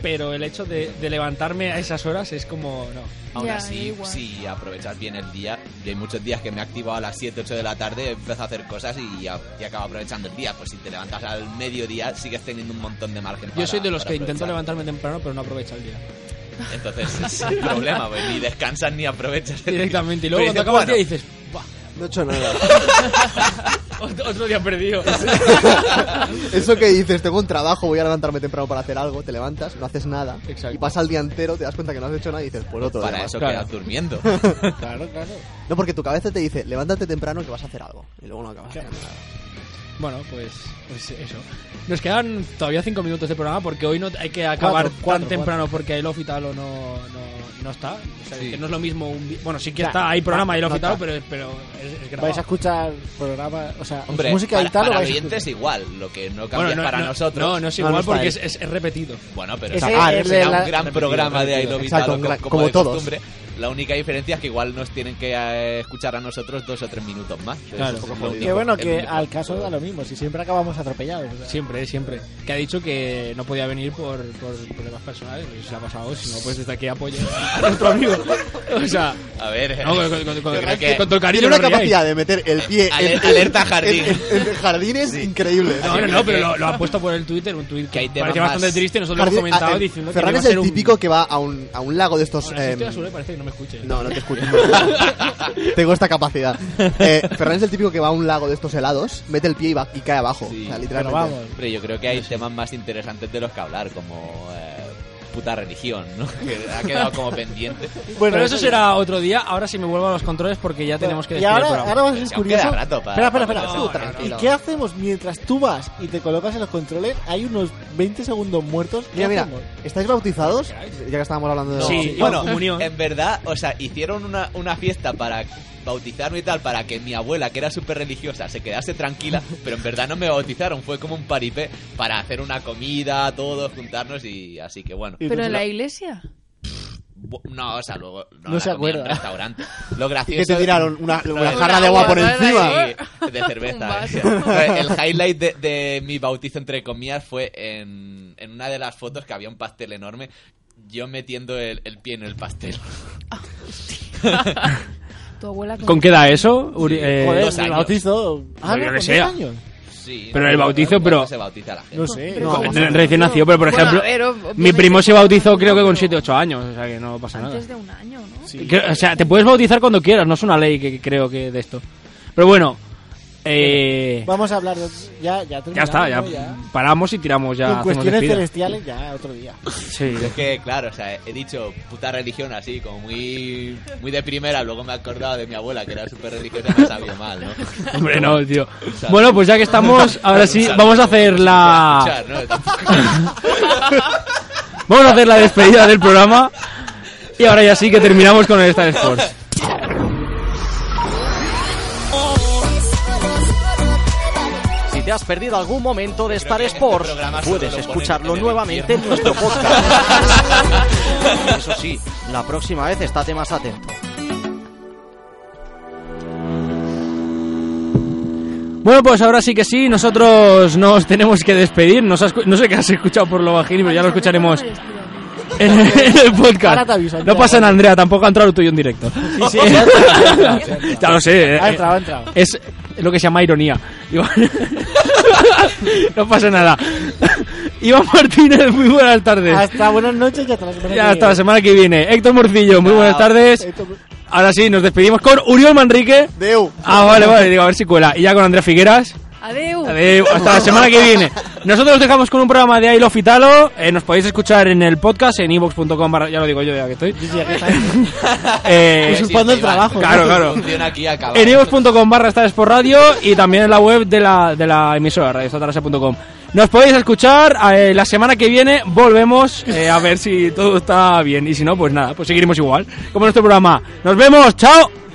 Speaker 3: pero el hecho de, de levantarme a esas horas es como. No.
Speaker 5: Aún
Speaker 6: Ya,
Speaker 5: así,
Speaker 6: igual.
Speaker 5: si aprovechas bien el día, yo hay muchos días que me he activado a las 7, 8 de la tarde, empiezo a hacer cosas y, ya- y acabo aprovechando el día. Pues si te levantas al mediodía, sigues teniendo un montón de margen.
Speaker 3: Yo
Speaker 5: para-
Speaker 3: soy de los
Speaker 5: para
Speaker 3: que intento
Speaker 5: aprovechar.
Speaker 3: levantarme temprano, pero no aprovecho el día.
Speaker 5: Entonces, es el problema, pues, ni descansas ni aprovechas. el
Speaker 3: Directamente. Y
Speaker 5: día.
Speaker 3: luego cuando
Speaker 5: Pero
Speaker 3: acaba el día
Speaker 5: dices,
Speaker 3: dices, "Buah,
Speaker 7: No he hecho nada.
Speaker 3: ot- otro día perdido.
Speaker 7: Eso que dices, tengo un trabajo, voy a levantarme temprano para hacer algo, te levantas, no haces nada,
Speaker 3: Exacto.
Speaker 7: y pasa el día entero, te das cuenta que no has hecho nada y dices, pues otro
Speaker 5: bueno, para
Speaker 7: día más".
Speaker 5: eso
Speaker 3: Claro.
Speaker 5: quedas durmiendo.
Speaker 4: Claro, claro.
Speaker 7: No, porque tu cabeza te dice, levántate temprano que vas a hacer algo, y luego no acabas haciendo nada.
Speaker 3: Bueno, pues, pues eso. Nos quedan todavía cinco minutos de programa porque hoy no hay que acabar
Speaker 4: Cuatro,
Speaker 3: tan
Speaker 4: cuatro,
Speaker 3: temprano porque el Ofitalo no, no, no está. O sea,
Speaker 5: Sí.
Speaker 3: que no es lo mismo un... vi- Bueno, sí que
Speaker 4: Ya,
Speaker 3: está, hay programa y
Speaker 4: no
Speaker 3: el Ofitalo,
Speaker 4: está.
Speaker 3: pero, es- pero es, es grabado.
Speaker 4: Vais a escuchar programa, o sea,
Speaker 5: Hombre,
Speaker 4: música
Speaker 5: para,
Speaker 4: y tal, lo
Speaker 5: para el
Speaker 4: vais a
Speaker 5: oyente es
Speaker 4: escuchar.
Speaker 5: igual, lo que no cambia
Speaker 3: Bueno,
Speaker 5: es
Speaker 3: no,
Speaker 5: para
Speaker 3: no-
Speaker 5: nosotros.
Speaker 3: No, no es
Speaker 7: No, no
Speaker 3: igual
Speaker 7: está
Speaker 3: porque
Speaker 7: ahí.
Speaker 3: es, es- es repetido.
Speaker 5: Bueno, pero
Speaker 4: Ese
Speaker 5: será-
Speaker 4: es
Speaker 5: será
Speaker 4: de la-
Speaker 5: un gran
Speaker 4: repetido,
Speaker 5: programa de
Speaker 4: repetido.
Speaker 5: Ailo
Speaker 7: Exacto,
Speaker 5: Vitalo,
Speaker 7: un gran-
Speaker 5: co- como,
Speaker 7: como
Speaker 5: de
Speaker 7: todos.
Speaker 5: costumbre. La única diferencia es que igual nos tienen que eh, escuchar a nosotros dos o tres minutos más. Eso
Speaker 3: Claro.
Speaker 5: es lo
Speaker 3: Qué
Speaker 5: único,
Speaker 4: Que bueno,
Speaker 5: es lo
Speaker 4: que
Speaker 5: único.
Speaker 4: al caso da lo mismo, si siempre acabamos atropellados. o sea.
Speaker 3: Siempre, siempre. Que ha dicho que no podía venir por, por problemas personales. y Se la ha pasado, si no, pues desde aquí apoyo a nuestro amigo. O sea,
Speaker 5: A ver,
Speaker 3: no, con, con- con- con-
Speaker 5: yo creo que-
Speaker 3: con todo el cariño.
Speaker 7: Tiene una
Speaker 3: no os riáis.
Speaker 7: capacidad de meter el pie
Speaker 5: Ale-
Speaker 7: en,
Speaker 5: alerta jardín.
Speaker 7: en- en- en jardines increíbles.
Speaker 3: No, no,
Speaker 5: creo
Speaker 3: no, pero
Speaker 5: que-
Speaker 3: lo, lo ha puesto por el Twitter, un tweet
Speaker 5: Que
Speaker 3: que
Speaker 5: hay temas
Speaker 3: parecía bastante
Speaker 5: más-
Speaker 3: triste. Nosotros
Speaker 7: Jardín-
Speaker 3: hemos comentado
Speaker 7: ah, eh,
Speaker 3: diciendo
Speaker 7: Ferran
Speaker 3: que iba
Speaker 7: es
Speaker 3: a ser
Speaker 7: el
Speaker 3: un-
Speaker 7: típico que va a un, a un lago de estos...
Speaker 3: Ahora, si estoy
Speaker 7: em,
Speaker 3: a su vez, eh, parece que no me escuche.
Speaker 7: No, no te escucho. Tengo esta capacidad. Eh, Ferran es el típico que va a un lago de estos helados, mete el pie y, va, y cae abajo.
Speaker 5: Sí.
Speaker 7: O sea,
Speaker 4: Pero
Speaker 7: literalmente.
Speaker 4: vamos.
Speaker 5: Hombre, yo creo que hay temas más interesantes de los que hablar, como eh, puta religión, ¿no? Que ha quedado como pendiente.
Speaker 4: Bueno, eh,
Speaker 3: Pero eso será otro día. Ahora sí me vuelvo a los controles porque ya tenemos que
Speaker 4: y
Speaker 3: despedir el
Speaker 4: ahora,
Speaker 3: programa.
Speaker 4: ahora vas a ser
Speaker 5: Aunque
Speaker 4: curioso.
Speaker 5: da rato para-
Speaker 4: espera, espera, espera.
Speaker 5: para
Speaker 4: Tú,
Speaker 5: No, no,
Speaker 4: ¿Y
Speaker 5: tranquilo.
Speaker 4: qué hacemos mientras tú vas y te colocas en los controles? Hay unos 20 segundos muertos. ¿Qué
Speaker 7: Mira, mira,
Speaker 4: hacemos?
Speaker 7: ¿estáis bautizados? Ya que estábamos hablando de...
Speaker 3: Sí,
Speaker 5: bueno,
Speaker 3: comunión.
Speaker 5: en verdad, o sea, hicieron una, una fiesta para bautizarme y tal, para que mi abuela, que era súper religiosa, se quedase tranquila, pero en verdad no me bautizaron, fue como un paripé para hacer una comida, todos juntarnos y así que bueno.
Speaker 6: Pero en la iglesia.
Speaker 5: Bu- No, o sea, luego no,
Speaker 4: No
Speaker 5: la
Speaker 4: se
Speaker 5: comí en
Speaker 4: acuerda.
Speaker 5: restaurante. Lo
Speaker 7: Y que
Speaker 5: gracioso
Speaker 7: te tiraron una,
Speaker 5: Lo
Speaker 7: una
Speaker 5: de-
Speaker 7: jarra de agua por
Speaker 6: Una
Speaker 7: encima.
Speaker 6: agua.
Speaker 5: Sí, de
Speaker 6: Un
Speaker 5: cerveza.
Speaker 6: vaso.
Speaker 5: eh. El highlight de, de mi bautizo, entre comillas, fue en, en una de las fotos que había un pastel enorme, yo metiendo el, el pie en el pastel.
Speaker 6: Tu abuela
Speaker 3: ¿Con qué edad eso? Uri-
Speaker 5: Sí.
Speaker 3: eh,
Speaker 4: Joder,
Speaker 5: dos
Speaker 4: me
Speaker 5: años.
Speaker 4: bautizo. Ah,
Speaker 3: Yo
Speaker 4: no,
Speaker 3: que
Speaker 4: ¿con
Speaker 3: sea.
Speaker 4: 10 años?
Speaker 5: Sí,
Speaker 3: Pero
Speaker 5: no,
Speaker 3: el bautizo,
Speaker 5: ¿cuándo
Speaker 3: pero-
Speaker 5: se bautiza la gente?
Speaker 4: No sé.
Speaker 6: Pero
Speaker 4: no,
Speaker 6: ¿cómo
Speaker 4: no.
Speaker 3: re- Eh, recién nacido, pero por
Speaker 6: Bueno,
Speaker 3: ejemplo,
Speaker 6: a ver, ob-
Speaker 3: mi primo se
Speaker 6: obviamente-
Speaker 3: bautizó creo que con 7 8 años, o sea que no pasa nada.
Speaker 6: Antes de un año, ¿no?
Speaker 3: Que- o sea, te puedes bautizar cuando quieras, no es una ley que que creo que de esto. Pero bueno, eh,
Speaker 4: Vamos a hablar. de- Ya, ya
Speaker 3: ya
Speaker 4: terminamos,
Speaker 3: está, ya
Speaker 4: ¿no?
Speaker 3: paramos y tiramos ya.
Speaker 4: Con
Speaker 3: hacemos
Speaker 4: cuestiones
Speaker 3: despido.
Speaker 4: celestiales, ya otro día.
Speaker 3: Sí.
Speaker 5: Yo es que, claro, o sea, he dicho puta religión así, como muy, muy de primera, luego me he acordado de mi abuela, que era súper religiosa y me sabía mal, ¿no?
Speaker 3: Hombre, no, tío. Bueno, pues ya que estamos, ahora sí,
Speaker 5: Escuchar,
Speaker 3: vamos a hacer la...
Speaker 5: escuchar, ¿no? Tampoco-
Speaker 3: Vamos a hacer la despedida del programa. Y ahora ya sí que terminamos con el Star Sports.
Speaker 9: Hey.
Speaker 2: has perdido algún momento de Star Sports, puedes escucharlo nuevamente en nuestro podcast. Eso sí, la próxima vez estate más atento.
Speaker 3: Bueno, pues ahora sí que sí, nosotros nos tenemos que despedir. Nos has- no sé qué has escuchado por lo bajín, pero ya lo escucharemos en el, en el
Speaker 4: Ahora
Speaker 3: podcast.
Speaker 4: te aviso,
Speaker 3: No
Speaker 4: Andrea.
Speaker 3: pasa nada, Andrea, tampoco ha entrado el tuyo en directo.
Speaker 4: sí, ya está.
Speaker 3: Ya lo sé. eh,
Speaker 4: Ha entrado, ha entrado.
Speaker 3: Es lo que se llama ironía. Iván- no pasa nada. Iván Martínez, muy buenas tardes.
Speaker 4: Hasta buenas noches y hasta la semana que
Speaker 3: Ya, hasta
Speaker 4: viene.
Speaker 3: la semana que viene. Héctor Morcillo, muy buenas tardes. Ahora sí, nos despedimos con Uriol Manrique.
Speaker 7: Deu.
Speaker 3: Ah, vale, vale, digo, a ver si cuela. Y ya con Andrea Figueras.
Speaker 6: Adeu.
Speaker 3: Adeu, hasta la semana que viene. Nosotros os dejamos con un programa de I Love Italo. Eh, nos podéis escuchar en el podcast, en ivox.com. barra- Ya lo digo yo, ya que estoy. Eh,
Speaker 5: Usurpando el trabajo.
Speaker 3: Claro, claro.
Speaker 5: Funciona aquí y acaba.
Speaker 3: En ivox.com barra Stars por radio y también en la web de la, de la emisora, radioestatarasa.com. Nos podéis escuchar eh, la semana que viene, volvemos eh, a ver si todo está bien y si no, pues nada, pues seguiremos igual. Como nuestro programa. Nos vemos, chao.